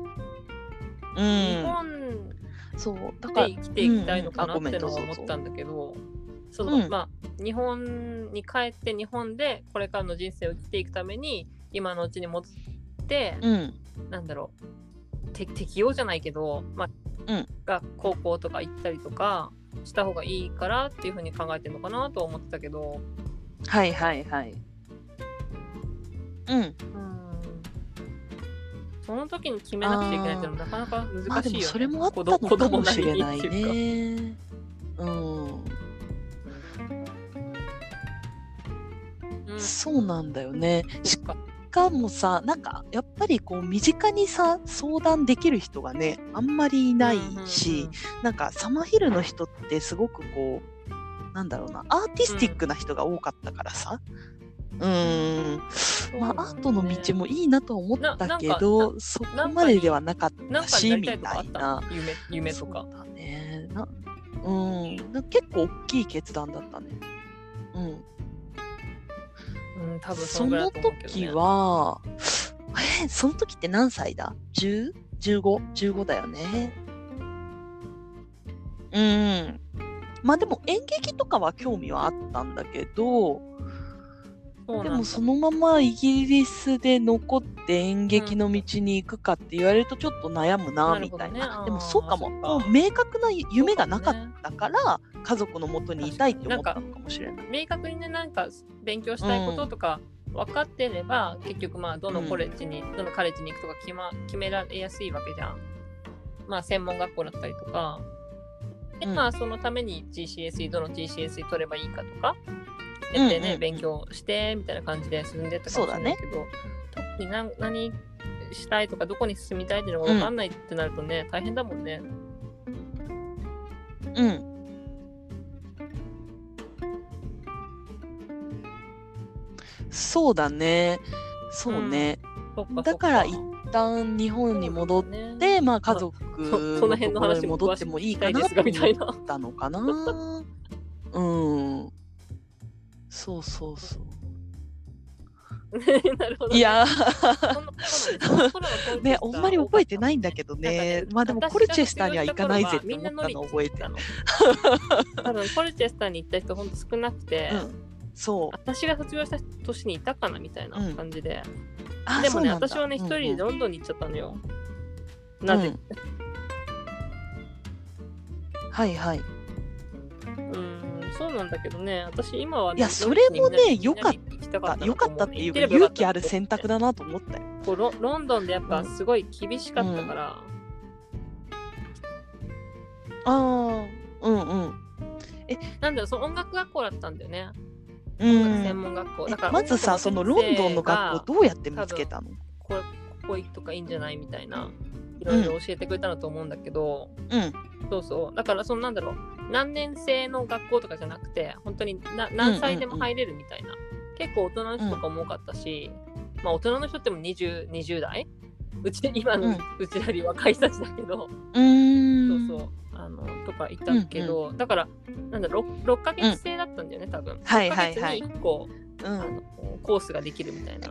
[SPEAKER 1] う
[SPEAKER 2] 日
[SPEAKER 1] ん、
[SPEAKER 2] 本
[SPEAKER 1] そうだから
[SPEAKER 2] で生きていきたいのかな
[SPEAKER 1] うんうんあごめ
[SPEAKER 2] っ
[SPEAKER 1] ん
[SPEAKER 2] てのは
[SPEAKER 1] どうぞ
[SPEAKER 2] 思ったんだけど、そ
[SPEAKER 1] ぞ
[SPEAKER 2] の
[SPEAKER 1] うん
[SPEAKER 2] まあ日本に帰って日本でこれからの人生を生きていくために今のうちに戻って、
[SPEAKER 1] うん
[SPEAKER 2] なんだろうて適用じゃないけど、まあ
[SPEAKER 1] うん
[SPEAKER 2] が高校とか行ったりとかした方がいいからっていうふうに考えてるのかなとは思ってたけど、
[SPEAKER 1] はいはいはいうん
[SPEAKER 2] その時に決めなくちゃいけないっていうのはなかなか難しいよね。
[SPEAKER 1] まあでもそれもあった
[SPEAKER 2] 子
[SPEAKER 1] の
[SPEAKER 2] ど子
[SPEAKER 1] か
[SPEAKER 2] 供
[SPEAKER 1] も
[SPEAKER 2] な
[SPEAKER 1] し
[SPEAKER 2] り
[SPEAKER 1] れ
[SPEAKER 2] に
[SPEAKER 1] な
[SPEAKER 2] っ
[SPEAKER 1] い
[SPEAKER 2] ていうか。
[SPEAKER 1] ねうん
[SPEAKER 2] うん
[SPEAKER 1] そうなんだよねし
[SPEAKER 2] そっか
[SPEAKER 1] かもさなんかやっぱりこう身近にさ相談できる人がねあんまりいないし、
[SPEAKER 2] うんうんうん
[SPEAKER 1] なんかサマヒルの人ってすごくこうなんだろうなアーティスティックな人が多かったからさうーんまあアートの道もいいなとは思ったけ
[SPEAKER 2] ななん
[SPEAKER 1] どそこまでではなかっ
[SPEAKER 2] なん
[SPEAKER 1] た
[SPEAKER 2] か
[SPEAKER 1] し
[SPEAKER 2] やり
[SPEAKER 1] み
[SPEAKER 2] た
[SPEAKER 1] た
[SPEAKER 2] い
[SPEAKER 1] い
[SPEAKER 2] とかあった
[SPEAKER 1] な
[SPEAKER 2] 夢夢とか
[SPEAKER 1] そう。だねなうんなんか結構大きい決断だったねうん
[SPEAKER 2] うん、多分
[SPEAKER 1] そ
[SPEAKER 2] のぐらい
[SPEAKER 1] の
[SPEAKER 2] だと思うけどね
[SPEAKER 1] 時、は、えーその時って何歳だ ?10?15?15 だよね。うん。まあでも演劇とかは興味はあったんだけど、
[SPEAKER 2] そうなん
[SPEAKER 1] で
[SPEAKER 2] だ
[SPEAKER 1] もそのままイギリスで残って演劇の道に行くかって言われるとちょっと悩むな、
[SPEAKER 2] なる
[SPEAKER 1] み
[SPEAKER 2] ほ
[SPEAKER 1] た
[SPEAKER 2] ど
[SPEAKER 1] い
[SPEAKER 2] ね
[SPEAKER 1] な。
[SPEAKER 2] あー
[SPEAKER 1] でもそうかも。
[SPEAKER 2] そっ
[SPEAKER 1] も
[SPEAKER 2] か
[SPEAKER 1] う明確な夢がなかっ
[SPEAKER 2] そうだね
[SPEAKER 1] たから、家族のもとにいたいって思ったのかもしれない。
[SPEAKER 2] 明確にねなんか勉強したいこととか分かってれば、結局まあどのコレッジに、どのカレッジに行くとか決,、ま、決められやすいわけじゃん。まあ専門学校だったりとか。で
[SPEAKER 1] うん
[SPEAKER 2] まあそのために GCSE どの GCSE 取ればいいかとか。やってね、
[SPEAKER 1] うんうんうん
[SPEAKER 2] 勉強してみたいな感じで進んでったかもしれないけど、特に何何したいとかどこに進みたいっていうのが分かんないってなるとね、大変だもんね。
[SPEAKER 1] うん。そうだね。そうね。
[SPEAKER 2] そっそっ
[SPEAKER 1] だから一旦日本に戻っ
[SPEAKER 2] そうだ
[SPEAKER 1] て、
[SPEAKER 2] ね
[SPEAKER 1] まあ家族
[SPEAKER 2] そその
[SPEAKER 1] の
[SPEAKER 2] 辺
[SPEAKER 1] と
[SPEAKER 2] の
[SPEAKER 1] ころ
[SPEAKER 2] 話
[SPEAKER 1] に
[SPEAKER 2] も
[SPEAKER 1] 戻ってもいいか
[SPEAKER 2] 詳
[SPEAKER 1] な
[SPEAKER 2] し
[SPEAKER 1] と
[SPEAKER 2] く
[SPEAKER 1] 思
[SPEAKER 2] 聞きたいですがみたいな
[SPEAKER 1] ったのかな。うん。そうそうそう。
[SPEAKER 2] なるほどね
[SPEAKER 1] いや
[SPEAKER 2] そ んなそうなんですよコロナコロナ
[SPEAKER 1] ね、あんまり覚えてないんだけど
[SPEAKER 2] なんか
[SPEAKER 1] ね。まあでもコルチェスターには行かないぜって
[SPEAKER 2] みん
[SPEAKER 1] 思
[SPEAKER 2] な
[SPEAKER 1] っ
[SPEAKER 2] 乗
[SPEAKER 1] た
[SPEAKER 2] り
[SPEAKER 1] の
[SPEAKER 2] に
[SPEAKER 1] 覚え
[SPEAKER 2] 行ってた
[SPEAKER 1] る。
[SPEAKER 2] の。多分コルチェスターに行った人ほんと少なくて、
[SPEAKER 1] うん。そう。
[SPEAKER 2] 私が卒業した年にいたかなみたいな感じで、
[SPEAKER 1] あ
[SPEAKER 2] でも
[SPEAKER 1] そ
[SPEAKER 2] ね
[SPEAKER 1] うなんだ
[SPEAKER 2] 私はね一人でロンドンに行っちゃったのよ、なぜ、
[SPEAKER 1] うんはいはい。
[SPEAKER 2] うん、そうなんだけどね私今はね
[SPEAKER 1] いやそれもね
[SPEAKER 2] みんな
[SPEAKER 1] 良かっ
[SPEAKER 2] みんなに行きた
[SPEAKER 1] あ良かったっていうか
[SPEAKER 2] 行ればよ
[SPEAKER 1] 勇
[SPEAKER 2] か
[SPEAKER 1] 気ある選択だなと思ったよ。
[SPEAKER 2] こうロロンドンでやっぱすごい厳しかったから、
[SPEAKER 1] ああ、うんうん。
[SPEAKER 2] なんだろうその音楽学校だったんだよね、
[SPEAKER 1] う
[SPEAKER 2] 音楽専
[SPEAKER 1] ん、
[SPEAKER 2] 門学校
[SPEAKER 1] え
[SPEAKER 2] だから
[SPEAKER 1] まずさそのロンドンの学校どうやって見つけたの
[SPEAKER 2] これここ行くとかいいんじゃないみたいないろいろ教えてくれたなと思うんだけど、
[SPEAKER 1] うん
[SPEAKER 2] そうそうだからそのなんだろう何年生の学校とかじゃなくて本当にな何歳でも入れるみたいな、結構大人の人とかも多かったし、まあ大人の人っても 20, 20代うち今の
[SPEAKER 1] う
[SPEAKER 2] うんちより若い人たちだけど、
[SPEAKER 1] うーん
[SPEAKER 2] そうそうあのとかいたけど、だからなんだろう 6, ヶ月制だったんだよね、多分。
[SPEAKER 1] はい
[SPEAKER 2] 6
[SPEAKER 1] は
[SPEAKER 2] ヶ
[SPEAKER 1] い
[SPEAKER 2] 月
[SPEAKER 1] は
[SPEAKER 2] に
[SPEAKER 1] い。
[SPEAKER 2] 1個
[SPEAKER 1] う
[SPEAKER 2] あ
[SPEAKER 1] ん
[SPEAKER 2] のコースができるみたいな。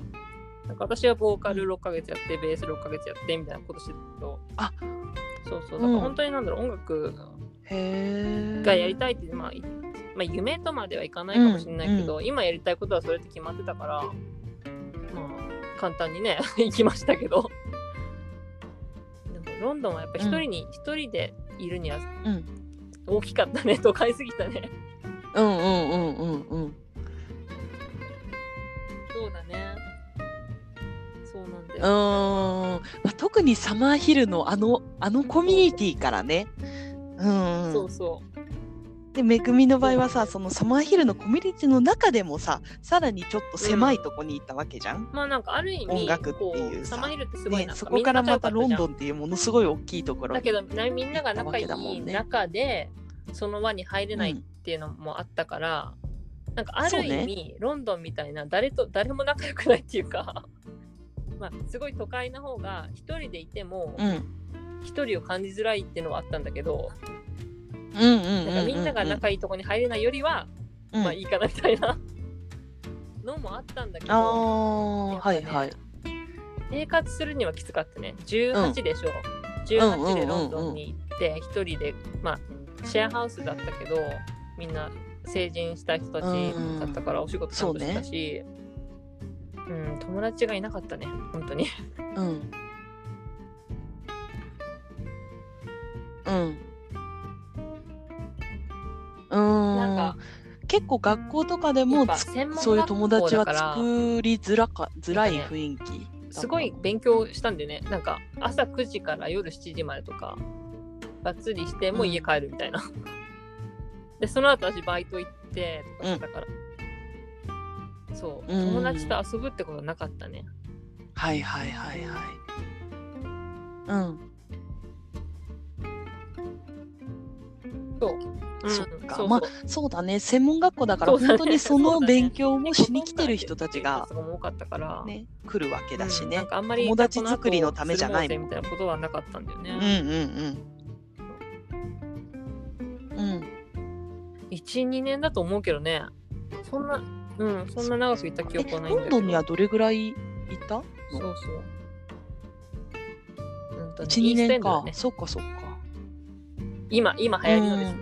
[SPEAKER 2] なんか私はボーカル6ヶ月やって、ベース6ヶ月やってみたいなことしてたけど、
[SPEAKER 1] あ
[SPEAKER 2] そうそう、
[SPEAKER 1] うん
[SPEAKER 2] だから本当になんだろう、音楽
[SPEAKER 1] へ
[SPEAKER 2] がやり
[SPEAKER 1] え。
[SPEAKER 2] たいって、まあ、いまあ、夢とまではいかないかもしれないけど、今やりたいことはそれって決まってたから、ま あ、簡単にね、行きましたけど。でもロンドンはやっぱ一人に、一人でいるには
[SPEAKER 1] うん
[SPEAKER 2] 大きかったね、都会すぎたね。
[SPEAKER 1] うんうんうんうんうん
[SPEAKER 2] そうだね。そうなんだ
[SPEAKER 1] うーん、
[SPEAKER 2] よ。
[SPEAKER 1] まあ、特にサマーヒルのあのあのコミュニティからねうんうん
[SPEAKER 2] そうそう。
[SPEAKER 1] でめぐみの場合はさそのサマーヒルのコミュニティの中でもささらにちょっと狭いとこに行ったわけじゃん、
[SPEAKER 2] まあなんかある意味、
[SPEAKER 1] 音楽って
[SPEAKER 2] こ
[SPEAKER 1] いう
[SPEAKER 2] う
[SPEAKER 1] さ
[SPEAKER 2] サマーヒルってすごい
[SPEAKER 1] ね
[SPEAKER 2] な、ん
[SPEAKER 1] そ
[SPEAKER 2] か
[SPEAKER 1] こからまたロン
[SPEAKER 2] ン
[SPEAKER 1] ドンっていうものすごい大きいところ
[SPEAKER 2] だ
[SPEAKER 1] に
[SPEAKER 2] けどなみんなが仲い
[SPEAKER 1] 行ったわけだも
[SPEAKER 2] い
[SPEAKER 1] んね
[SPEAKER 2] 中でその輪に入れないっ
[SPEAKER 1] うん
[SPEAKER 2] ていうのもあったから、なんかあ
[SPEAKER 1] そう
[SPEAKER 2] る意
[SPEAKER 1] ね
[SPEAKER 2] 味、ロンドンみたいな誰と誰も仲良くないっていうか まあすごい都会な方が一人でいても
[SPEAKER 1] うん、
[SPEAKER 2] 一人を感じづらいっていうのはあったんだけど、
[SPEAKER 1] うんうん
[SPEAKER 2] なんかみんなが仲いいとこに入れないよりは、まあいいかなみたいなのもあったんだけ
[SPEAKER 1] あ
[SPEAKER 2] ど
[SPEAKER 1] あはいはい
[SPEAKER 2] 生活するにはきつかったね18でしょ、18でロンドンに行って一人でまあシェアハウスだったけどみんな成人した人たちだったからお仕事ちゃんとしたし、うん友達がいなかったね本当に
[SPEAKER 1] うんうんう
[SPEAKER 2] なん
[SPEAKER 1] ー
[SPEAKER 2] か
[SPEAKER 1] ん結構学校とかで
[SPEAKER 2] やっ
[SPEAKER 1] も
[SPEAKER 2] ぱ
[SPEAKER 1] つ
[SPEAKER 2] 専門
[SPEAKER 1] そういう友
[SPEAKER 2] 学校
[SPEAKER 1] 達
[SPEAKER 2] だ
[SPEAKER 1] は
[SPEAKER 2] から
[SPEAKER 1] 作りづらかづらい雰囲気だった
[SPEAKER 2] すごい勉強したんでねなんか朝9時から夜7時までとかがっつりしてもう家帰るみたいな、でその後私バイト行ってとかしてたから、そう
[SPEAKER 1] うん
[SPEAKER 2] 友達と遊ぶってことなかったね、
[SPEAKER 1] はいはいはいはいうん
[SPEAKER 2] うん
[SPEAKER 1] そっか
[SPEAKER 2] そう
[SPEAKER 1] まあそうだね専門学校だから
[SPEAKER 2] そうだね
[SPEAKER 1] 本当にそ
[SPEAKER 2] そ
[SPEAKER 1] の
[SPEAKER 2] うだね
[SPEAKER 1] 勉強もしに来てる人たちが
[SPEAKER 2] 結構多かったから、
[SPEAKER 1] ね来るわけだし
[SPEAKER 2] うんな
[SPEAKER 1] ね
[SPEAKER 2] んかあんまり
[SPEAKER 1] 友達作りのためじゃない
[SPEAKER 2] この後するのぜみたいなことはなかったんだよ
[SPEAKER 1] うん
[SPEAKER 2] ね、
[SPEAKER 1] うんうんうん
[SPEAKER 2] 12年だと思うけどねそんなうんそんな長くいた記
[SPEAKER 1] え
[SPEAKER 2] 憶はないんだ
[SPEAKER 1] ロ
[SPEAKER 2] け
[SPEAKER 1] ン
[SPEAKER 2] ど
[SPEAKER 1] ドンにはどれぐらいいた
[SPEAKER 2] そうそううんとねイ
[SPEAKER 1] 12
[SPEAKER 2] ーストエ
[SPEAKER 1] 年
[SPEAKER 2] ンドだ
[SPEAKER 1] か、
[SPEAKER 2] ね
[SPEAKER 1] そっかそっか
[SPEAKER 2] 今今流行りのですよ、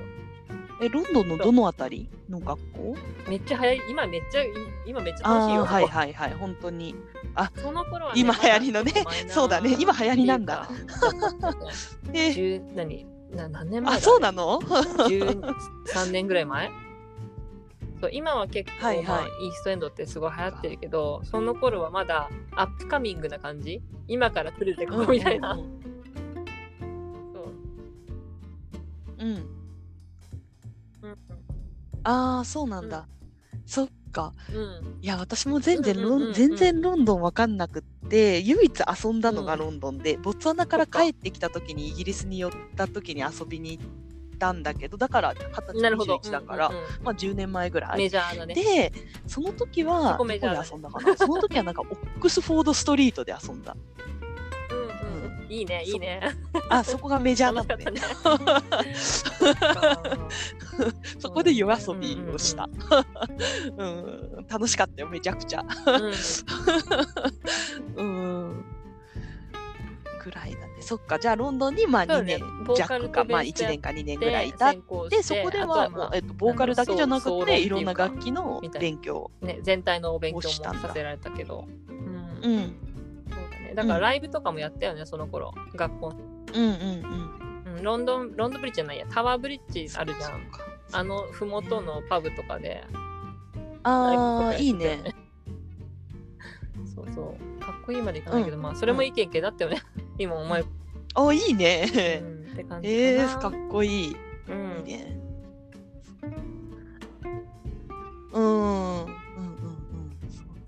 [SPEAKER 1] えロンドンのどのあたりの学校
[SPEAKER 2] めっちゃ流行り今めっちゃ今めっちゃ
[SPEAKER 1] あ
[SPEAKER 2] 楽しい
[SPEAKER 1] あ
[SPEAKER 2] よ、
[SPEAKER 1] ーはいはいはい本当に
[SPEAKER 2] その頃は、
[SPEAKER 1] 今流行りのね
[SPEAKER 2] まちょっとマイ ナー
[SPEAKER 1] そうだね今流行りなんだ
[SPEAKER 2] って
[SPEAKER 1] え
[SPEAKER 2] いうか10何な何年前
[SPEAKER 1] あ
[SPEAKER 2] だ
[SPEAKER 1] そうな の
[SPEAKER 2] 13年ぐらい前そう今は結構、
[SPEAKER 1] はいはい
[SPEAKER 2] まあ、イーストエンドってすごい流行ってるけどその頃はまだアップカミングな感じ今から来るぜここみたいな、そう
[SPEAKER 1] うん
[SPEAKER 2] うん
[SPEAKER 1] ああそうなんだ、そっか
[SPEAKER 2] うん
[SPEAKER 1] いや私も全然ロン、
[SPEAKER 2] うんうんうんうん
[SPEAKER 1] 全然ロンドンわかんなくって唯一遊んだのが
[SPEAKER 2] うん
[SPEAKER 1] ロンドンで、ボツワナから
[SPEAKER 2] そっか
[SPEAKER 1] 帰ってきた時にイギリスに寄った時に遊びに行ったんだけどだから二十
[SPEAKER 2] なるほど
[SPEAKER 1] 歳21だから、
[SPEAKER 2] うんうんうん
[SPEAKER 1] まあ10年前ぐらい
[SPEAKER 2] メジャーだね
[SPEAKER 1] で、その時は、
[SPEAKER 2] そ
[SPEAKER 1] ど
[SPEAKER 2] こ
[SPEAKER 1] こ
[SPEAKER 2] メ
[SPEAKER 1] で
[SPEAKER 2] ジャーだね
[SPEAKER 1] 遊んだかなその時はなんか、オックスフォードストリートで遊 んだ。
[SPEAKER 2] うんうんいいねいいね
[SPEAKER 1] あ、そこがメジャーな
[SPEAKER 2] 楽
[SPEAKER 1] ん
[SPEAKER 2] しか
[SPEAKER 1] だ
[SPEAKER 2] った
[SPEAKER 1] ね。
[SPEAKER 2] ね
[SPEAKER 1] そこで夜遊びをした。うん、楽しかったよ、めちゃくちゃ。
[SPEAKER 2] うん
[SPEAKER 1] うん。くらいだね。そっか、じゃあロンドンにまあ
[SPEAKER 2] そう
[SPEAKER 1] 2
[SPEAKER 2] ね
[SPEAKER 1] 年
[SPEAKER 2] ボーカル
[SPEAKER 1] 弱
[SPEAKER 2] と
[SPEAKER 1] か、
[SPEAKER 2] ベース
[SPEAKER 1] まあ
[SPEAKER 2] やっ
[SPEAKER 1] 1年か2年ぐ
[SPEAKER 2] で
[SPEAKER 1] らいいた。
[SPEAKER 2] 専攻して
[SPEAKER 1] で、そこで
[SPEAKER 2] あと
[SPEAKER 1] は、
[SPEAKER 2] ま
[SPEAKER 1] もうえっと、ボーカルだけじゃな
[SPEAKER 2] あのそう
[SPEAKER 1] く、
[SPEAKER 2] ソーロっててい
[SPEAKER 1] いう
[SPEAKER 2] か
[SPEAKER 1] ろんな楽器の
[SPEAKER 2] みたいな
[SPEAKER 1] 勉強。
[SPEAKER 2] あね、全体のお勉強も
[SPEAKER 1] をしたんだ
[SPEAKER 2] させられたけど、うん
[SPEAKER 1] うん、うん、
[SPEAKER 2] そうだね、だからライブとかもやったよね、その頃学校、
[SPEAKER 1] うん、うん。
[SPEAKER 2] うん、ロンドンロンドンブリッジじゃないやタワーブリッジあるじゃ
[SPEAKER 1] そ
[SPEAKER 2] ん
[SPEAKER 1] っか。
[SPEAKER 2] あの麓のパブとかで
[SPEAKER 1] あ
[SPEAKER 2] ライブとかやっ
[SPEAKER 1] あ、
[SPEAKER 2] て
[SPEAKER 1] いいね。
[SPEAKER 2] そうそうかっこいいまでいかないけど、まあそれもいい経験だったよね 今思えば、
[SPEAKER 1] あ、いいうね。
[SPEAKER 2] ん、って感じかな
[SPEAKER 1] えー、かっこいい。
[SPEAKER 2] う
[SPEAKER 1] いい
[SPEAKER 2] ん、
[SPEAKER 1] ね。うん。うんうんうん。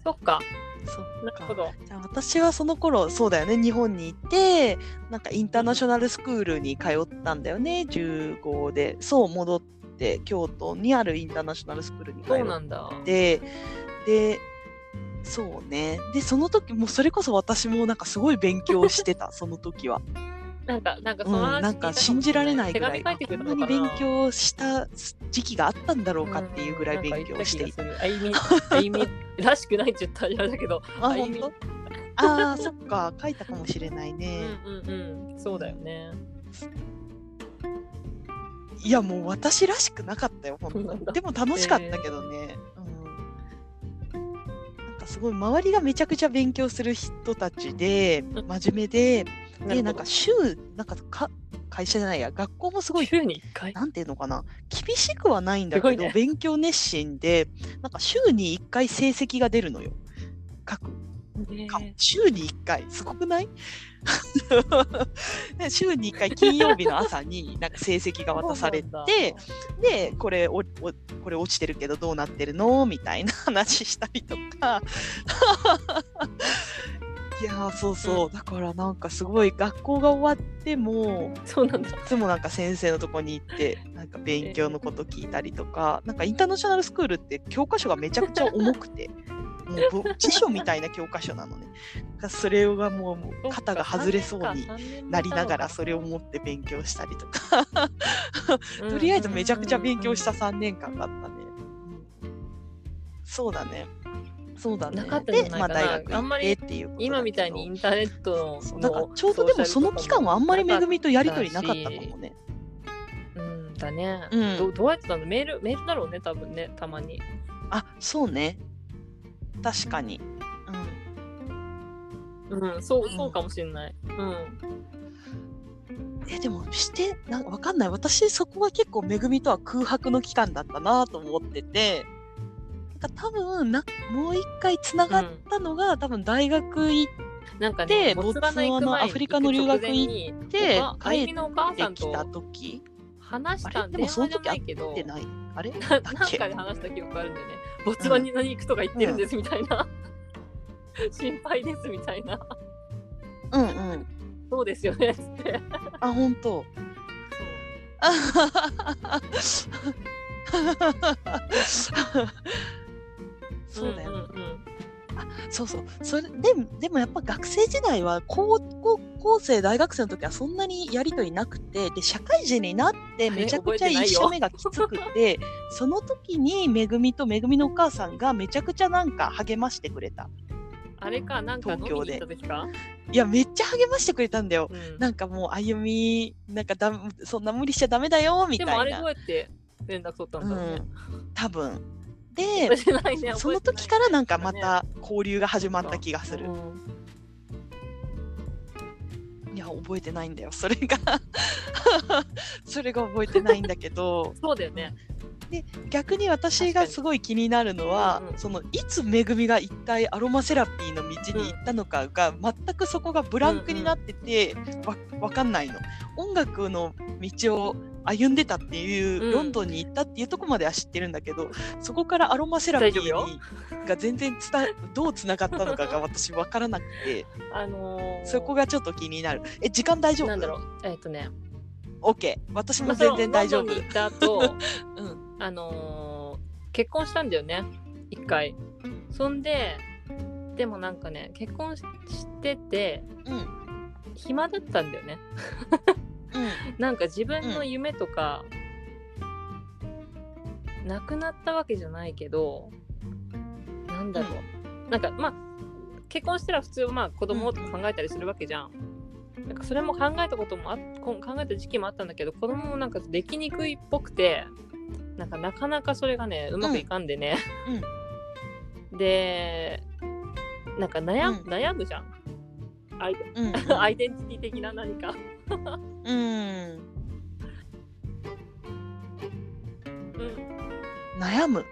[SPEAKER 2] そっか
[SPEAKER 1] そ
[SPEAKER 2] な
[SPEAKER 1] っ
[SPEAKER 2] る
[SPEAKER 1] か。
[SPEAKER 2] ほど
[SPEAKER 1] じゃあ私はその頃そうだよね日本に行ってなんかインターナショナルスクールに通ったんだよね15でそう戻って京都にあるインターナショナルスクールに通
[SPEAKER 2] そうな
[SPEAKER 1] っ
[SPEAKER 2] んだ
[SPEAKER 1] てでそうねでその時もうそれこそ私もなんかすごい勉強してた その時は
[SPEAKER 2] なんかなんかその話
[SPEAKER 1] うん、なん
[SPEAKER 2] 聞いたも
[SPEAKER 1] か信じられないぐらい
[SPEAKER 2] 手紙書いて
[SPEAKER 1] こ
[SPEAKER 2] くれ
[SPEAKER 1] ん
[SPEAKER 2] た
[SPEAKER 1] な
[SPEAKER 2] の
[SPEAKER 1] に
[SPEAKER 2] かな
[SPEAKER 1] 勉強した時期があったんだろうかっていうぐらい
[SPEAKER 2] んなん
[SPEAKER 1] 勉
[SPEAKER 2] か
[SPEAKER 1] 強をしてい。
[SPEAKER 2] 言ったた気がするあゆみあゆみらしくないって言ったらあれだけど
[SPEAKER 1] あ、
[SPEAKER 2] あゆ
[SPEAKER 1] 本
[SPEAKER 2] み
[SPEAKER 1] 当あー、そっか、書いたかもしれないね。
[SPEAKER 2] うんうんうんそうだよね
[SPEAKER 1] いや、もう私らしくなかったよ、本
[SPEAKER 2] そうなんだ
[SPEAKER 1] 当でも楽しかったけどね。うんなんかすごい周りがめちゃくちゃ勉強する人たちで真面目で
[SPEAKER 2] なるほ
[SPEAKER 1] で
[SPEAKER 2] ど
[SPEAKER 1] なんか週なんかか会社じゃないや学校もすご い
[SPEAKER 2] 週に1回
[SPEAKER 1] なんていうのかな厳しくはないんだけ
[SPEAKER 2] す
[SPEAKER 1] ど、
[SPEAKER 2] ごいね
[SPEAKER 1] 勉強熱心でなんか週に1回成績が出るのよ各科目週に1回すごくない で週に1回金曜日の朝になんか成績が渡されてでこれおおこれ落ちてるけどどうなってるのみたいな 話したりとか いやーそうそう、だからなんかすごい学校が終わっても
[SPEAKER 2] そうなんだ
[SPEAKER 1] いつもなんか先生のとこに行ってなんか勉強のこと聞いたりとか、なんかインターナショナルスクールって教科書がめちゃくちゃ重くてもうぶ辞書みたいな教科書なのねだからそれがもうもう肩が外れそうになりながらそれを持って勉強したりとかとりあえずめちゃくちゃ勉強した3年間だったね、そうだねそうだね
[SPEAKER 2] なかったんじゃ
[SPEAKER 1] で、
[SPEAKER 2] ない
[SPEAKER 1] ま
[SPEAKER 2] かな
[SPEAKER 1] あ、大学
[SPEAKER 2] あん
[SPEAKER 1] 行
[SPEAKER 2] ま
[SPEAKER 1] っ
[SPEAKER 2] り
[SPEAKER 1] てっていうことだけど
[SPEAKER 2] 今みたいにインターネット
[SPEAKER 1] そうだ
[SPEAKER 2] の
[SPEAKER 1] からちょうどでもその期間はあんまりめぐみとやりとりなかったかもね
[SPEAKER 2] うんだね、
[SPEAKER 1] うん
[SPEAKER 2] どどうやってたのメールメールだろうね多分ねたまに
[SPEAKER 1] あそうね確かに、
[SPEAKER 2] うんそう
[SPEAKER 1] うん
[SPEAKER 2] そうかもしれないうん
[SPEAKER 1] うん、えでもしてなんかわかんない私そこは結構めぐみとは空白の期間だったなと思っててなんか多分なもう一回つながったのが、多分大学行っ
[SPEAKER 2] なんか
[SPEAKER 1] で
[SPEAKER 2] ねボツワナ行く
[SPEAKER 1] ボツワナ
[SPEAKER 2] 前
[SPEAKER 1] アフリカの留学行
[SPEAKER 2] 行って
[SPEAKER 1] 帰
[SPEAKER 2] 帰りのお母さ
[SPEAKER 1] て
[SPEAKER 2] ん
[SPEAKER 1] きた
[SPEAKER 2] と
[SPEAKER 1] 時
[SPEAKER 2] 話し
[SPEAKER 1] あ
[SPEAKER 2] た
[SPEAKER 1] れ
[SPEAKER 2] ん
[SPEAKER 1] で
[SPEAKER 2] 電
[SPEAKER 1] も
[SPEAKER 2] 話
[SPEAKER 1] その
[SPEAKER 2] じゃ
[SPEAKER 1] 時
[SPEAKER 2] な
[SPEAKER 1] 会
[SPEAKER 2] いけど
[SPEAKER 1] ってないあれ
[SPEAKER 2] ななん
[SPEAKER 1] だっ
[SPEAKER 2] か
[SPEAKER 1] け
[SPEAKER 2] で話した記憶があるんだよね。ボツワナに行くとか言ってるんですみたいな。心配ですみたいな。
[SPEAKER 1] うんうん
[SPEAKER 2] そうですよねっつって。
[SPEAKER 1] あ本当 そうだよね、
[SPEAKER 2] んうんうん
[SPEAKER 1] そうそうそれででもやっぱ学生時代は高高校生大学生の時はそんなにやりとりなくてで社会人になってめちゃくちゃ
[SPEAKER 2] え覚えてないよ
[SPEAKER 1] 一社目がきつくてその時にめぐみとめぐみのお母さんがめちゃくちゃなんか励ましてくれた
[SPEAKER 2] あれか、なんか飲みに行った時か。
[SPEAKER 1] いやめっちゃ励ましてくれたんだよ
[SPEAKER 2] うん
[SPEAKER 1] なんかもう歩みなんかだそんな無理しちゃダメだよみ
[SPEAKER 2] で
[SPEAKER 1] た
[SPEAKER 2] もあ
[SPEAKER 1] い
[SPEAKER 2] れど
[SPEAKER 1] な
[SPEAKER 2] うやって連絡取ったんだろうね。
[SPEAKER 1] 多分で
[SPEAKER 2] 知らないね
[SPEAKER 1] その時からなんかま。
[SPEAKER 2] 覚
[SPEAKER 1] た交流が始まった気が
[SPEAKER 2] え
[SPEAKER 1] す
[SPEAKER 2] てない
[SPEAKER 1] る
[SPEAKER 2] ねうん
[SPEAKER 1] いや覚えてないんだよそれが それが覚えてないんだけど
[SPEAKER 2] そうだよね。
[SPEAKER 1] 逆に私がすごい気になるのは
[SPEAKER 2] 確かにうんうん
[SPEAKER 1] そのいつめぐみが一体アロマセラピーの道に行ったのかが全くそこがブランクになっててわわかんないの音楽の道を歩んでたっていう、
[SPEAKER 2] うん
[SPEAKER 1] ロンドンに行ったっていうとこまでは知ってるんだけどそこからアロマセラピー
[SPEAKER 2] 大丈夫よ
[SPEAKER 1] にが全然伝 えどうつながったのかが私わからなくて
[SPEAKER 2] あのー
[SPEAKER 1] そこがちょっと気になるえ時間大丈夫
[SPEAKER 2] なんだろう。えっとね。
[SPEAKER 1] OK 私も全然大丈夫
[SPEAKER 2] ロンドンに行った 後、
[SPEAKER 1] う
[SPEAKER 2] あのー結婚したんだよね一回そんででもなんかね結婚ししてて
[SPEAKER 1] うんうん
[SPEAKER 2] 暇だったんだよねなんか自分の夢とか、なくなったわけじゃないけどなんだろう、なんかまあ結婚したら普通まあ子供とか考えたりするわけじゃん、なんかそれも考えたこともあこん考えた時期もあったんだけど子供もなんかできにくいっぽくてなんかなかなかそれがねうまくいかんでね、でなんか悩,、
[SPEAKER 1] うん
[SPEAKER 2] 悩むじゃんアイ
[SPEAKER 1] うん
[SPEAKER 2] アイデンティティ的な何か
[SPEAKER 1] うん
[SPEAKER 2] うん
[SPEAKER 1] 悩む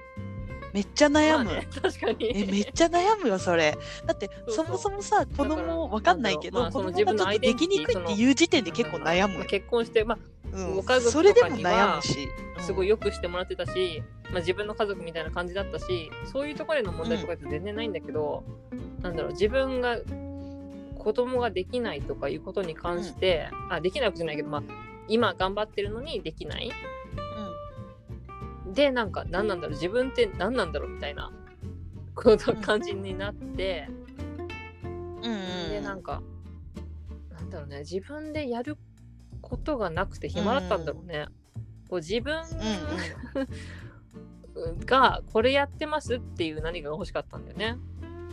[SPEAKER 1] めっちゃ悩む、
[SPEAKER 2] まあね確かに
[SPEAKER 1] えめっちゃ悩むよそれだって
[SPEAKER 2] そ
[SPEAKER 1] そ
[SPEAKER 2] うそう
[SPEAKER 1] もそもさ子供わかんないけど、
[SPEAKER 2] まあその
[SPEAKER 1] 子供が
[SPEAKER 2] 自分
[SPEAKER 1] ちょ
[SPEAKER 2] の
[SPEAKER 1] っ
[SPEAKER 2] ア
[SPEAKER 1] と
[SPEAKER 2] イデ
[SPEAKER 1] で
[SPEAKER 2] ン
[SPEAKER 1] き
[SPEAKER 2] ティティ
[SPEAKER 1] にくいっていう時点で結構悩む
[SPEAKER 2] まあ
[SPEAKER 1] よ、
[SPEAKER 2] 結婚して、まあ、
[SPEAKER 1] うん
[SPEAKER 2] ご家族と
[SPEAKER 1] そ
[SPEAKER 2] かに
[SPEAKER 1] れ
[SPEAKER 2] は
[SPEAKER 1] でも悩むし、うん
[SPEAKER 2] すごいよくしてもらってたし、まあ、自分の家族みたいな感じだったしそういうところでの問題とかって全然ないんだけど、なんだろう自分が子供ができないとかいうことに関して、あできないわけじゃないけど、まあ、今頑張ってるのにできないでなんか何なんだろう自分って何なんだろうみたいなこと
[SPEAKER 1] うん
[SPEAKER 2] 感じになって、
[SPEAKER 1] うんうん
[SPEAKER 2] でなんかなんだろうね自分でやることがなくて暇だったんだろうね。こう自分
[SPEAKER 1] うんうん
[SPEAKER 2] がこれやってますっていう何かが欲しかったんだよね。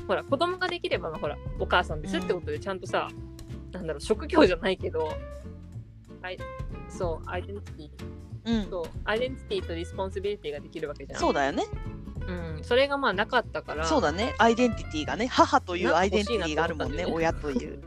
[SPEAKER 2] ほら子供ができれば、まあ、ほらお母さんですってことでちゃんとさ、なんだろう職業じゃないけどアイそうアイデンティティ
[SPEAKER 1] うん
[SPEAKER 2] そうアイデンティティとリスポンシビリティができるわけじゃん。
[SPEAKER 1] そうだよね
[SPEAKER 2] うん、それがまあなかったから
[SPEAKER 1] そうだねアイデンティティがね母という
[SPEAKER 2] な
[SPEAKER 1] アイデンティティがあるもんね
[SPEAKER 2] 欲しい
[SPEAKER 1] 親という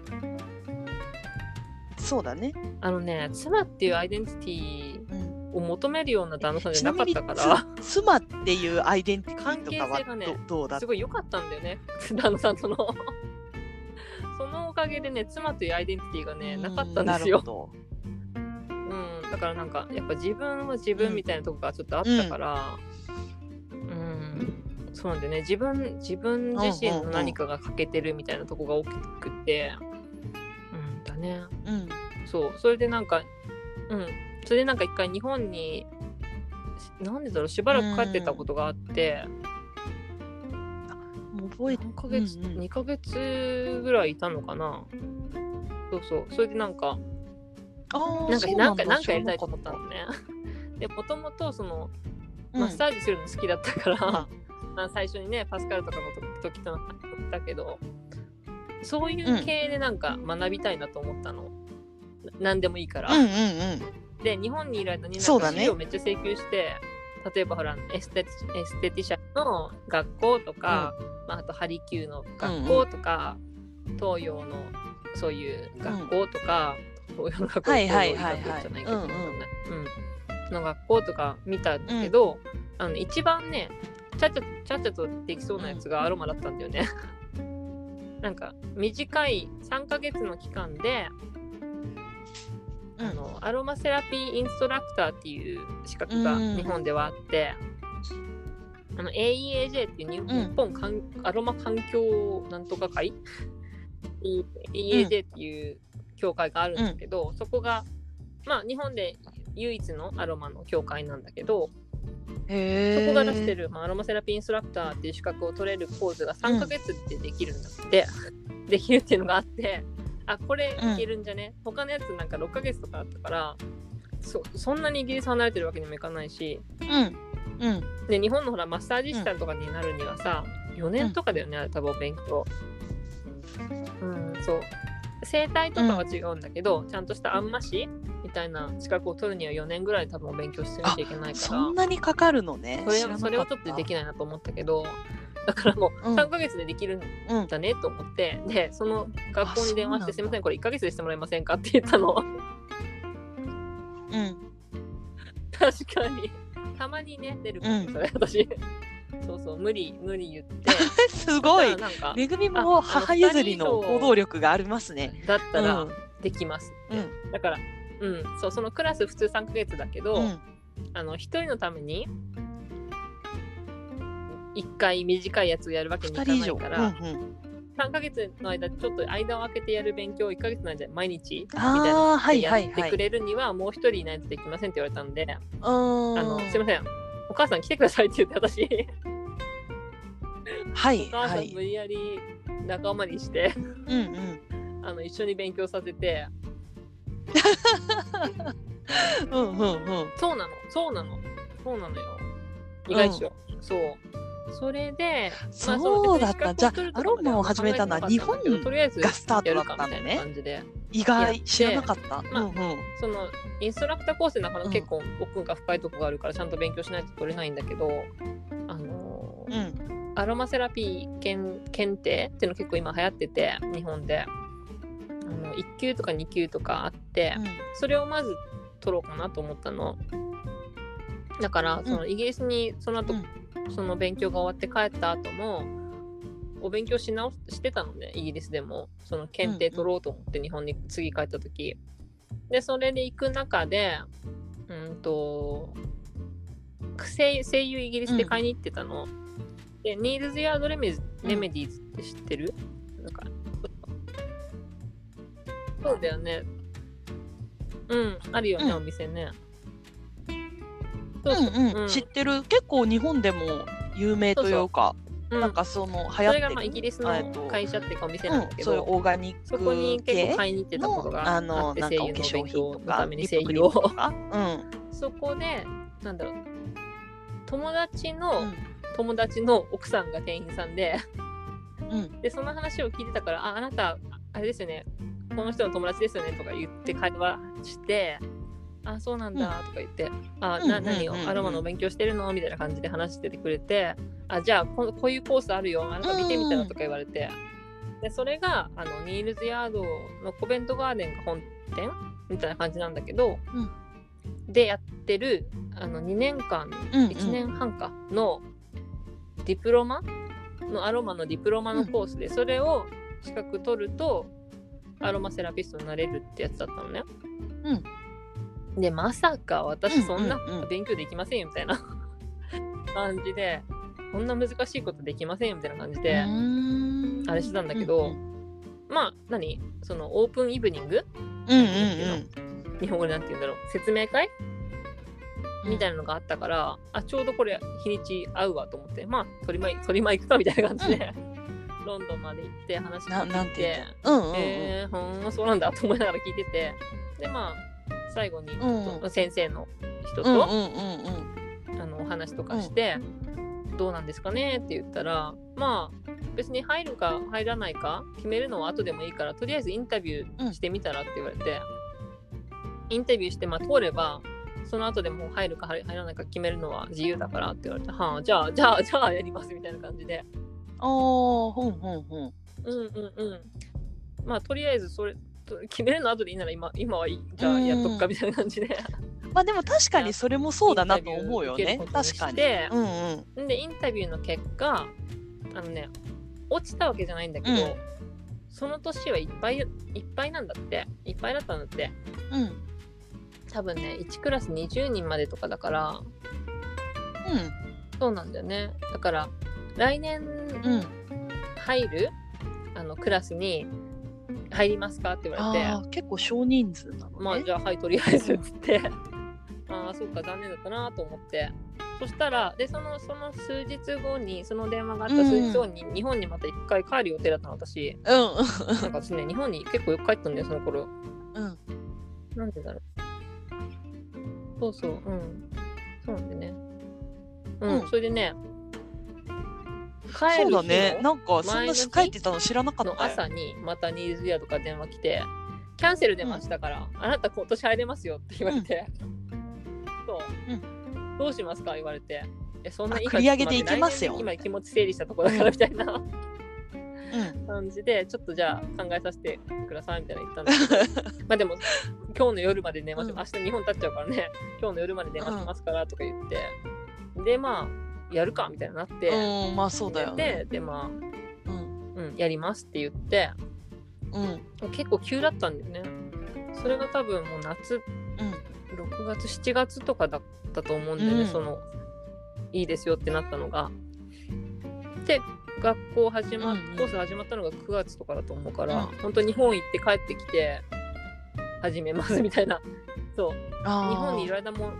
[SPEAKER 1] そうだね。
[SPEAKER 2] あのね妻っていうアイデンティティ
[SPEAKER 1] うん、
[SPEAKER 2] を求めるような旦那さんじ
[SPEAKER 1] ち
[SPEAKER 2] ゃ
[SPEAKER 1] な
[SPEAKER 2] なか
[SPEAKER 1] み
[SPEAKER 2] っ
[SPEAKER 1] に
[SPEAKER 2] たか
[SPEAKER 1] つ妻っていうアイデンティティとか
[SPEAKER 2] 関係
[SPEAKER 1] は
[SPEAKER 2] 性がね
[SPEAKER 1] どどうだ
[SPEAKER 2] ら すごい良かったんだよね旦那さんとの そのおかげでね妻というアイデンティティがねなかったんです
[SPEAKER 1] うなる
[SPEAKER 2] よ、
[SPEAKER 1] ほど
[SPEAKER 2] うん、だからなんかやっぱ自分は自分みたいなとこがちょっとあったからうん、そうなんでね自分自分自身の何かが欠けてるみたいなとこが大きくってうんだね
[SPEAKER 1] うん
[SPEAKER 2] そうそれでなんかうんそれでなんか一回日本にしなんでだろうしばらく帰ってたことがあって、
[SPEAKER 1] もう覚えて
[SPEAKER 2] 何ヶ月、
[SPEAKER 1] うんうん
[SPEAKER 2] 2ヶ月ぐらいいたのかなそうそうそれでなんか
[SPEAKER 1] あ
[SPEAKER 2] なんかなんかなんかやりたいと思った
[SPEAKER 1] の
[SPEAKER 2] のねでもともとその
[SPEAKER 1] うん
[SPEAKER 2] マッサージするの好きだったから、 まあ最初にねパスカルとかの時とだけどそういう系でなんか学びたいなと思ったの、な何でもいいから、
[SPEAKER 1] うんうんうん
[SPEAKER 2] で日本にいる間にな
[SPEAKER 1] そ
[SPEAKER 2] ん
[SPEAKER 1] う
[SPEAKER 2] か
[SPEAKER 1] だね
[SPEAKER 2] 資料めっちゃ請求して、例えばほらエステティエステティシャンの学校とか、まあ、あとハリキューの学校とか、東洋のそういう学校とか、東洋の学校
[SPEAKER 1] はいはいはいはい
[SPEAKER 2] 東洋医学部じゃないけど、
[SPEAKER 1] うんうん
[SPEAKER 2] うんの学校とか見たんだけど、あの一番ねちゃっちゃちゃっちゃとできそうなやつがアロマだったんだ よね。なんか短い3ヶ月の期間で
[SPEAKER 1] うん
[SPEAKER 2] あのアロマセラピーインストラクターっていう資格が
[SPEAKER 1] うん
[SPEAKER 2] 日本ではあって、あの AEAJ っていう日
[SPEAKER 1] ん
[SPEAKER 2] 日本かん、アロマ環境なんとか会 E- AEAJ っていう協会があるんだけど、そこがまあ日本で唯一のアロマの協会なんだけどそ
[SPEAKER 1] へ
[SPEAKER 2] こが出して
[SPEAKER 1] る
[SPEAKER 2] る、まあ、アロマセラピーインストラクターっていう資格を取れるコースが3ヶ月でできるんだって、 できるっていうのがあってあこれいけるんじゃね、他のやつなんか6ヶ月とかあったからそそんなにイギリス離れてるわけにもいかないし
[SPEAKER 1] うんうん
[SPEAKER 2] で日本のほらマッサージ師さんとかになるにはさ、4年とかだよね、あれ多分お勉強。うん、そう整体とかは違うんだけど、ちゃんとしたあんましみたいな資格を取るには4年ぐらい多分お勉強してなきゃいけないから
[SPEAKER 1] そんなにかかるのね
[SPEAKER 2] そ
[SPEAKER 1] 知ら
[SPEAKER 2] れ
[SPEAKER 1] なか
[SPEAKER 2] それをちょっとできないなと思ったけどだからもう
[SPEAKER 1] うん
[SPEAKER 2] 3ヶ月でできるん
[SPEAKER 1] うん
[SPEAKER 2] だねと思って、でその学校に電話して「
[SPEAKER 1] あ
[SPEAKER 2] す
[SPEAKER 1] そうなんだ
[SPEAKER 2] みませんこれ1ヶ月でしてもらえませんか?」って言った の
[SPEAKER 1] うん
[SPEAKER 2] 確かにたまにね出るからね
[SPEAKER 1] うん
[SPEAKER 2] それ私そうそう無理無理言って
[SPEAKER 1] すごい
[SPEAKER 2] だからなんか
[SPEAKER 1] めぐみも母譲り
[SPEAKER 2] ああの
[SPEAKER 1] の
[SPEAKER 2] 二人
[SPEAKER 1] 行
[SPEAKER 2] を
[SPEAKER 1] 動力がありますね
[SPEAKER 2] だった
[SPEAKER 1] う
[SPEAKER 2] ら
[SPEAKER 1] ん
[SPEAKER 2] できますって、
[SPEAKER 1] う
[SPEAKER 2] だからうんそうそのクラス普通3ヶ月だけど、
[SPEAKER 1] うん
[SPEAKER 2] あの1人のために1回短いやつをやるわけに
[SPEAKER 1] 二
[SPEAKER 2] いか
[SPEAKER 1] 人
[SPEAKER 2] な
[SPEAKER 1] 以上
[SPEAKER 2] いから、
[SPEAKER 1] うんうん
[SPEAKER 2] 3ヶ月の間ちょっと間を空けてやる勉強を1ヶ月の間毎日みたい
[SPEAKER 1] あー
[SPEAKER 2] なの
[SPEAKER 1] は
[SPEAKER 2] で
[SPEAKER 1] い
[SPEAKER 2] や
[SPEAKER 1] はい
[SPEAKER 2] ってくれるにはもう一人いないとできませんって言われたんで、
[SPEAKER 1] あー
[SPEAKER 2] あのすいませんお母さん来てくださいって言って私
[SPEAKER 1] はい
[SPEAKER 2] お母
[SPEAKER 1] は
[SPEAKER 2] さん
[SPEAKER 1] い
[SPEAKER 2] 無理やり仲間にして
[SPEAKER 1] うんうん
[SPEAKER 2] あの一緒に勉強させて
[SPEAKER 1] うんうんうん
[SPEAKER 2] そうなのそうなのそうなのよ意外っしょ、そうそれで、まあ
[SPEAKER 1] そうだったじゃあアロマを始めたのは日本
[SPEAKER 2] とりあえず
[SPEAKER 1] がスター
[SPEAKER 2] や
[SPEAKER 1] ト
[SPEAKER 2] る
[SPEAKER 1] だ
[SPEAKER 2] か
[SPEAKER 1] った
[SPEAKER 2] み
[SPEAKER 1] ん
[SPEAKER 2] た
[SPEAKER 1] だ
[SPEAKER 2] いな
[SPEAKER 1] ね
[SPEAKER 2] 感じで
[SPEAKER 1] 意
[SPEAKER 2] やって
[SPEAKER 1] 外知らなかったうん
[SPEAKER 2] まあ
[SPEAKER 1] うん
[SPEAKER 2] そのインストラクターコースの中
[SPEAKER 1] う
[SPEAKER 2] の
[SPEAKER 1] ん
[SPEAKER 2] 結構奥が深いとこがあるからちゃんと勉強しないと取れないんだけど、あの
[SPEAKER 1] う
[SPEAKER 2] ー
[SPEAKER 1] ん
[SPEAKER 2] アロマセラピー検検定っていうの結構今流行ってて日本であの1級とか2級とかあって、それをまず取ろうかなと思ったのだから
[SPEAKER 1] ん
[SPEAKER 2] そのイギリスにその後、
[SPEAKER 1] うん
[SPEAKER 2] その勉強が終わって帰った後もお勉強し直してたのねイギリスでもその検定取ろうと思って日本に次帰った時でそれで行く中でうんと声声優イギリスで買いに行ってたの、でニールズ・ヤードレメズ・
[SPEAKER 1] うん
[SPEAKER 2] レメディーズって知ってる、なんかそうだよねうんあるよね、
[SPEAKER 1] うん
[SPEAKER 2] お店ねそうそう
[SPEAKER 1] うん
[SPEAKER 2] う
[SPEAKER 1] うんん知ってる結構日本でも有名というか
[SPEAKER 2] うん
[SPEAKER 1] なんかその流行
[SPEAKER 2] そ
[SPEAKER 1] って
[SPEAKER 2] れ
[SPEAKER 1] る
[SPEAKER 2] がまあイギリスの
[SPEAKER 1] えっと
[SPEAKER 2] 会社っていうかお店なんだ
[SPEAKER 1] うん
[SPEAKER 2] け
[SPEAKER 1] そう
[SPEAKER 2] ど、
[SPEAKER 1] いうオーガニ
[SPEAKER 2] そこ
[SPEAKER 1] ッ
[SPEAKER 2] に
[SPEAKER 1] ク
[SPEAKER 2] 結構
[SPEAKER 1] 系
[SPEAKER 2] 買いに行ってたことがあ
[SPEAKER 1] のあの
[SPEAKER 2] って
[SPEAKER 1] なん
[SPEAKER 2] 声
[SPEAKER 1] かお
[SPEAKER 2] 優
[SPEAKER 1] 化
[SPEAKER 2] の
[SPEAKER 1] 粧
[SPEAKER 2] 勉
[SPEAKER 1] 品
[SPEAKER 2] 強の
[SPEAKER 1] と
[SPEAKER 2] た
[SPEAKER 1] か
[SPEAKER 2] め
[SPEAKER 1] リ
[SPEAKER 2] に
[SPEAKER 1] ップ
[SPEAKER 2] 声
[SPEAKER 1] クリ
[SPEAKER 2] 優
[SPEAKER 1] ームと
[SPEAKER 2] を
[SPEAKER 1] かうん
[SPEAKER 2] そこでなんだろう友達
[SPEAKER 1] う
[SPEAKER 2] の
[SPEAKER 1] ん
[SPEAKER 2] 友達の奥さんが店員さんで
[SPEAKER 1] うん
[SPEAKER 2] でその話を聞いてたから「ああなたあれですよねこの人の友達ですよね」とか言って会話して「あそうなんだ」とか言って「あな
[SPEAKER 1] うん
[SPEAKER 2] 何を
[SPEAKER 1] うんうんうん
[SPEAKER 2] アロマのお勉強してるの?」みたいな感じで話しててくれて「あじゃあこのこういうコースあるよあなた見てみたら」とか言われてでそれがあのニールズヤードのコベントガーデンが本展みたいな感じなんだけど、
[SPEAKER 1] うん
[SPEAKER 2] でやってるあの2年間、
[SPEAKER 1] うんうん
[SPEAKER 2] 1年半かのディプロマのアロマのディプロマのコースで、それを資格取るとアロマセラピストになれるってやつだったのね。でまさか私そんな
[SPEAKER 1] うんうんうん
[SPEAKER 2] 勉強できませんよみたいな 感じでこんな難しいことできませんよみたいな感じで。あれしてたんだけどまあ何そのオープンイブニング
[SPEAKER 1] うんうん
[SPEAKER 2] 日本語でなんて言うんだろう説明会
[SPEAKER 1] うん
[SPEAKER 2] みたいなのがあったからあちょうどこれ日にち合うわと思ってまあ取り前取り前行くかみたいな感じで、ロンドンまで行って話
[SPEAKER 1] ななん
[SPEAKER 2] 聞い
[SPEAKER 1] て
[SPEAKER 2] て
[SPEAKER 1] 言うんうんうん
[SPEAKER 2] えー、ほんまそうなんだと思いながら聞いててでまあ最後にちょっと先生の人
[SPEAKER 1] うん
[SPEAKER 2] と、
[SPEAKER 1] うんうんうん
[SPEAKER 2] あのお話とかして、どうなんですかねって言ったらまあ別に入るか入らないか決めるのは後でもいいからとりあえずインタビューしてみたらって言われて、インタビューして、まあ、通ればその後でもう入るか入入らないか決めるのは自由だからって言われてはあじゃあじゃあじゃあやりますみたいな感じで
[SPEAKER 1] あーほんほんほん
[SPEAKER 2] うんうんうんまあとりあえずそれと決めるの後でいいなら今今はいいじゃあやっとくかみたいな感じで。
[SPEAKER 1] まあでも確かにそれもそうだなと思うよ
[SPEAKER 2] イン
[SPEAKER 1] ね
[SPEAKER 2] タビュー受けることにし
[SPEAKER 1] 確
[SPEAKER 2] て
[SPEAKER 1] かにうんうん
[SPEAKER 2] でインタビューの結果あのね落ちたわけじゃないんだけど、
[SPEAKER 1] うん
[SPEAKER 2] その年はいっぱいいっぱいなんだっていっぱいだったんだって
[SPEAKER 1] うん
[SPEAKER 2] 多分ね1クラス20人までとかだから
[SPEAKER 1] うん
[SPEAKER 2] そうなんだよねだから来年
[SPEAKER 1] うん
[SPEAKER 2] 入る、あのクラスに入りますかって言われて
[SPEAKER 1] ああ結構少人数な
[SPEAKER 2] ま
[SPEAKER 1] の
[SPEAKER 2] あ
[SPEAKER 1] ね
[SPEAKER 2] じゃあはいとりあえずっつって ああそっか残念だったなと思ってそしたらでそのその数日後にその電話があった数日後に日本にまた一回帰る予定だったの 私
[SPEAKER 1] うん
[SPEAKER 2] なんか私ね日本に結構よく帰ったんだよその頃
[SPEAKER 1] うん
[SPEAKER 2] なんでだろうそうそううんそうなんでねうん、
[SPEAKER 1] うん
[SPEAKER 2] それでね帰
[SPEAKER 1] そ
[SPEAKER 2] る
[SPEAKER 1] うだ
[SPEAKER 2] 日
[SPEAKER 1] ね
[SPEAKER 2] の
[SPEAKER 1] なんかそんな書いてたの知らなか
[SPEAKER 2] の
[SPEAKER 1] ったよ
[SPEAKER 2] 朝にまたニューズヤードから電話来てキャンセル出ましたから、あなた今年入れますよって言われて、そう、どうしますか言われてえそんな
[SPEAKER 1] あ
[SPEAKER 2] 今
[SPEAKER 1] 繰り上げていきますよ
[SPEAKER 2] ちょっと待って来年で今気持ち整理したところだからみたいな
[SPEAKER 1] うん
[SPEAKER 2] 感 じでちょっとじゃあ考えさせてくださいみたいな言ったんですけどまあでも今日の夜まで寝ましょう、
[SPEAKER 1] うん
[SPEAKER 2] 明日日本経っちゃうからね今日の夜まで寝ましますからとか言って、でまあやるかみたいになって、
[SPEAKER 1] うんまあそうだよね
[SPEAKER 2] ででま
[SPEAKER 1] うん
[SPEAKER 2] あ、うん、やりますって言って
[SPEAKER 1] うん
[SPEAKER 2] 結構急だったんだよねそれが多分もう夏
[SPEAKER 1] うん
[SPEAKER 2] 6月7月とかだったと思うんだよね、
[SPEAKER 1] うん
[SPEAKER 2] そのいいですよってなったのがで学校始まっ、
[SPEAKER 1] うんうん
[SPEAKER 2] コース始まったのが9月とかだと思うから、
[SPEAKER 1] う
[SPEAKER 2] 本当日本行って帰ってきて始めますみたいなそう
[SPEAKER 1] あー
[SPEAKER 2] 日本にいる間も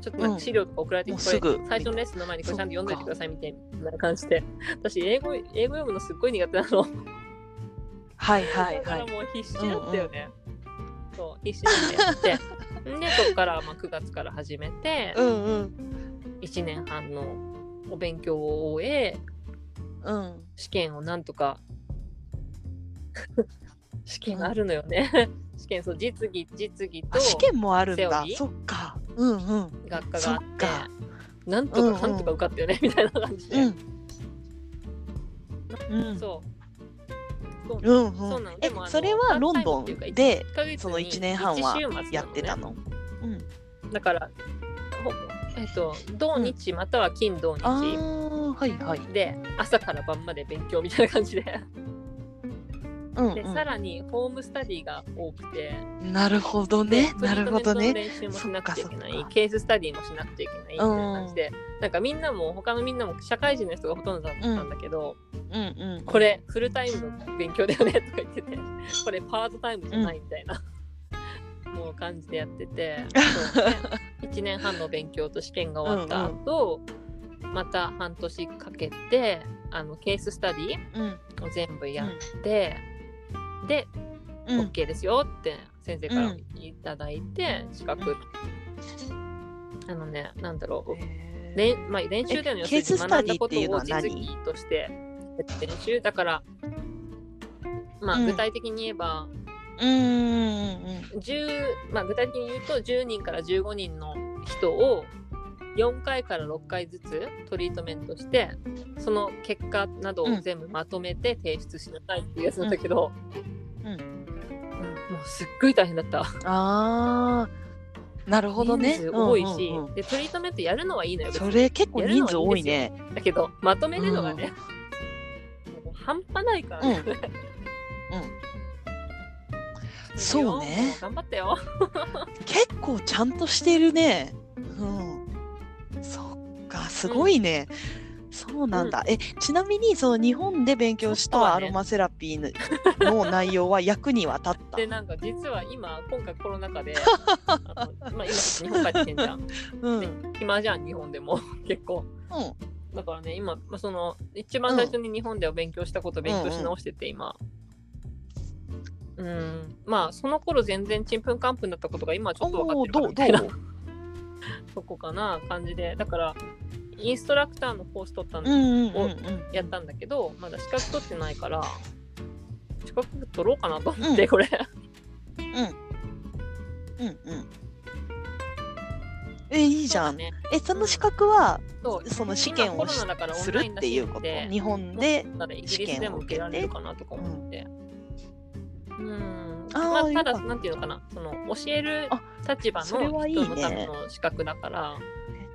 [SPEAKER 2] ちょっとなん
[SPEAKER 1] うん
[SPEAKER 2] か資料とか送られてき
[SPEAKER 1] もう
[SPEAKER 2] て、
[SPEAKER 1] すぐ
[SPEAKER 2] これ最初のレッスンの前にこれちゃんと読んどいてくださいみたいな感じで私英語英語読むのすっごい苦手なの
[SPEAKER 1] はいはい
[SPEAKER 2] だか
[SPEAKER 1] はい
[SPEAKER 2] らもう必死だったよね。そう必死にな ってやってでそこからまあ9月から始めて
[SPEAKER 1] うんうん
[SPEAKER 2] 1年半のお勉強を終え
[SPEAKER 1] うん
[SPEAKER 2] 試験をなんと か試験があるのよね 試験そう実技実技と
[SPEAKER 1] あ試験もあるん
[SPEAKER 2] セオ
[SPEAKER 1] だ
[SPEAKER 2] リー
[SPEAKER 1] そっかうんうん
[SPEAKER 2] 学科があっ
[SPEAKER 1] そってか
[SPEAKER 2] なんとかなんとか受かったよねみたいな感じ
[SPEAKER 1] う
[SPEAKER 2] で
[SPEAKER 1] んうん
[SPEAKER 2] そうそう
[SPEAKER 1] うんう
[SPEAKER 2] そうんなの
[SPEAKER 1] え
[SPEAKER 2] でもあの
[SPEAKER 1] それはロンドンで
[SPEAKER 2] 1ヶ月に
[SPEAKER 1] その一年半はやってたのうん
[SPEAKER 2] だから、ほえっと、土日または金土日、
[SPEAKER 1] あーはいはい
[SPEAKER 2] で朝から晩まで勉強みたいな感じで
[SPEAKER 1] うん
[SPEAKER 2] でさらにホームスタディが多くて、
[SPEAKER 1] うんなるほど
[SPEAKER 2] で
[SPEAKER 1] ねなるほど
[SPEAKER 2] トリー
[SPEAKER 1] ね
[SPEAKER 2] トメントの練習もしなくちゃいけな
[SPEAKER 1] そっ
[SPEAKER 2] い
[SPEAKER 1] か
[SPEAKER 2] ケーススタディもしなくちゃいけないみたいな感じで、なんかみんなも他のみんなも社会人の人がほとんどだったんだけど、
[SPEAKER 1] うんうん
[SPEAKER 2] これフルタイムの勉強だよねとか言っててこれパートタイムじゃないみたいな、もう感じでやっててそうね1年半の勉強と試験が終わった後、また半年かけてあのケーススタディ
[SPEAKER 1] うん
[SPEAKER 2] を全部やって、で、
[SPEAKER 1] うん
[SPEAKER 2] OK ですよって先生から
[SPEAKER 1] うん
[SPEAKER 2] いただいて資格、あのねなんだろう
[SPEAKER 1] へー
[SPEAKER 2] 練まあ、練習での
[SPEAKER 1] え
[SPEAKER 2] 要す
[SPEAKER 1] ケ
[SPEAKER 2] る
[SPEAKER 1] ース
[SPEAKER 2] に
[SPEAKER 1] スタ
[SPEAKER 2] 学ん
[SPEAKER 1] デ
[SPEAKER 2] だ
[SPEAKER 1] ィ
[SPEAKER 2] こ
[SPEAKER 1] っ
[SPEAKER 2] と
[SPEAKER 1] ていうの
[SPEAKER 2] を
[SPEAKER 1] は
[SPEAKER 2] 実
[SPEAKER 1] 何
[SPEAKER 2] 技として練習だから、まあ、
[SPEAKER 1] うん
[SPEAKER 2] 具体的に言えば、
[SPEAKER 1] うんうんうん
[SPEAKER 2] 10まあ、具体的に言うと10人から15人の人を4回から6回ずつトリートメントしてその結果などを全部まとめて提出しなさいっていうやつなんだけど、
[SPEAKER 1] うん
[SPEAKER 2] うんもうすっごい大変だった。
[SPEAKER 1] あーなるほどね
[SPEAKER 2] 人数多いし、
[SPEAKER 1] うんうんうん
[SPEAKER 2] でトリートメントやるのはいいのよ。別
[SPEAKER 1] そ
[SPEAKER 2] に
[SPEAKER 1] れ結構人数多いね
[SPEAKER 2] だけどまとめるのがね、もう半端ないからね。
[SPEAKER 1] うんそうね
[SPEAKER 2] 頑張ったよ。
[SPEAKER 1] 結構ちゃんとしてるねうんそっかすごいね、そうなんだ、えちなみにその日本で勉強し
[SPEAKER 2] ち
[SPEAKER 1] た
[SPEAKER 2] ょっとは
[SPEAKER 1] ア
[SPEAKER 2] ね
[SPEAKER 1] ロマセラピーのの内容は役には立った
[SPEAKER 2] でなんか実は今今回コロナ 禍であの、まあ、今日本帰ってきてんじゃん
[SPEAKER 1] うん、う
[SPEAKER 2] で
[SPEAKER 1] ん、
[SPEAKER 2] 暇じゃん日本でも結構だからね今、まあ、その一番最初に日本では勉強したこと勉強し直してて今うん、まあその頃全然ちんぷんかんぷんだったことが今はちょっと分かっ
[SPEAKER 1] お
[SPEAKER 2] て
[SPEAKER 1] ー
[SPEAKER 2] る
[SPEAKER 1] ど
[SPEAKER 2] かな
[SPEAKER 1] うど
[SPEAKER 2] みたいな
[SPEAKER 1] う
[SPEAKER 2] そこかな感じでだからインストラクターのコース取ったん
[SPEAKER 1] う
[SPEAKER 2] で、
[SPEAKER 1] んうんうんうん
[SPEAKER 2] やったんだけどまだ資格取ってないから資格取ろうかなと思って、
[SPEAKER 1] うん
[SPEAKER 2] これ
[SPEAKER 1] うんうんえいいじゃん、
[SPEAKER 2] ね
[SPEAKER 1] えその資格は、
[SPEAKER 2] そう
[SPEAKER 1] その試験をし
[SPEAKER 2] 今コロナだから
[SPEAKER 1] するっていうこと
[SPEAKER 2] オンラインらしいんで
[SPEAKER 1] 日本で
[SPEAKER 2] ならイギリスでも受けられるかなとか思って。うん、
[SPEAKER 1] あー
[SPEAKER 2] まあ、
[SPEAKER 1] よか
[SPEAKER 2] た
[SPEAKER 1] った
[SPEAKER 2] だ、なんていうのかな、その教える
[SPEAKER 1] あ
[SPEAKER 2] 立場の
[SPEAKER 1] それはいいね
[SPEAKER 2] 人のための資格だから、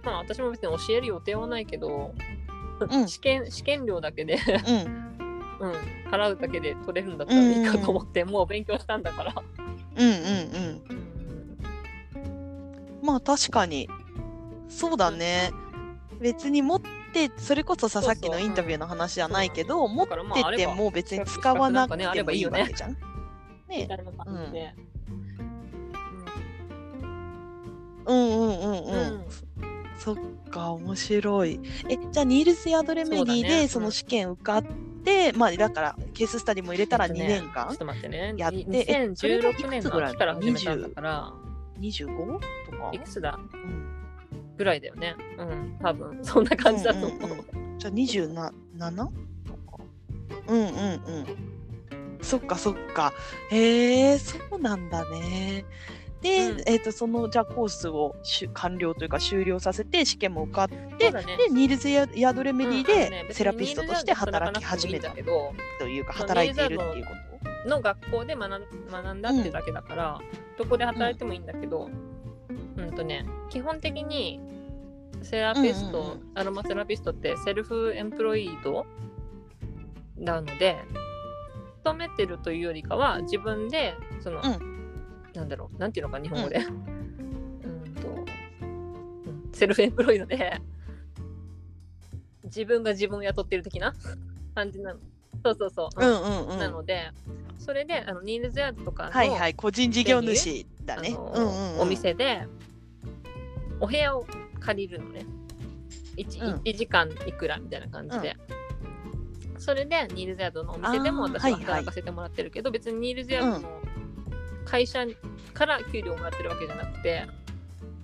[SPEAKER 2] まあ、私も別に教える予定はないけど、
[SPEAKER 1] うん
[SPEAKER 2] 試験試験料だけで、
[SPEAKER 1] うん
[SPEAKER 2] うん、払うだけで取れるんだったらいいかと思って、もう勉強したんだから。
[SPEAKER 1] うんうんうんまあ確かにそうだね、別に持ってそれこそさ
[SPEAKER 2] そうそう
[SPEAKER 1] さっきのインタビューの話じゃないけど、持
[SPEAKER 2] だ
[SPEAKER 1] っ
[SPEAKER 2] からまあ
[SPEAKER 1] てても別に使わなくてもいいわけじゃん。
[SPEAKER 2] み
[SPEAKER 1] ね
[SPEAKER 2] たいな感じで。
[SPEAKER 1] うんうんうん
[SPEAKER 2] う
[SPEAKER 1] うんん、そっか面白い。えじゃあニールス・ヤードレメデ
[SPEAKER 2] そう
[SPEAKER 1] ィ
[SPEAKER 2] だねう
[SPEAKER 1] で
[SPEAKER 2] ん
[SPEAKER 1] その試験受かって、まあだからケーススタディも入れたら2年
[SPEAKER 2] ちょ
[SPEAKER 1] 間
[SPEAKER 2] っ、と待ってね。
[SPEAKER 1] やって
[SPEAKER 2] に
[SPEAKER 1] えそれがいくつ
[SPEAKER 2] 2016年の
[SPEAKER 1] ぐらい
[SPEAKER 2] 秋から始めたんだから、
[SPEAKER 1] 25? とか
[SPEAKER 2] いくつだ
[SPEAKER 1] うん
[SPEAKER 2] ぐらいだよね。うん、多分そんな感じだと思う。
[SPEAKER 1] うんうんじゃあ 27? とかうんうんうんそっかそっかへえそうなんだねで、
[SPEAKER 2] うん
[SPEAKER 1] えっ、とそのじゃあコースをしゅ完了というか終了させて試験も受かって
[SPEAKER 2] そうだね
[SPEAKER 1] でニールズ・ヤードレメディ
[SPEAKER 2] うんあのね
[SPEAKER 1] でセラピストとして働き始め
[SPEAKER 2] 別
[SPEAKER 1] た
[SPEAKER 2] にニールズ
[SPEAKER 1] というか
[SPEAKER 2] そう
[SPEAKER 1] 働いているっていうこ
[SPEAKER 2] なんて働かなくてもいいんだけど、の学校で学ん学んだってだけだから、どこで働いてもいいんだけど、うん、とね、基本的にセラピスト、
[SPEAKER 1] うんうんう
[SPEAKER 2] アロマセラピストってセルフエンプロイドなので、勤めてるというよりかは自分でその、
[SPEAKER 1] う
[SPEAKER 2] なんだろう、なんていうのか日本語で、うんと、うんセルフエンプロイドで。自分が自分を雇ってる的な感じなの。そうそうそ
[SPEAKER 1] と。
[SPEAKER 2] う。
[SPEAKER 1] うんうんうん。
[SPEAKER 2] なので、それであのニールズヤードとかの,、
[SPEAKER 1] はいはい個人事業主だ
[SPEAKER 2] あ
[SPEAKER 1] ね。
[SPEAKER 2] の
[SPEAKER 1] うんうんうん
[SPEAKER 2] お。店でお部屋を借りるのね 1,、
[SPEAKER 1] うん
[SPEAKER 2] 一時間いくらみたいな感じで、それでニールズヤードのお店でも
[SPEAKER 1] あー
[SPEAKER 2] 私
[SPEAKER 1] はい
[SPEAKER 2] は
[SPEAKER 1] はい
[SPEAKER 2] 働かせてもらってるけど、別にニールズヤードの会社から給料をもらってるわけじゃなくて、うんま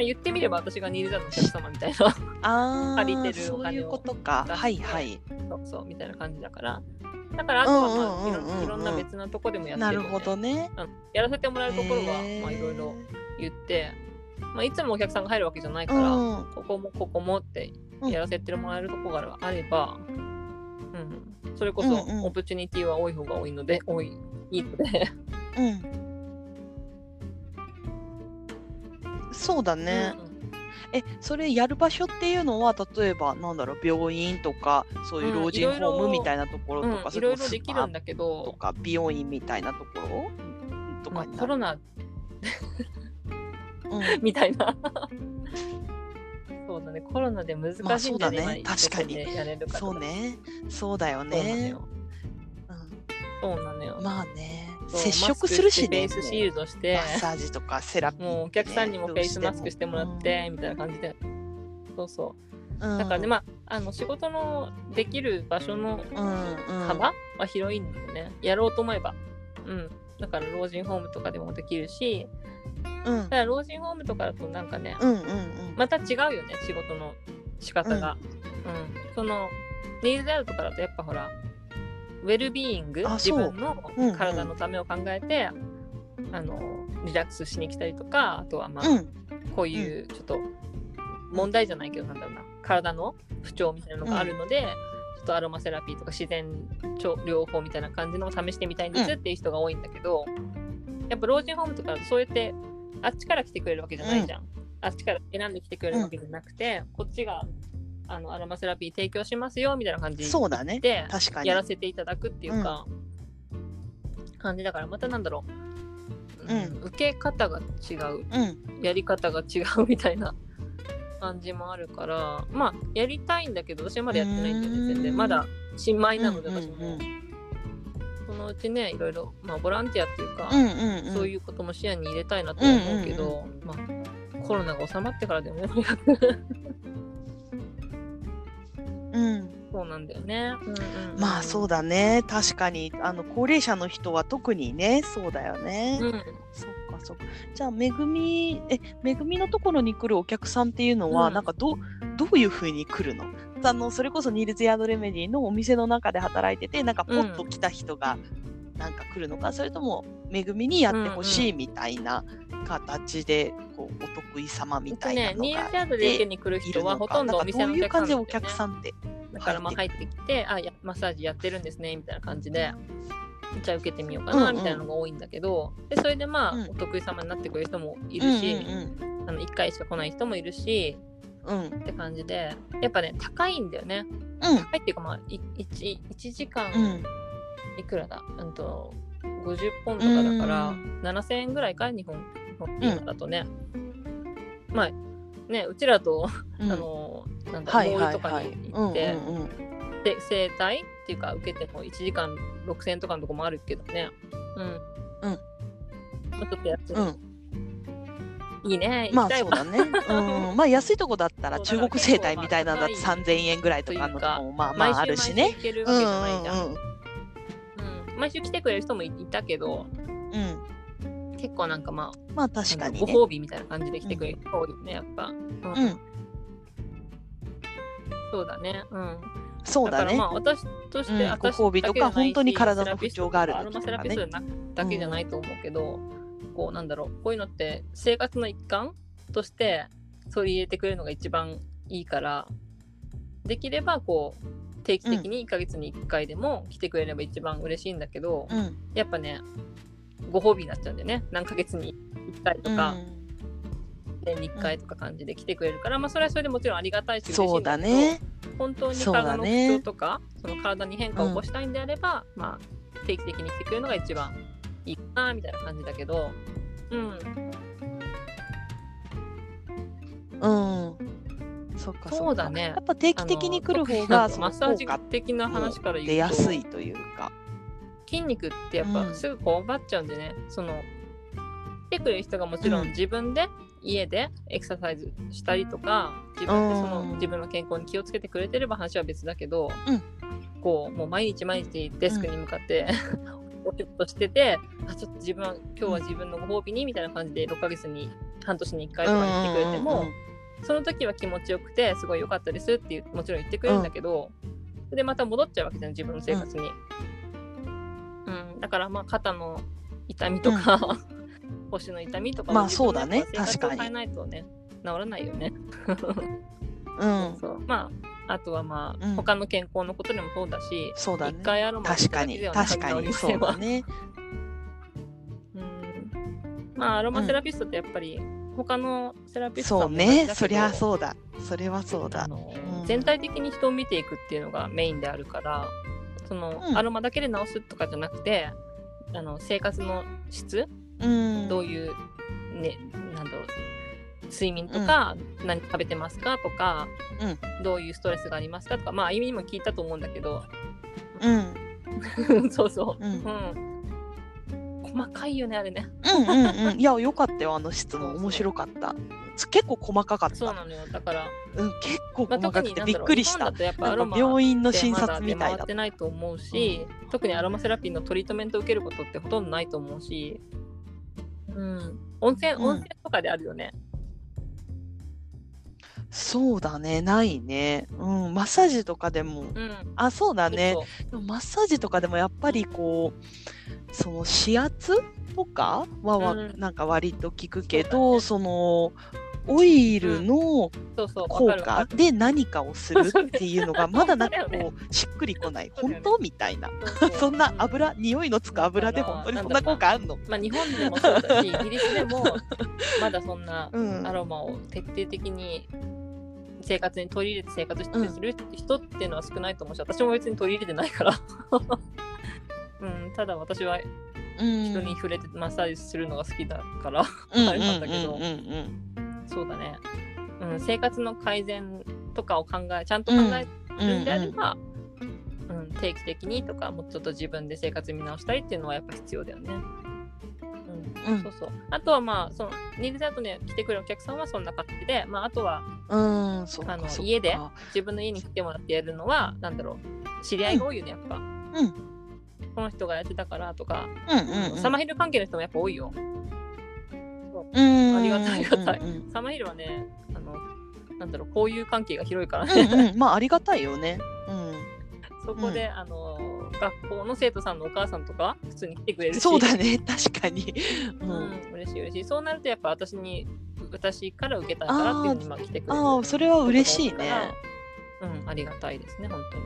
[SPEAKER 2] あ、言ってみれば私がニールズヤードのお客様みたいな。
[SPEAKER 1] あ
[SPEAKER 2] 借りて
[SPEAKER 1] あ
[SPEAKER 2] るお金を
[SPEAKER 1] そういうことか。はいはい。
[SPEAKER 2] そうそうみたいな感じだからだからあとは、ま
[SPEAKER 1] う
[SPEAKER 2] あ
[SPEAKER 1] ん
[SPEAKER 2] い
[SPEAKER 1] うんうんうんう
[SPEAKER 2] ろ
[SPEAKER 1] ん
[SPEAKER 2] いろんな別なとこでもやって
[SPEAKER 1] な
[SPEAKER 2] る
[SPEAKER 1] る
[SPEAKER 2] よ、ね、
[SPEAKER 1] ほどね。
[SPEAKER 2] あのやらせてもらえるところは
[SPEAKER 1] へー
[SPEAKER 2] まあいろいろ言って、まあ、いつもお客さんが入るわけじゃないか
[SPEAKER 1] う
[SPEAKER 2] ら、
[SPEAKER 1] ん。
[SPEAKER 2] ここもここもってやらせてもらえるところがあれば、うんそれこそ
[SPEAKER 1] うんうん
[SPEAKER 2] オプチュニティは多い方が多いので多いいいので、
[SPEAKER 1] うん。そうだね。
[SPEAKER 2] うん
[SPEAKER 1] え、それやる場所っていうのは、例えば、なんだろう、病院とか、そういう老人
[SPEAKER 2] うんいろいろ
[SPEAKER 1] ホームみたいなところ
[SPEAKER 2] う
[SPEAKER 1] と
[SPEAKER 2] ん
[SPEAKER 1] か、そ
[SPEAKER 2] い
[SPEAKER 1] れこ
[SPEAKER 2] ろい
[SPEAKER 1] そ
[SPEAKER 2] ろ
[SPEAKER 1] ス
[SPEAKER 2] で
[SPEAKER 1] パ
[SPEAKER 2] きるんだけ
[SPEAKER 1] と
[SPEAKER 2] ど、
[SPEAKER 1] か、美容院みたいなところとか
[SPEAKER 2] まあ
[SPEAKER 1] にな
[SPEAKER 2] コ
[SPEAKER 1] る。
[SPEAKER 2] ロナ
[SPEAKER 1] うん
[SPEAKER 2] みたいな。 そうだね、コロナで難
[SPEAKER 1] まあ
[SPEAKER 2] しい
[SPEAKER 1] そ
[SPEAKER 2] ん
[SPEAKER 1] う
[SPEAKER 2] だ
[SPEAKER 1] だ
[SPEAKER 2] ね、
[SPEAKER 1] ね
[SPEAKER 2] 今
[SPEAKER 1] 確かに
[SPEAKER 2] どこでやれるかと
[SPEAKER 1] そ
[SPEAKER 2] か
[SPEAKER 1] うね。そうだよ
[SPEAKER 2] そうなの
[SPEAKER 1] ね。
[SPEAKER 2] よ。
[SPEAKER 1] うん
[SPEAKER 2] そうなのよ。
[SPEAKER 1] まあね。
[SPEAKER 2] そう
[SPEAKER 1] 接触するしね。
[SPEAKER 2] マスクしてフェイスシールドして
[SPEAKER 1] マ、ッサージとかセラピーってね、
[SPEAKER 2] もうお客さんにもフェイスマスクしてもらっ
[SPEAKER 1] どう
[SPEAKER 2] てみたいな感じで。そうそう。
[SPEAKER 1] しても、うん
[SPEAKER 2] だからね、まあ、あの仕事のできる場所の
[SPEAKER 1] うんうん、
[SPEAKER 2] 幅は広いんだよね。やろうと思えば。うん。だから老人ホームとかでもできるし、
[SPEAKER 1] うん、
[SPEAKER 2] ただ老人ホームとかだとなんかね、
[SPEAKER 1] うんうんうん、
[SPEAKER 2] また違うよね、仕事の仕方が。うん。その、ニーズであるとかだとやっぱほら、ウェルビーイング、
[SPEAKER 1] あ
[SPEAKER 2] 自
[SPEAKER 1] そう
[SPEAKER 2] 分の
[SPEAKER 1] うんうん
[SPEAKER 2] 体のためを考えて、あの、リラックスしに来たりとか、あとはまあ、
[SPEAKER 1] うん、
[SPEAKER 2] こういうちょっと問題じゃないけどなんだろうな体の不調みたいなのがあるので、ちょっとアロマセラピーとか自然調療法みたいな感じのを試してみたいんですっていう人が多いんだけど、やっぱ老人ホームとかだとそうやってあっちから来てくれるわけじゃないじゃん、あっちから選んできてくれるわけじゃなくて、こっちがあのアロマセラピー提供しますよみたいな感じ
[SPEAKER 1] そうだね。
[SPEAKER 2] で
[SPEAKER 1] 確かに
[SPEAKER 2] や。らせていただくっていうか、感じだからまたなんだろう、
[SPEAKER 1] うん
[SPEAKER 2] 受け方が違う
[SPEAKER 1] うん。
[SPEAKER 2] やり方が違うみたいな感じもあるからまあやりたいんだけど私はまだやってないんだよ
[SPEAKER 1] うーん
[SPEAKER 2] ね全然まだ新米なので
[SPEAKER 1] うんうん
[SPEAKER 2] 私も、
[SPEAKER 1] うん
[SPEAKER 2] そのうちねいろいろ、まあ、ボランティアっていうか、
[SPEAKER 1] うんうんうん。
[SPEAKER 2] そういうことも視野に入れたいなとは思うけど、まあ、コロナが収まってからでもね とにかく
[SPEAKER 1] うん。
[SPEAKER 2] そうなんだよね、うんうん
[SPEAKER 1] まあそうだね。確かに、あの、高齢者の人は特にね、そうだよね。
[SPEAKER 2] うん
[SPEAKER 1] そっかそっか。じゃあ、めぐみ、え、めぐみのところに来るお客さんっていうのは、
[SPEAKER 2] うん
[SPEAKER 1] なんかどう、どういうふうに来るのあの、それこそニールズ・ヤード・レメディのお店の中で働いてて、なんかポッと来た人が、なんか来るのか、それとも、めぐみにやってほしいみたいな形で、こう、お得意様みたいな
[SPEAKER 2] ね、
[SPEAKER 1] の
[SPEAKER 2] ニー
[SPEAKER 1] が
[SPEAKER 2] ズヤードで受けに来る
[SPEAKER 1] い
[SPEAKER 2] 人
[SPEAKER 1] る
[SPEAKER 2] は
[SPEAKER 1] の
[SPEAKER 2] ほ
[SPEAKER 1] か。
[SPEAKER 2] とん
[SPEAKER 1] な
[SPEAKER 2] ど
[SPEAKER 1] ん
[SPEAKER 2] お
[SPEAKER 1] か
[SPEAKER 2] 店
[SPEAKER 1] どう
[SPEAKER 2] の
[SPEAKER 1] いう感じでお
[SPEAKER 2] お客
[SPEAKER 1] 客
[SPEAKER 2] さ
[SPEAKER 1] さん
[SPEAKER 2] ん
[SPEAKER 1] って。
[SPEAKER 2] だからまあ入ってきて、あやマッサージやってるんですねみたいな感じで、じゃあ受けてみようか
[SPEAKER 1] うんう
[SPEAKER 2] なんみたいなのが多いんだけど、でそれでまあ、
[SPEAKER 1] うん
[SPEAKER 2] お得意様になってくれる人もいるし、
[SPEAKER 1] うんうん
[SPEAKER 2] あの1回しか来ない人もいるし
[SPEAKER 1] うん。うん
[SPEAKER 2] って感じで、やっぱね、高いんだよね。
[SPEAKER 1] うん
[SPEAKER 2] 高いっていうかまあ、い一一時間
[SPEAKER 1] うん
[SPEAKER 2] いくらだ、うんと50本とかだから、
[SPEAKER 1] う
[SPEAKER 2] 7000円ぐらいか、日本の今だとね。まあね、うちらと、
[SPEAKER 1] うん
[SPEAKER 2] あのなんだ、
[SPEAKER 1] はい
[SPEAKER 2] モ
[SPEAKER 1] は
[SPEAKER 2] ール
[SPEAKER 1] い
[SPEAKER 2] とか
[SPEAKER 1] はい
[SPEAKER 2] に
[SPEAKER 1] う
[SPEAKER 2] 行
[SPEAKER 1] ん
[SPEAKER 2] って、
[SPEAKER 1] うんうん
[SPEAKER 2] で整体っていうか受けても1時間6000円とかのとこもあるけどねうん
[SPEAKER 1] うん
[SPEAKER 2] もうちょっとやって
[SPEAKER 1] う
[SPEAKER 2] も
[SPEAKER 1] ん
[SPEAKER 2] いいね、
[SPEAKER 1] ま
[SPEAKER 2] 行き
[SPEAKER 1] あ
[SPEAKER 2] たい
[SPEAKER 1] そう
[SPEAKER 2] わ
[SPEAKER 1] だね。うん、まあ安いとこだったら
[SPEAKER 2] そう
[SPEAKER 1] 中
[SPEAKER 2] だから
[SPEAKER 1] 国生態みたいなのだって
[SPEAKER 2] 結構まあ
[SPEAKER 1] 3000円ぐらいとかのとこもまあま
[SPEAKER 2] 毎
[SPEAKER 1] あある
[SPEAKER 2] 週
[SPEAKER 1] し
[SPEAKER 2] 毎
[SPEAKER 1] ね。
[SPEAKER 2] 週行ける
[SPEAKER 1] う
[SPEAKER 2] わ
[SPEAKER 1] んう
[SPEAKER 2] け
[SPEAKER 1] ん
[SPEAKER 2] じゃないじゃん、
[SPEAKER 1] うん
[SPEAKER 2] うん毎週来てくれる人もいたけど
[SPEAKER 1] うん。
[SPEAKER 2] 結構なんかまあ
[SPEAKER 1] まあ確か
[SPEAKER 2] なん
[SPEAKER 1] に
[SPEAKER 2] だろう
[SPEAKER 1] ね。
[SPEAKER 2] ご褒美みたいな感じで来てくれる人が多いよね、やっぱ、う
[SPEAKER 1] う
[SPEAKER 2] ん
[SPEAKER 1] ん、
[SPEAKER 2] そうだねうん
[SPEAKER 1] そうだ
[SPEAKER 2] から
[SPEAKER 1] ね
[SPEAKER 2] ま。あ私として、
[SPEAKER 1] うん
[SPEAKER 2] 私
[SPEAKER 1] ご褒美とか本当に体の不調がある
[SPEAKER 2] アロマセラピストなだけじゃないと思うけど、こうなんだろうこういうのって生活の一環として取り入れてくれるのが一番いいからできればこう定期的に1ヶ月に1回でも来てくれれば一番嬉しいんだけど、
[SPEAKER 1] うん。
[SPEAKER 2] やっぱねご褒美になっちゃうんだよね何ヶ月に1回とか、年に1回とか感じで来てくれるから、まあそれはそれでもちろんありがたいし
[SPEAKER 1] うん
[SPEAKER 2] 嬉しいんだけど
[SPEAKER 1] そうだね。
[SPEAKER 2] 本当に
[SPEAKER 1] そうだ
[SPEAKER 2] 体の不
[SPEAKER 1] ね
[SPEAKER 2] 調とかそ、の体に変化を起こしたいんであれば、まあ、定期的に来てくれるのが一番いいかなみたいな感じだけど、うん、
[SPEAKER 1] うん。そっかそっか。
[SPEAKER 2] そうだね
[SPEAKER 1] やっぱ定期的に来る方
[SPEAKER 2] あ
[SPEAKER 1] が
[SPEAKER 2] の
[SPEAKER 1] そ
[SPEAKER 2] マ
[SPEAKER 1] の
[SPEAKER 2] ッサー
[SPEAKER 1] 効
[SPEAKER 2] ジ
[SPEAKER 1] 果
[SPEAKER 2] 的な話から
[SPEAKER 1] 出
[SPEAKER 2] 言
[SPEAKER 1] や
[SPEAKER 2] うと
[SPEAKER 1] すいというか。
[SPEAKER 2] 筋肉ってやっ
[SPEAKER 1] う
[SPEAKER 2] ぱ
[SPEAKER 1] ん
[SPEAKER 2] すぐこうばっちゃうんでね、その来てくれる人がもちろ
[SPEAKER 1] うん
[SPEAKER 2] ん自分で家でエクササイズしたりとか自分でその
[SPEAKER 1] うん
[SPEAKER 2] 自分の健康に気をつけてくれてれば話は別だけど、
[SPEAKER 1] うん
[SPEAKER 2] こうもう毎日毎日デスクに向かって、おちょっとしててあちょっと自分は今日は自分のご褒美にみたいな感じで6ヶ月に半年に1回とかに来てくれても、
[SPEAKER 1] うんうん
[SPEAKER 2] その時は気持ちよくてすごい良かったですっていうもちろん言ってくれるんだけど、でまた戻っちゃうわけじゃん自分の生活に、うんだからまあ肩の痛みとか、 腰の痛みとかも
[SPEAKER 1] まあそうだね
[SPEAKER 2] 自分のやっぱ生活を
[SPEAKER 1] 確かに
[SPEAKER 2] 変えないとね治らないよね、
[SPEAKER 1] うんうん。
[SPEAKER 2] そうまああとはまあ、
[SPEAKER 1] うん
[SPEAKER 2] 他の健康のことにもそうだし
[SPEAKER 1] そうだ
[SPEAKER 2] 一
[SPEAKER 1] ね。
[SPEAKER 2] 回アロマ
[SPEAKER 1] 確かに確かにそうだ
[SPEAKER 2] は
[SPEAKER 1] ね。
[SPEAKER 2] うんまあアロマセラピストってやっぱり、他のセラピスト
[SPEAKER 1] そ
[SPEAKER 2] さ
[SPEAKER 1] うん
[SPEAKER 2] も同じだけ
[SPEAKER 1] ね。
[SPEAKER 2] ど
[SPEAKER 1] そりゃそうだ。それはそうだ
[SPEAKER 2] あ。の
[SPEAKER 1] うん
[SPEAKER 2] 全体的に人を見ていくっていうのがメインであるからその、
[SPEAKER 1] うん
[SPEAKER 2] アロマだけで治すとかじゃなくてあの生活の質
[SPEAKER 1] うん。
[SPEAKER 2] どういう、ね、なんだろう睡眠とか、何食べてますかとか、どういうストレスがありますかとかまあ意味にも聞いたと思うんだけど
[SPEAKER 1] うん。
[SPEAKER 2] そうそう
[SPEAKER 1] うん
[SPEAKER 2] う。ん細かいよねあれね
[SPEAKER 1] うんうんうん。いや、よかったよ、あの質
[SPEAKER 2] そう
[SPEAKER 1] 問。
[SPEAKER 2] そう
[SPEAKER 1] 面白かった。つ結構細かかった。
[SPEAKER 2] そう
[SPEAKER 1] う
[SPEAKER 2] なのよだから、
[SPEAKER 1] ん、結構
[SPEAKER 2] ま
[SPEAKER 1] 細
[SPEAKER 2] あ、特
[SPEAKER 1] かく
[SPEAKER 2] に
[SPEAKER 1] て
[SPEAKER 2] なん
[SPEAKER 1] び
[SPEAKER 2] だ
[SPEAKER 1] っ
[SPEAKER 2] ろう
[SPEAKER 1] くりし
[SPEAKER 2] 日本
[SPEAKER 1] た。
[SPEAKER 2] だとやっぱ
[SPEAKER 1] な
[SPEAKER 2] ア
[SPEAKER 1] ん
[SPEAKER 2] ロ
[SPEAKER 1] か
[SPEAKER 2] マ
[SPEAKER 1] 病院の
[SPEAKER 2] って
[SPEAKER 1] 診
[SPEAKER 2] まだ
[SPEAKER 1] 察みたい
[SPEAKER 2] 出回
[SPEAKER 1] だ
[SPEAKER 2] ってないと思うし、特にアロマセラピーのトリートメント受けることってほとんどないと思うし、うん、温泉
[SPEAKER 1] ん
[SPEAKER 2] 温泉とかであるよね、
[SPEAKER 1] そうだね、ないね。うん、マッサージとかでも。
[SPEAKER 2] うん
[SPEAKER 1] あ、そうだね
[SPEAKER 2] そ。う
[SPEAKER 1] でもマッサージとかでもやっぱりこう、その指圧とかは、わ
[SPEAKER 2] うん
[SPEAKER 1] なんか割と効くけ
[SPEAKER 2] そうだ
[SPEAKER 1] ど、その、オイルの
[SPEAKER 2] そうそう、
[SPEAKER 1] 効
[SPEAKER 2] わか
[SPEAKER 1] 果
[SPEAKER 2] る。
[SPEAKER 1] で何かをするっていうのがま だなんか
[SPEAKER 2] そうだ
[SPEAKER 1] こうしっくりこない
[SPEAKER 2] そうだよ
[SPEAKER 1] 本
[SPEAKER 2] ね
[SPEAKER 1] 当みたいな
[SPEAKER 2] そうそう
[SPEAKER 1] そんな油匂いのつく油で本当にそんな効果あんの
[SPEAKER 2] まあ、日本でもそ うだし、イギリスでもまだそんな
[SPEAKER 1] うん
[SPEAKER 2] アロマを徹底的に生活に取り入れて生活してする人っていうのは少ないと思うし、私も別に取り入れてな いから。うん、ただ私は人に触れてマッサージするのが好きだから、
[SPEAKER 1] うん
[SPEAKER 2] あれなんだけど
[SPEAKER 1] うんうんうん
[SPEAKER 2] そうだね、うん、生活の改善とかを考えちゃんと考え
[SPEAKER 1] うん
[SPEAKER 2] るんであ
[SPEAKER 1] うんう
[SPEAKER 2] れ
[SPEAKER 1] ん
[SPEAKER 2] ば、うん定期的にとかもうちょっと自分で生活見直したりっていうのはやっぱ必要だよね。うん
[SPEAKER 1] うん
[SPEAKER 2] そうそうあとはまあそのニーズアートに来てくるお客さんはそんな感じで、まあ、あとは
[SPEAKER 1] うんそうか
[SPEAKER 2] あの
[SPEAKER 1] そうか
[SPEAKER 2] 家で自分の家に来てもらってやるのはなんだろう知り合いが多いよねやっぱ、
[SPEAKER 1] うん
[SPEAKER 2] この人がやってたからとか、
[SPEAKER 1] うんうんうん
[SPEAKER 2] サマヒル関係の人もやっぱ多いよ
[SPEAKER 1] うん
[SPEAKER 2] ありがたいありがたい
[SPEAKER 1] うんうん
[SPEAKER 2] サマヒルはねあのなんだろう交友関係が広いからね、
[SPEAKER 1] うんうんまあありがたいよねう
[SPEAKER 2] そこで、あの学校の生徒さんのお母さんとか普通に来てくれる
[SPEAKER 1] ん
[SPEAKER 2] し
[SPEAKER 1] そうだね 確かにう
[SPEAKER 2] うん
[SPEAKER 1] ん
[SPEAKER 2] 嬉しい嬉しいそうなるとやっぱ私に私から受けたいからっていうのにまあ来てくれる
[SPEAKER 1] ああそれは嬉しいね
[SPEAKER 2] うんありがたいですね本当に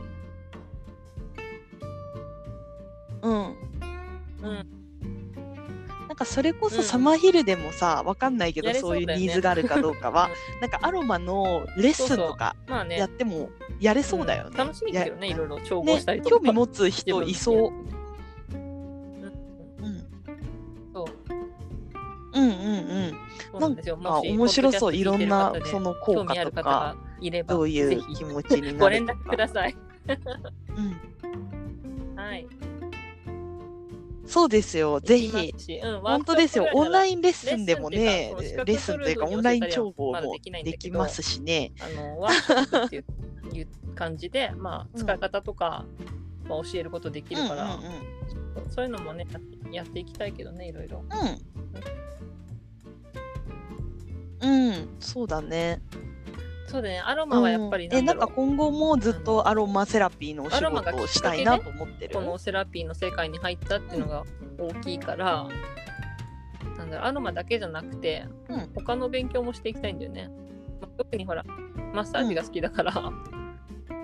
[SPEAKER 1] うん
[SPEAKER 2] うん
[SPEAKER 1] なんかそれこ
[SPEAKER 2] う
[SPEAKER 1] そ
[SPEAKER 2] ん
[SPEAKER 1] サマーヒルでもさ、わかんないけど
[SPEAKER 2] やれそう
[SPEAKER 1] そう
[SPEAKER 2] だ
[SPEAKER 1] い
[SPEAKER 2] よね
[SPEAKER 1] うニーズがあるかどうかは、なんかアロマのレッスンとか
[SPEAKER 2] まあね
[SPEAKER 1] やってもやれそうだよね。
[SPEAKER 2] ん楽しみですよね
[SPEAKER 1] や
[SPEAKER 2] いろいろ調合
[SPEAKER 1] ね
[SPEAKER 2] したりとか
[SPEAKER 1] 興味持つ人いそう。うん、
[SPEAKER 2] そう
[SPEAKER 1] うんうん
[SPEAKER 2] そうなんですよ
[SPEAKER 1] うん。
[SPEAKER 2] も
[SPEAKER 1] あ
[SPEAKER 2] し
[SPEAKER 1] 面白そう
[SPEAKER 2] ポッ
[SPEAKER 1] い
[SPEAKER 2] ド
[SPEAKER 1] ろ
[SPEAKER 2] キ
[SPEAKER 1] ん
[SPEAKER 2] ャ
[SPEAKER 1] な
[SPEAKER 2] スト聞いてる方で
[SPEAKER 1] その効
[SPEAKER 2] 興味
[SPEAKER 1] 果
[SPEAKER 2] ある
[SPEAKER 1] と
[SPEAKER 2] 方
[SPEAKER 1] か
[SPEAKER 2] がいれば
[SPEAKER 1] どうい
[SPEAKER 2] ぜ
[SPEAKER 1] う
[SPEAKER 2] ひ
[SPEAKER 1] 気持ちに
[SPEAKER 2] ご
[SPEAKER 1] な
[SPEAKER 2] 連
[SPEAKER 1] ると
[SPEAKER 2] 絡くだ
[SPEAKER 1] か。
[SPEAKER 2] さい
[SPEAKER 1] うん、
[SPEAKER 2] はい
[SPEAKER 1] そうですよ。ぜ
[SPEAKER 2] いま
[SPEAKER 1] ひ。
[SPEAKER 2] すしうんワー
[SPEAKER 1] 本当
[SPEAKER 2] クショップ
[SPEAKER 1] ですよ
[SPEAKER 2] ぐ。ら
[SPEAKER 1] オ
[SPEAKER 2] いなら
[SPEAKER 1] ンラインレッスンでもね
[SPEAKER 2] レッスンっていう、か
[SPEAKER 1] レッスンというか
[SPEAKER 2] そう資格取る
[SPEAKER 1] オンライン調合
[SPEAKER 2] まだ
[SPEAKER 1] も
[SPEAKER 2] できないんだ
[SPEAKER 1] で
[SPEAKER 2] け
[SPEAKER 1] き
[SPEAKER 2] ど
[SPEAKER 1] ますしね。
[SPEAKER 2] あのワークショップっていういう感じで、まあ、
[SPEAKER 1] うん
[SPEAKER 2] 使い方とか、まあ、教えることできるから、
[SPEAKER 1] うんうんうん
[SPEAKER 2] そういうのもねやってやっていきたいけどねいろいろ。
[SPEAKER 1] うん、うん、そうだね。
[SPEAKER 2] そうだねアロマはやっぱり
[SPEAKER 1] うんえ
[SPEAKER 2] だ
[SPEAKER 1] なん
[SPEAKER 2] ろ
[SPEAKER 1] か
[SPEAKER 2] う
[SPEAKER 1] 今後もずっとアロマセラピーのお仕
[SPEAKER 2] アロマがきっ
[SPEAKER 1] 事
[SPEAKER 2] か
[SPEAKER 1] を
[SPEAKER 2] けで
[SPEAKER 1] したいなと思ってる。
[SPEAKER 2] このセラピーの世界に入ったっていうのが大きいから、なんだろうアロマだけじゃなくて、
[SPEAKER 1] うん
[SPEAKER 2] 他の勉強もしていきたいんだよね、まあ特にほらマッサージが好きだから、も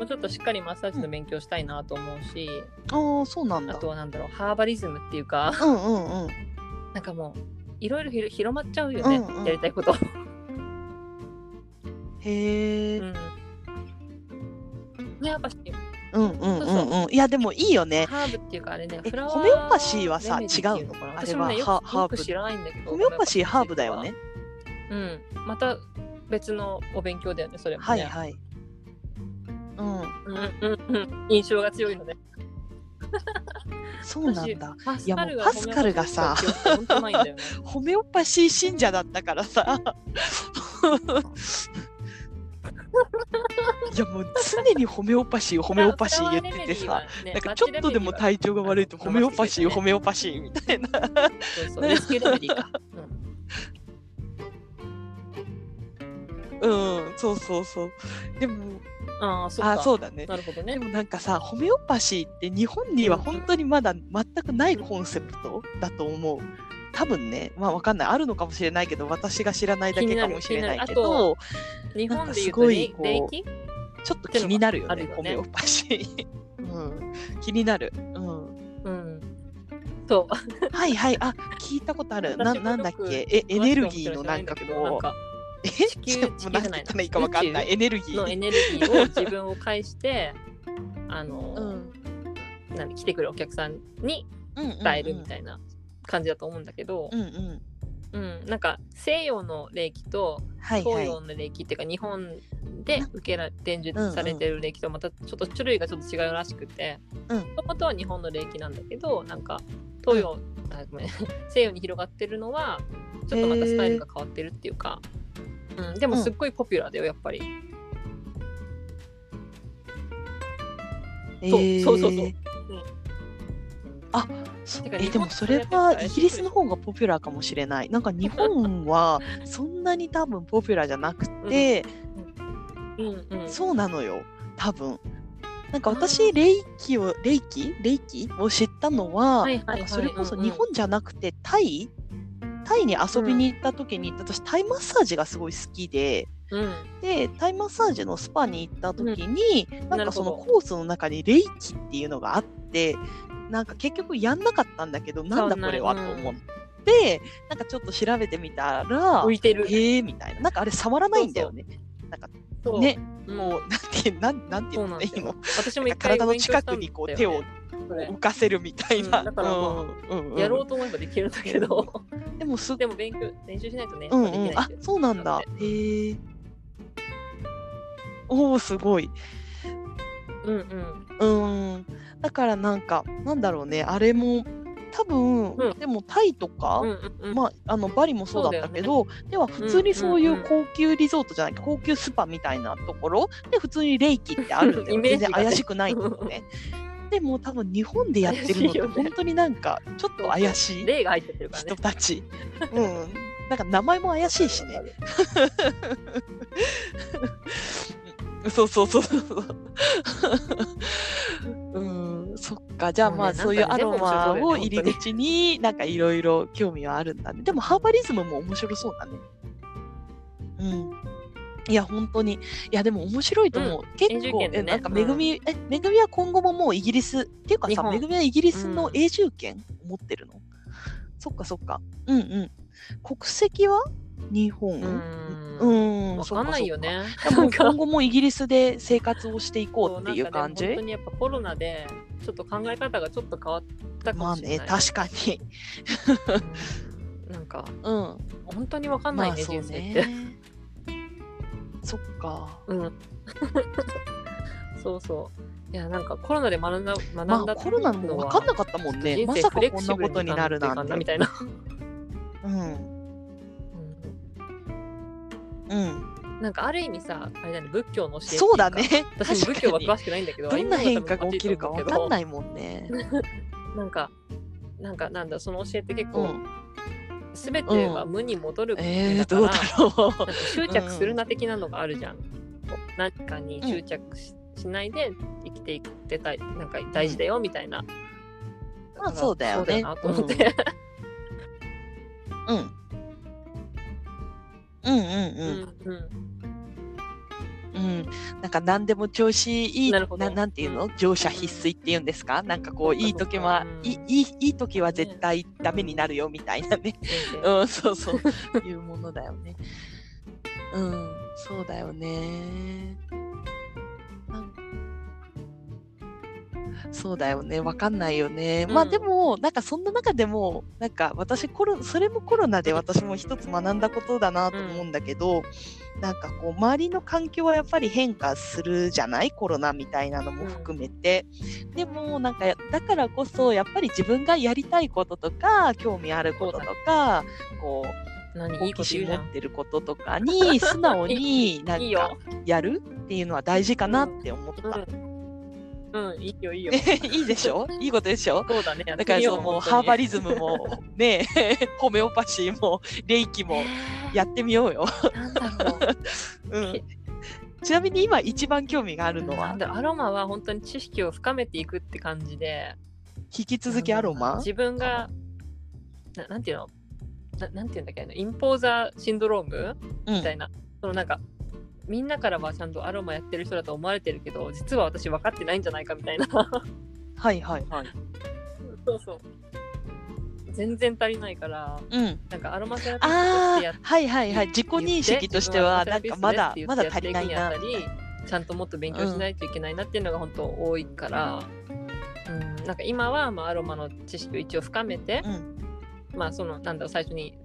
[SPEAKER 2] うちょっとしっかりマッサージの勉強したいなと思うし、
[SPEAKER 1] ああ、そうなん
[SPEAKER 2] あ
[SPEAKER 1] だ。
[SPEAKER 2] とはなんだろうハーバリズムっていうか
[SPEAKER 1] うんうんうん。
[SPEAKER 2] なんかもういろいろひろ広まっちゃうよね、
[SPEAKER 1] うんうん
[SPEAKER 2] やりたいこと。
[SPEAKER 1] へえ、
[SPEAKER 2] うんねやっぱし
[SPEAKER 1] うんうんう
[SPEAKER 2] そうん
[SPEAKER 1] うん。いやでもいいよね。
[SPEAKER 2] ハーブっていうかあれね
[SPEAKER 1] え
[SPEAKER 2] フラワー
[SPEAKER 1] ホメオパシーはさ
[SPEAKER 2] レメディってい
[SPEAKER 1] 違う
[SPEAKER 2] の
[SPEAKER 1] の
[SPEAKER 2] 私
[SPEAKER 1] あ
[SPEAKER 2] も
[SPEAKER 1] れ
[SPEAKER 2] ね
[SPEAKER 1] は
[SPEAKER 2] よ
[SPEAKER 1] ハ
[SPEAKER 2] く
[SPEAKER 1] ハ
[SPEAKER 2] よ
[SPEAKER 1] ーブ
[SPEAKER 2] く知らないんだけど
[SPEAKER 1] ホメオパシーハーブだよね。
[SPEAKER 2] うんまた別のお勉強だよねそれもね
[SPEAKER 1] はいはい。うん、
[SPEAKER 2] うんうんうん印象が強いので
[SPEAKER 1] そうなんだ。
[SPEAKER 2] パ
[SPEAKER 1] いやもうパスカルがさ
[SPEAKER 2] 本当ないんだ よね
[SPEAKER 1] ホメオパシー信者だったから さ。いやもう常にホメオパシーホメオパシー言っててさ。なんかちょっとでも体
[SPEAKER 2] 大
[SPEAKER 1] 調が悪いとホメオパシー、ホメオパシーみたいな。
[SPEAKER 2] そうそうレスキューレメディか、うん
[SPEAKER 1] うん、そうそうそう。でも、
[SPEAKER 2] ああそう か
[SPEAKER 1] あ、そうだね。
[SPEAKER 2] なるほど
[SPEAKER 1] で
[SPEAKER 2] ね
[SPEAKER 1] もなんかさ、ホメオパシーって日本には本当にまだ全くないコンセプトだと思う。多分ね、まあわかんない。あるのかもしれないけど、私が知らないだけかもしれないけ
[SPEAKER 2] 気になる気になる
[SPEAKER 1] ど、
[SPEAKER 2] 日本でいう
[SPEAKER 1] なん
[SPEAKER 2] と
[SPEAKER 1] かすご
[SPEAKER 2] れ
[SPEAKER 1] い
[SPEAKER 2] い
[SPEAKER 1] こう
[SPEAKER 2] 霊気
[SPEAKER 1] ちょっと気になるよ
[SPEAKER 2] って
[SPEAKER 1] ね、
[SPEAKER 2] のがあ
[SPEAKER 1] ホ
[SPEAKER 2] る
[SPEAKER 1] メ
[SPEAKER 2] よね
[SPEAKER 1] オパシー。うん、気になる。うん、
[SPEAKER 2] うんそう
[SPEAKER 1] はいはい、あ、聞いたことある。な
[SPEAKER 2] 私も
[SPEAKER 1] な
[SPEAKER 2] よく
[SPEAKER 1] んだっけえ、エネルギーのなんか
[SPEAKER 2] なん
[SPEAKER 1] こう、
[SPEAKER 2] か
[SPEAKER 1] え、
[SPEAKER 2] 球
[SPEAKER 1] ちょもうなんて言ったらいいかわかんない。
[SPEAKER 2] 地
[SPEAKER 1] エネルギ
[SPEAKER 2] のエ
[SPEAKER 1] ー。
[SPEAKER 2] ネルギーを自分を介してあの、
[SPEAKER 1] うん。
[SPEAKER 2] 何来てくるお客さんに伝えるみたいな感じだと思うんだけど、
[SPEAKER 1] うんうん。
[SPEAKER 2] うんなんか西洋の霊気と
[SPEAKER 1] はいは
[SPEAKER 2] 東
[SPEAKER 1] い。
[SPEAKER 2] 洋の霊気っていうか日本で受けら伝
[SPEAKER 1] うんう
[SPEAKER 2] 授
[SPEAKER 1] ん
[SPEAKER 2] されてる霊気とまたちょっと種類がちょっと違うらしくて
[SPEAKER 1] うん
[SPEAKER 2] もともとは日本の霊気なんだけどなんか東洋、あごめん西洋に広がってるのはちょっとまたスタイルが変わってるっていうか、うん、でもすっごいポピュラーだよやっぱり。
[SPEAKER 1] え
[SPEAKER 2] そうそうそうそう
[SPEAKER 1] あ、そう
[SPEAKER 2] てか
[SPEAKER 1] え
[SPEAKER 2] 日本
[SPEAKER 1] でもそ
[SPEAKER 2] そ
[SPEAKER 1] れ
[SPEAKER 2] れやっ
[SPEAKER 1] は
[SPEAKER 2] ぱ
[SPEAKER 1] イギリスの方がポピュラーかもしれない。なんか日本はそんなに多分ポピュラーじゃなくて、
[SPEAKER 2] うんうん、
[SPEAKER 1] そうなのよ。多分。なんか
[SPEAKER 2] あ
[SPEAKER 1] 私霊気を霊気霊気を知ったのは、
[SPEAKER 2] はいはいはい
[SPEAKER 1] なんかそれこそ
[SPEAKER 2] うんうん
[SPEAKER 1] 日本じゃなくてタイタイに遊びに行った時に、私タイマッサージがすごい好きで
[SPEAKER 2] うん。
[SPEAKER 1] でタイマッサージのスパに行った時に、なん
[SPEAKER 2] な
[SPEAKER 1] か
[SPEAKER 2] るほ
[SPEAKER 1] そ
[SPEAKER 2] ど
[SPEAKER 1] のコースの中にレイキっていうのがあってなんか結局やんなかったんだけどなんだこれは
[SPEAKER 2] そ
[SPEAKER 1] と
[SPEAKER 2] うなん
[SPEAKER 1] 思ってなんかちょっと調べてみたら
[SPEAKER 2] 浮いてる。
[SPEAKER 1] へえみたいななんかあれ触らないんだよね
[SPEAKER 2] そう
[SPEAKER 1] ね、
[SPEAKER 2] うん
[SPEAKER 1] もうなんてなんなんて
[SPEAKER 2] そ
[SPEAKER 1] 言う
[SPEAKER 2] う
[SPEAKER 1] の
[SPEAKER 2] なん
[SPEAKER 1] ね
[SPEAKER 2] です
[SPEAKER 1] 今
[SPEAKER 2] よ。私も一回
[SPEAKER 1] 体の近くにこう手を
[SPEAKER 2] 勉強したんだよね
[SPEAKER 1] 浮かせるみたいな、
[SPEAKER 2] うんだからまあ
[SPEAKER 1] うんうん
[SPEAKER 2] それやろうと思えばできるんだけ ど、
[SPEAKER 1] でもすっ
[SPEAKER 2] でも勉強練習しないとね、
[SPEAKER 1] うん
[SPEAKER 2] でき
[SPEAKER 1] うん、
[SPEAKER 2] ない
[SPEAKER 1] あ
[SPEAKER 2] んで。
[SPEAKER 1] そうなんだ
[SPEAKER 2] な
[SPEAKER 1] へえおおすごい
[SPEAKER 2] うんうん。
[SPEAKER 1] うんだからなんかなんだろうねあれも多分、
[SPEAKER 2] うん
[SPEAKER 1] でもタイとか、
[SPEAKER 2] うんうんうん。
[SPEAKER 1] まあ、あのバリもそうだったけど、では普通にそうい
[SPEAKER 2] んう
[SPEAKER 1] うんう高級リゾートじゃない、高級スパみたいなところで普通にレイキってあるんだ
[SPEAKER 2] イ
[SPEAKER 1] よ
[SPEAKER 2] メ
[SPEAKER 1] 全
[SPEAKER 2] ージが
[SPEAKER 1] 然
[SPEAKER 2] ね
[SPEAKER 1] 怪しくないんだよ ね。でも多分日本でやってるのって
[SPEAKER 2] 怪しいよね
[SPEAKER 1] 本当になんかちょっと怪しい
[SPEAKER 2] 例が入ってるからね
[SPEAKER 1] 人。たち。うん、なんか名前も怪しいしね。そうそうそうそうそう。 うん、そっか。じゃあ
[SPEAKER 2] もうね
[SPEAKER 1] まあ、そういう
[SPEAKER 2] なんか
[SPEAKER 1] ア
[SPEAKER 2] ね
[SPEAKER 1] ロマを入り
[SPEAKER 2] 面白
[SPEAKER 1] 口になんかいろいろ興味はあるんだね。でもハーバリズムも面白そうだね。うん。いや本当にいやでも面白いと思う、
[SPEAKER 2] 永
[SPEAKER 1] 結
[SPEAKER 2] 住
[SPEAKER 1] 構、
[SPEAKER 2] 権で
[SPEAKER 1] え
[SPEAKER 2] ね
[SPEAKER 1] なんかめぐみ、えめぐみは今後ももうイギリスっていうか
[SPEAKER 2] 日
[SPEAKER 1] さ
[SPEAKER 2] 本
[SPEAKER 1] めぐみはイギリスの
[SPEAKER 2] うん
[SPEAKER 1] 永住権持ってるの、そっかそっかうんうん国籍は日本
[SPEAKER 2] う。
[SPEAKER 1] うんん
[SPEAKER 2] わかん ないよね。
[SPEAKER 1] でも今後もイギリスで生活をしていこうっていう感
[SPEAKER 2] そうなんかね本
[SPEAKER 1] じ
[SPEAKER 2] 当にやっぱコロナでちょっと考え方がちょっと変わったか
[SPEAKER 1] ま
[SPEAKER 2] も
[SPEAKER 1] あ
[SPEAKER 2] しれ
[SPEAKER 1] ね
[SPEAKER 2] ない。
[SPEAKER 1] 確かに
[SPEAKER 2] かに。なんか
[SPEAKER 1] うん
[SPEAKER 2] 本当にわかんな
[SPEAKER 1] まあ
[SPEAKER 2] いね
[SPEAKER 1] そう
[SPEAKER 2] 人生って。
[SPEAKER 1] ねそっか
[SPEAKER 2] うん。 そうそう。いやなんかコロナで学んだ学んだ
[SPEAKER 1] まあコロナも分かんな
[SPEAKER 2] く
[SPEAKER 1] かったもん
[SPEAKER 2] て
[SPEAKER 1] ねまさかこんなことになるなんて
[SPEAKER 2] みたいな。
[SPEAKER 1] うんうん
[SPEAKER 2] なんかある意味さあれだね仏教の教えっていか
[SPEAKER 1] そうだね
[SPEAKER 2] 私
[SPEAKER 1] 確
[SPEAKER 2] 仏教
[SPEAKER 1] か
[SPEAKER 2] は
[SPEAKER 1] に
[SPEAKER 2] 詳しくないんだけど
[SPEAKER 1] どんな変化が起きるか
[SPEAKER 2] わ
[SPEAKER 1] 分かんないいもんね
[SPEAKER 2] なんかなんかなんだその教えって結
[SPEAKER 1] う
[SPEAKER 2] 構
[SPEAKER 1] ん
[SPEAKER 2] すべては無に戻る
[SPEAKER 1] えー
[SPEAKER 2] だか
[SPEAKER 1] どう
[SPEAKER 2] ら
[SPEAKER 1] だろう
[SPEAKER 2] なんか執着するな的なのがあるじゃん、何かに執着し,、ないで生きていってたいなんか大事だよみたいな、
[SPEAKER 1] まあそうだよね
[SPEAKER 2] そうだなと思って、
[SPEAKER 1] うんうんうん
[SPEAKER 2] う
[SPEAKER 1] うんん
[SPEAKER 2] うん
[SPEAKER 1] うん、なんか何でも調子いい
[SPEAKER 2] なる
[SPEAKER 1] な
[SPEAKER 2] ほど
[SPEAKER 1] ななんていうの乗車必須っていうんですかなんかこういい時
[SPEAKER 2] う
[SPEAKER 1] は
[SPEAKER 2] ん
[SPEAKER 1] いいいいいい時は絶対ダメになるよみたいなね、
[SPEAKER 2] 全然
[SPEAKER 1] うん、そうそう いうものだよねうんそうだよねなんそうだよねわかんないよね、まあ
[SPEAKER 2] うん
[SPEAKER 1] でもなんかそんな中でもなんか私コロそれもコロナで私も一つ学んだことだなと思うんだけど、なんかこう周りの環境はやっぱり変化するじゃないコロナみたいなのも含めて、でもなんかだからこそやっぱり自分がやりたいこととか興味あることとかこう
[SPEAKER 2] 何い
[SPEAKER 1] 好
[SPEAKER 2] いこ
[SPEAKER 1] 奇
[SPEAKER 2] と
[SPEAKER 1] 心
[SPEAKER 2] 言うじ
[SPEAKER 1] 持
[SPEAKER 2] ゃ
[SPEAKER 1] っ
[SPEAKER 2] ん
[SPEAKER 1] てることとかに素直になん
[SPEAKER 2] いい
[SPEAKER 1] か
[SPEAKER 2] よ、
[SPEAKER 1] やるっていうのは大事かなって思った。
[SPEAKER 2] うん、うん、いいよいいよ
[SPEAKER 1] いいでし ょいいことでしょ
[SPEAKER 2] そうだね
[SPEAKER 1] だからそのもうハーバリズムもね ホメオパシーも霊気もやってみようよ。
[SPEAKER 2] っなんだろう
[SPEAKER 1] うんちなみに今一番興味があるの
[SPEAKER 2] な
[SPEAKER 1] は
[SPEAKER 2] んだろうアロマは本当に知識を深めていくって感じで
[SPEAKER 1] 引き続きアロマ
[SPEAKER 2] 自分がななんていうのななんていうんだっけあのインポーザーシンドローム
[SPEAKER 1] うん
[SPEAKER 2] みたいな、そのなんかみんなからはちゃんとアロマやってる人だと思われてるけど実は私分かってないんじゃないかみた いな
[SPEAKER 1] はいはいはい。
[SPEAKER 2] そうそう全然足りないから
[SPEAKER 1] うん、
[SPEAKER 2] なんかアロマセラピストとし
[SPEAKER 1] あ
[SPEAKER 2] てや
[SPEAKER 1] あ
[SPEAKER 2] っ
[SPEAKER 1] はいはいはい自己認識としてはなんかまだまだ足りないな
[SPEAKER 2] たりちゃんともっと勉強しないといけないなっていうのが本当多いから、うんなんか今はまあアロマの知識を一応深めて、
[SPEAKER 1] うん
[SPEAKER 2] まあそのなんだろう最初に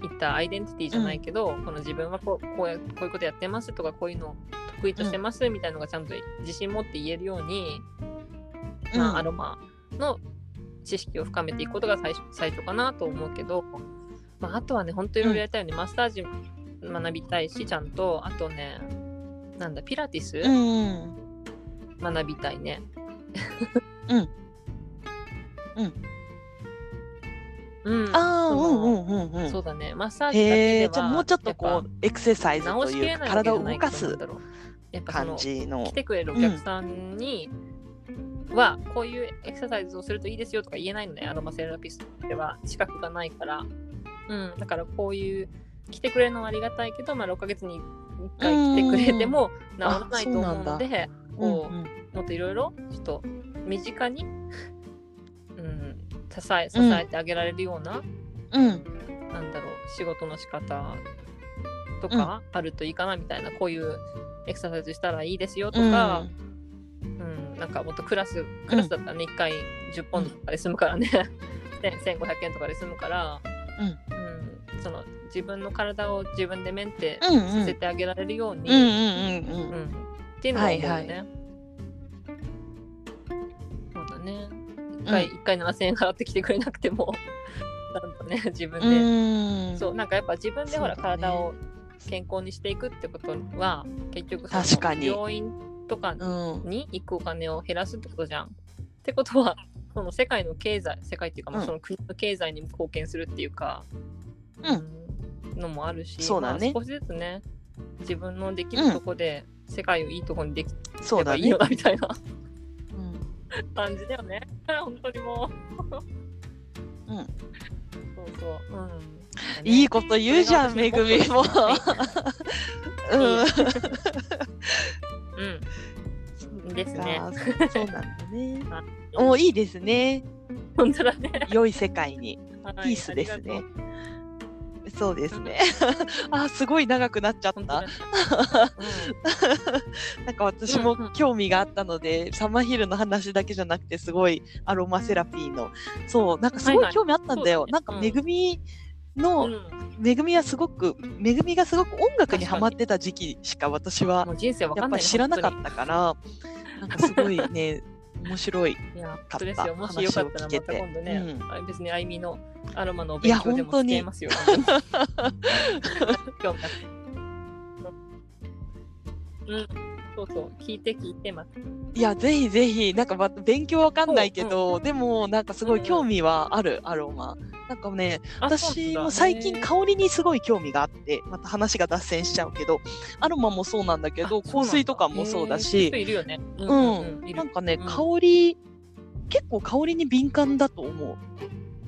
[SPEAKER 2] 言ったアイデンティティじゃないけど、この自分はこうこうやこういうことやってますとかこういうの得意としてますみたいなのがちゃんと自信持って言えるように、まあ、アロマの知識を深めていくことが最初最初かなと思うけど、まあ、あとはね本当にいろいろやりたいよね、マッサージ学びたいしちゃんとあとねなんだピラティス
[SPEAKER 1] うんうん
[SPEAKER 2] 学びたいね。
[SPEAKER 1] うんうん
[SPEAKER 2] うん
[SPEAKER 1] ああ
[SPEAKER 2] そう
[SPEAKER 1] んう
[SPEAKER 2] の
[SPEAKER 1] んうんうん
[SPEAKER 2] そうだねマッサージだけ
[SPEAKER 1] へ
[SPEAKER 2] で
[SPEAKER 1] え
[SPEAKER 2] は
[SPEAKER 1] じゃあもうちょっとこうエクササイ
[SPEAKER 2] やっ
[SPEAKER 1] ズ
[SPEAKER 2] ぱ直
[SPEAKER 1] と
[SPEAKER 2] しき
[SPEAKER 1] い
[SPEAKER 2] れ
[SPEAKER 1] うか
[SPEAKER 2] ないわけ
[SPEAKER 1] 体
[SPEAKER 2] じゃ
[SPEAKER 1] を
[SPEAKER 2] ない
[SPEAKER 1] 動
[SPEAKER 2] けど
[SPEAKER 1] か
[SPEAKER 2] なん
[SPEAKER 1] す
[SPEAKER 2] だろうやっぱそ
[SPEAKER 1] 感
[SPEAKER 2] の
[SPEAKER 1] じの
[SPEAKER 2] 来てくれるお客さんには、こういうエクササイズをするといいですよとか言えないのねアロマセラピストでは資格がないからうん、だからこういう来てくれるのはありがたいけど、まあ、6ヶ月に1回来てくれても治らないと思うのでこ
[SPEAKER 1] うん
[SPEAKER 2] うもっといろいろちょっと 身近に、うん、支え支えてあげられるような,、
[SPEAKER 1] うんうん
[SPEAKER 2] なんだろう仕事の仕方とかあるといいかなみたいな、こういうエクササイズしたらいいですよとか、うんなんかもっとクラスクラスだったらね、1回10本とかで済むからね1000 1500円とかで済むから、
[SPEAKER 1] う
[SPEAKER 2] うんその自分の体を自分でメンテ
[SPEAKER 1] うんうん
[SPEAKER 2] させてあげられるように、
[SPEAKER 1] うんうんうんうん
[SPEAKER 2] う
[SPEAKER 1] うん
[SPEAKER 2] んっていうのは思うよね、
[SPEAKER 1] はいは
[SPEAKER 2] そうだね1回,、一回7000円払ってきてくれなくても ちゃんとね自分で、
[SPEAKER 1] うん
[SPEAKER 2] そうなんかやっぱ自分でほら、
[SPEAKER 1] そうだね
[SPEAKER 2] 体を健康にしていくってことは結局その
[SPEAKER 1] 確かに
[SPEAKER 2] 病院とか
[SPEAKER 1] うん
[SPEAKER 2] に行くお金を減らすってことじゃん。ってことはその世界の経済世界っていうか、まあ、
[SPEAKER 1] うん
[SPEAKER 2] その国の経済にも貢献するっていうか、
[SPEAKER 1] うん
[SPEAKER 2] うんのもあるし
[SPEAKER 1] そうだね
[SPEAKER 2] まあ少しずつね自分のできるとこで世界をいいとこにでき
[SPEAKER 1] そう
[SPEAKER 2] れば
[SPEAKER 1] だ
[SPEAKER 2] いい
[SPEAKER 1] ね
[SPEAKER 2] よなみたいな
[SPEAKER 1] うん
[SPEAKER 2] 感じだよね。本当にも
[SPEAKER 1] う
[SPEAKER 2] う。
[SPEAKER 1] ん
[SPEAKER 2] そうそう。うん、
[SPEAKER 1] いいこと言うじゃんめぐ みも
[SPEAKER 2] いい
[SPEAKER 1] うん
[SPEAKER 2] うん。ですね。
[SPEAKER 1] あーそうなんだ ね。おいいですね。
[SPEAKER 2] 本当だね。
[SPEAKER 1] 良い世界に。
[SPEAKER 2] は
[SPEAKER 1] ピ
[SPEAKER 2] い
[SPEAKER 1] ースですね。
[SPEAKER 2] ありがとう
[SPEAKER 1] そうですね。 あーすごい長くなっちゃっ
[SPEAKER 2] 本当だ
[SPEAKER 1] た
[SPEAKER 2] ね。
[SPEAKER 1] なんか私
[SPEAKER 2] うんう
[SPEAKER 1] も
[SPEAKER 2] ん
[SPEAKER 1] 興味があったので、サマーヒルの話だけじゃなくてすごいアロマセラピーのそうなんかす
[SPEAKER 2] はい
[SPEAKER 1] ご
[SPEAKER 2] はいい
[SPEAKER 1] 興味あったんだよ。
[SPEAKER 2] そうだね
[SPEAKER 1] なんかめぐみの、
[SPEAKER 2] うん
[SPEAKER 1] めぐみはすごくめぐみがすごく音楽にハマってた時期しか私は
[SPEAKER 2] もう人生わ
[SPEAKER 1] や
[SPEAKER 2] か
[SPEAKER 1] っ
[SPEAKER 2] ん
[SPEAKER 1] ぱ
[SPEAKER 2] ない
[SPEAKER 1] り知らなか
[SPEAKER 2] た。
[SPEAKER 1] ったからなんかすごいね面白い。
[SPEAKER 2] いや、本当ですよ。もしよかったらまた今度ね、
[SPEAKER 1] 話を聞けて
[SPEAKER 2] あ別にあいみのアロマのお
[SPEAKER 1] い
[SPEAKER 2] 勉
[SPEAKER 1] や
[SPEAKER 2] 強
[SPEAKER 1] 本
[SPEAKER 2] でも
[SPEAKER 1] 当
[SPEAKER 2] して
[SPEAKER 1] に
[SPEAKER 2] いま すよ。興味あるうん、そうそう、聞いて聞いてます。
[SPEAKER 1] いやぜひぜひなんかま勉強わかんないけど、でもなんかすごい興味はある、アロマなんかね
[SPEAKER 2] あ
[SPEAKER 1] 私も最近、香りにすごい興味があってまた話が脱線しちゃうけどアロマもそうなんだけど香水とかもそうだし
[SPEAKER 2] そうなんだへーそういう人いるよね。う
[SPEAKER 1] うん
[SPEAKER 2] いる
[SPEAKER 1] なんかね、
[SPEAKER 2] うん
[SPEAKER 1] 香り結構香りに敏感だと思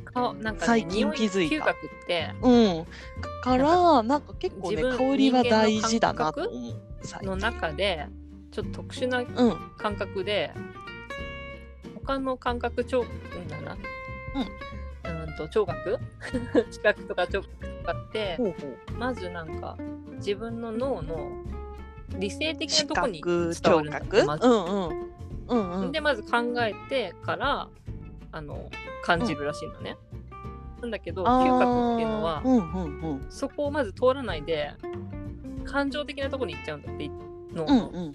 [SPEAKER 2] 顔なんかね
[SPEAKER 1] 最近気づいた
[SPEAKER 2] 匂嗅覚って
[SPEAKER 1] ううんかからなんか結構ね
[SPEAKER 2] 自
[SPEAKER 1] 香
[SPEAKER 2] 分
[SPEAKER 1] りは
[SPEAKER 2] 人間の
[SPEAKER 1] 大事だな
[SPEAKER 2] 感
[SPEAKER 1] と
[SPEAKER 2] 覚
[SPEAKER 1] 思う最
[SPEAKER 2] の
[SPEAKER 1] 近
[SPEAKER 2] 中でちょっと特殊な
[SPEAKER 1] うん
[SPEAKER 2] 感覚で他の感覚聴うんだなうんと聴覚 視覚とか聴覚とかって
[SPEAKER 1] ほうほう
[SPEAKER 2] まずなんか自分の脳の理性的
[SPEAKER 1] 視
[SPEAKER 2] なとこに
[SPEAKER 1] 覚
[SPEAKER 2] 伝わ
[SPEAKER 1] 聴
[SPEAKER 2] るんだっ
[SPEAKER 1] 覚う
[SPEAKER 2] て
[SPEAKER 1] ん
[SPEAKER 2] まず
[SPEAKER 1] うんうんうん
[SPEAKER 2] でまず考えてからあの感じるらしいのね。なんだけど嗅覚っていうのは
[SPEAKER 1] あーうんうんうん
[SPEAKER 2] そこをまず通らないで感情的なとこに行っちゃうんだって脳
[SPEAKER 1] うん
[SPEAKER 2] の、
[SPEAKER 1] うん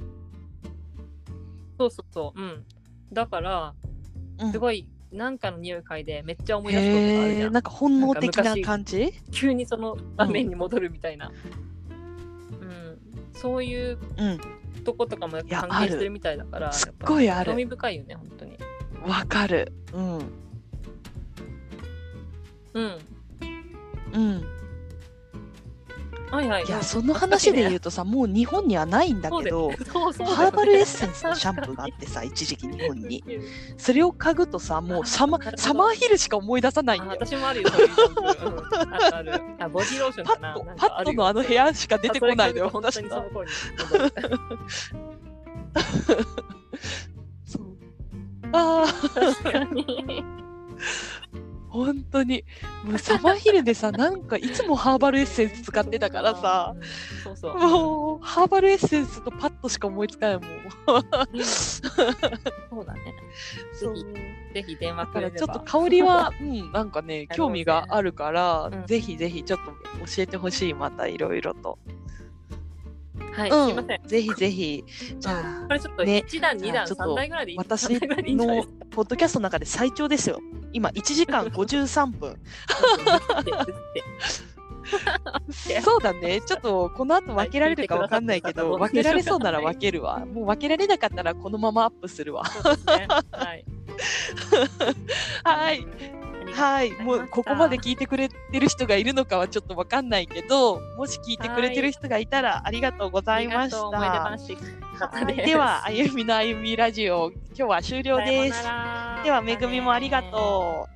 [SPEAKER 2] そうそうそううんだから
[SPEAKER 1] うん
[SPEAKER 2] すごいなんかの匂い嗅いでめっちゃ思い出すことがあるじ
[SPEAKER 1] へ
[SPEAKER 2] ゃ
[SPEAKER 1] ー
[SPEAKER 2] ん
[SPEAKER 1] なんか本能的な感じ
[SPEAKER 2] 急にその場面に戻るみたいな、うんそういう
[SPEAKER 1] うん
[SPEAKER 2] とことかも
[SPEAKER 1] や
[SPEAKER 2] 関係してるみたいだから
[SPEAKER 1] すっごいあ
[SPEAKER 2] 興
[SPEAKER 1] る
[SPEAKER 2] 味深いよね本当に
[SPEAKER 1] わかるうん
[SPEAKER 2] うん
[SPEAKER 1] うん
[SPEAKER 2] はいはい
[SPEAKER 1] いやその話で言
[SPEAKER 2] う
[SPEAKER 1] うとさもう日本にはないんだ
[SPEAKER 2] ん
[SPEAKER 1] けど
[SPEAKER 2] そうだよねそうそうだよね
[SPEAKER 1] ハーバルエッセンスのシャンプーがあってさ一時期日本にそれを嗅ぐとさもうサマ
[SPEAKER 2] なるほど
[SPEAKER 1] サマーヒルしか思い出さない
[SPEAKER 2] あ
[SPEAKER 1] んだよ
[SPEAKER 2] 私もあるよそういうシャンプーうんある あるあボディローション
[SPEAKER 1] パ
[SPEAKER 2] かな
[SPEAKER 1] ッと
[SPEAKER 2] なん
[SPEAKER 1] パ
[SPEAKER 2] か
[SPEAKER 1] ッ
[SPEAKER 2] る
[SPEAKER 1] と
[SPEAKER 2] よ
[SPEAKER 1] のあの部屋しか出てこないのよ
[SPEAKER 2] あそれ
[SPEAKER 1] 私
[SPEAKER 2] 嗅ぐと
[SPEAKER 1] は
[SPEAKER 2] 本当にその頃に戻る
[SPEAKER 1] そうああ
[SPEAKER 2] 確かに
[SPEAKER 1] 本当にもうサマーヒルでさなんかいつも ハーバルエッセンス使ってたからさ
[SPEAKER 2] うんそうそう
[SPEAKER 1] もうハーバルエッセンスとパッとしか思いつかないもん。
[SPEAKER 2] うんそうだね
[SPEAKER 1] そう
[SPEAKER 2] ぜひ電
[SPEAKER 1] だ
[SPEAKER 2] 話
[SPEAKER 1] か
[SPEAKER 2] く
[SPEAKER 1] ら
[SPEAKER 2] れ
[SPEAKER 1] ち
[SPEAKER 2] れ
[SPEAKER 1] ょっ
[SPEAKER 2] ば
[SPEAKER 1] と香り は、うん、なんかね
[SPEAKER 2] なる
[SPEAKER 1] 興
[SPEAKER 2] ほどね
[SPEAKER 1] 味があるから、
[SPEAKER 2] うん
[SPEAKER 1] ぜひぜひちょっと教えてほしいまたいろいろと。
[SPEAKER 2] はい、
[SPEAKER 1] うん
[SPEAKER 2] すいません。
[SPEAKER 1] ぜひぜひじゃあ
[SPEAKER 2] これちょっと
[SPEAKER 1] ね
[SPEAKER 2] 1段、
[SPEAKER 1] じゃあ
[SPEAKER 2] 2段、
[SPEAKER 1] ちょっと
[SPEAKER 2] 3段ぐらいでいい
[SPEAKER 1] 私
[SPEAKER 2] 三段ぐらいでいいんじゃない
[SPEAKER 1] のポッドキャストの中で最長ですよ。今1時間53分。
[SPEAKER 2] や
[SPEAKER 1] そうだね。ちょっとこの後分けられるか分かんないけど、
[SPEAKER 2] はい
[SPEAKER 1] 分けられそうなら分けるわ。 もう分けられなかったらこのままアップするわ。
[SPEAKER 2] そ うですねはい。
[SPEAKER 1] はい。はい、もうここまで聞いてくれてる人がいるのかはちょっとわかんないけど、もし聞いてくれてる人がいたらありがとうございました。は
[SPEAKER 2] 思い 出
[SPEAKER 1] い、では、あゆみのあゆみラジオ、今日は終了です。では、めぐみもありがとう。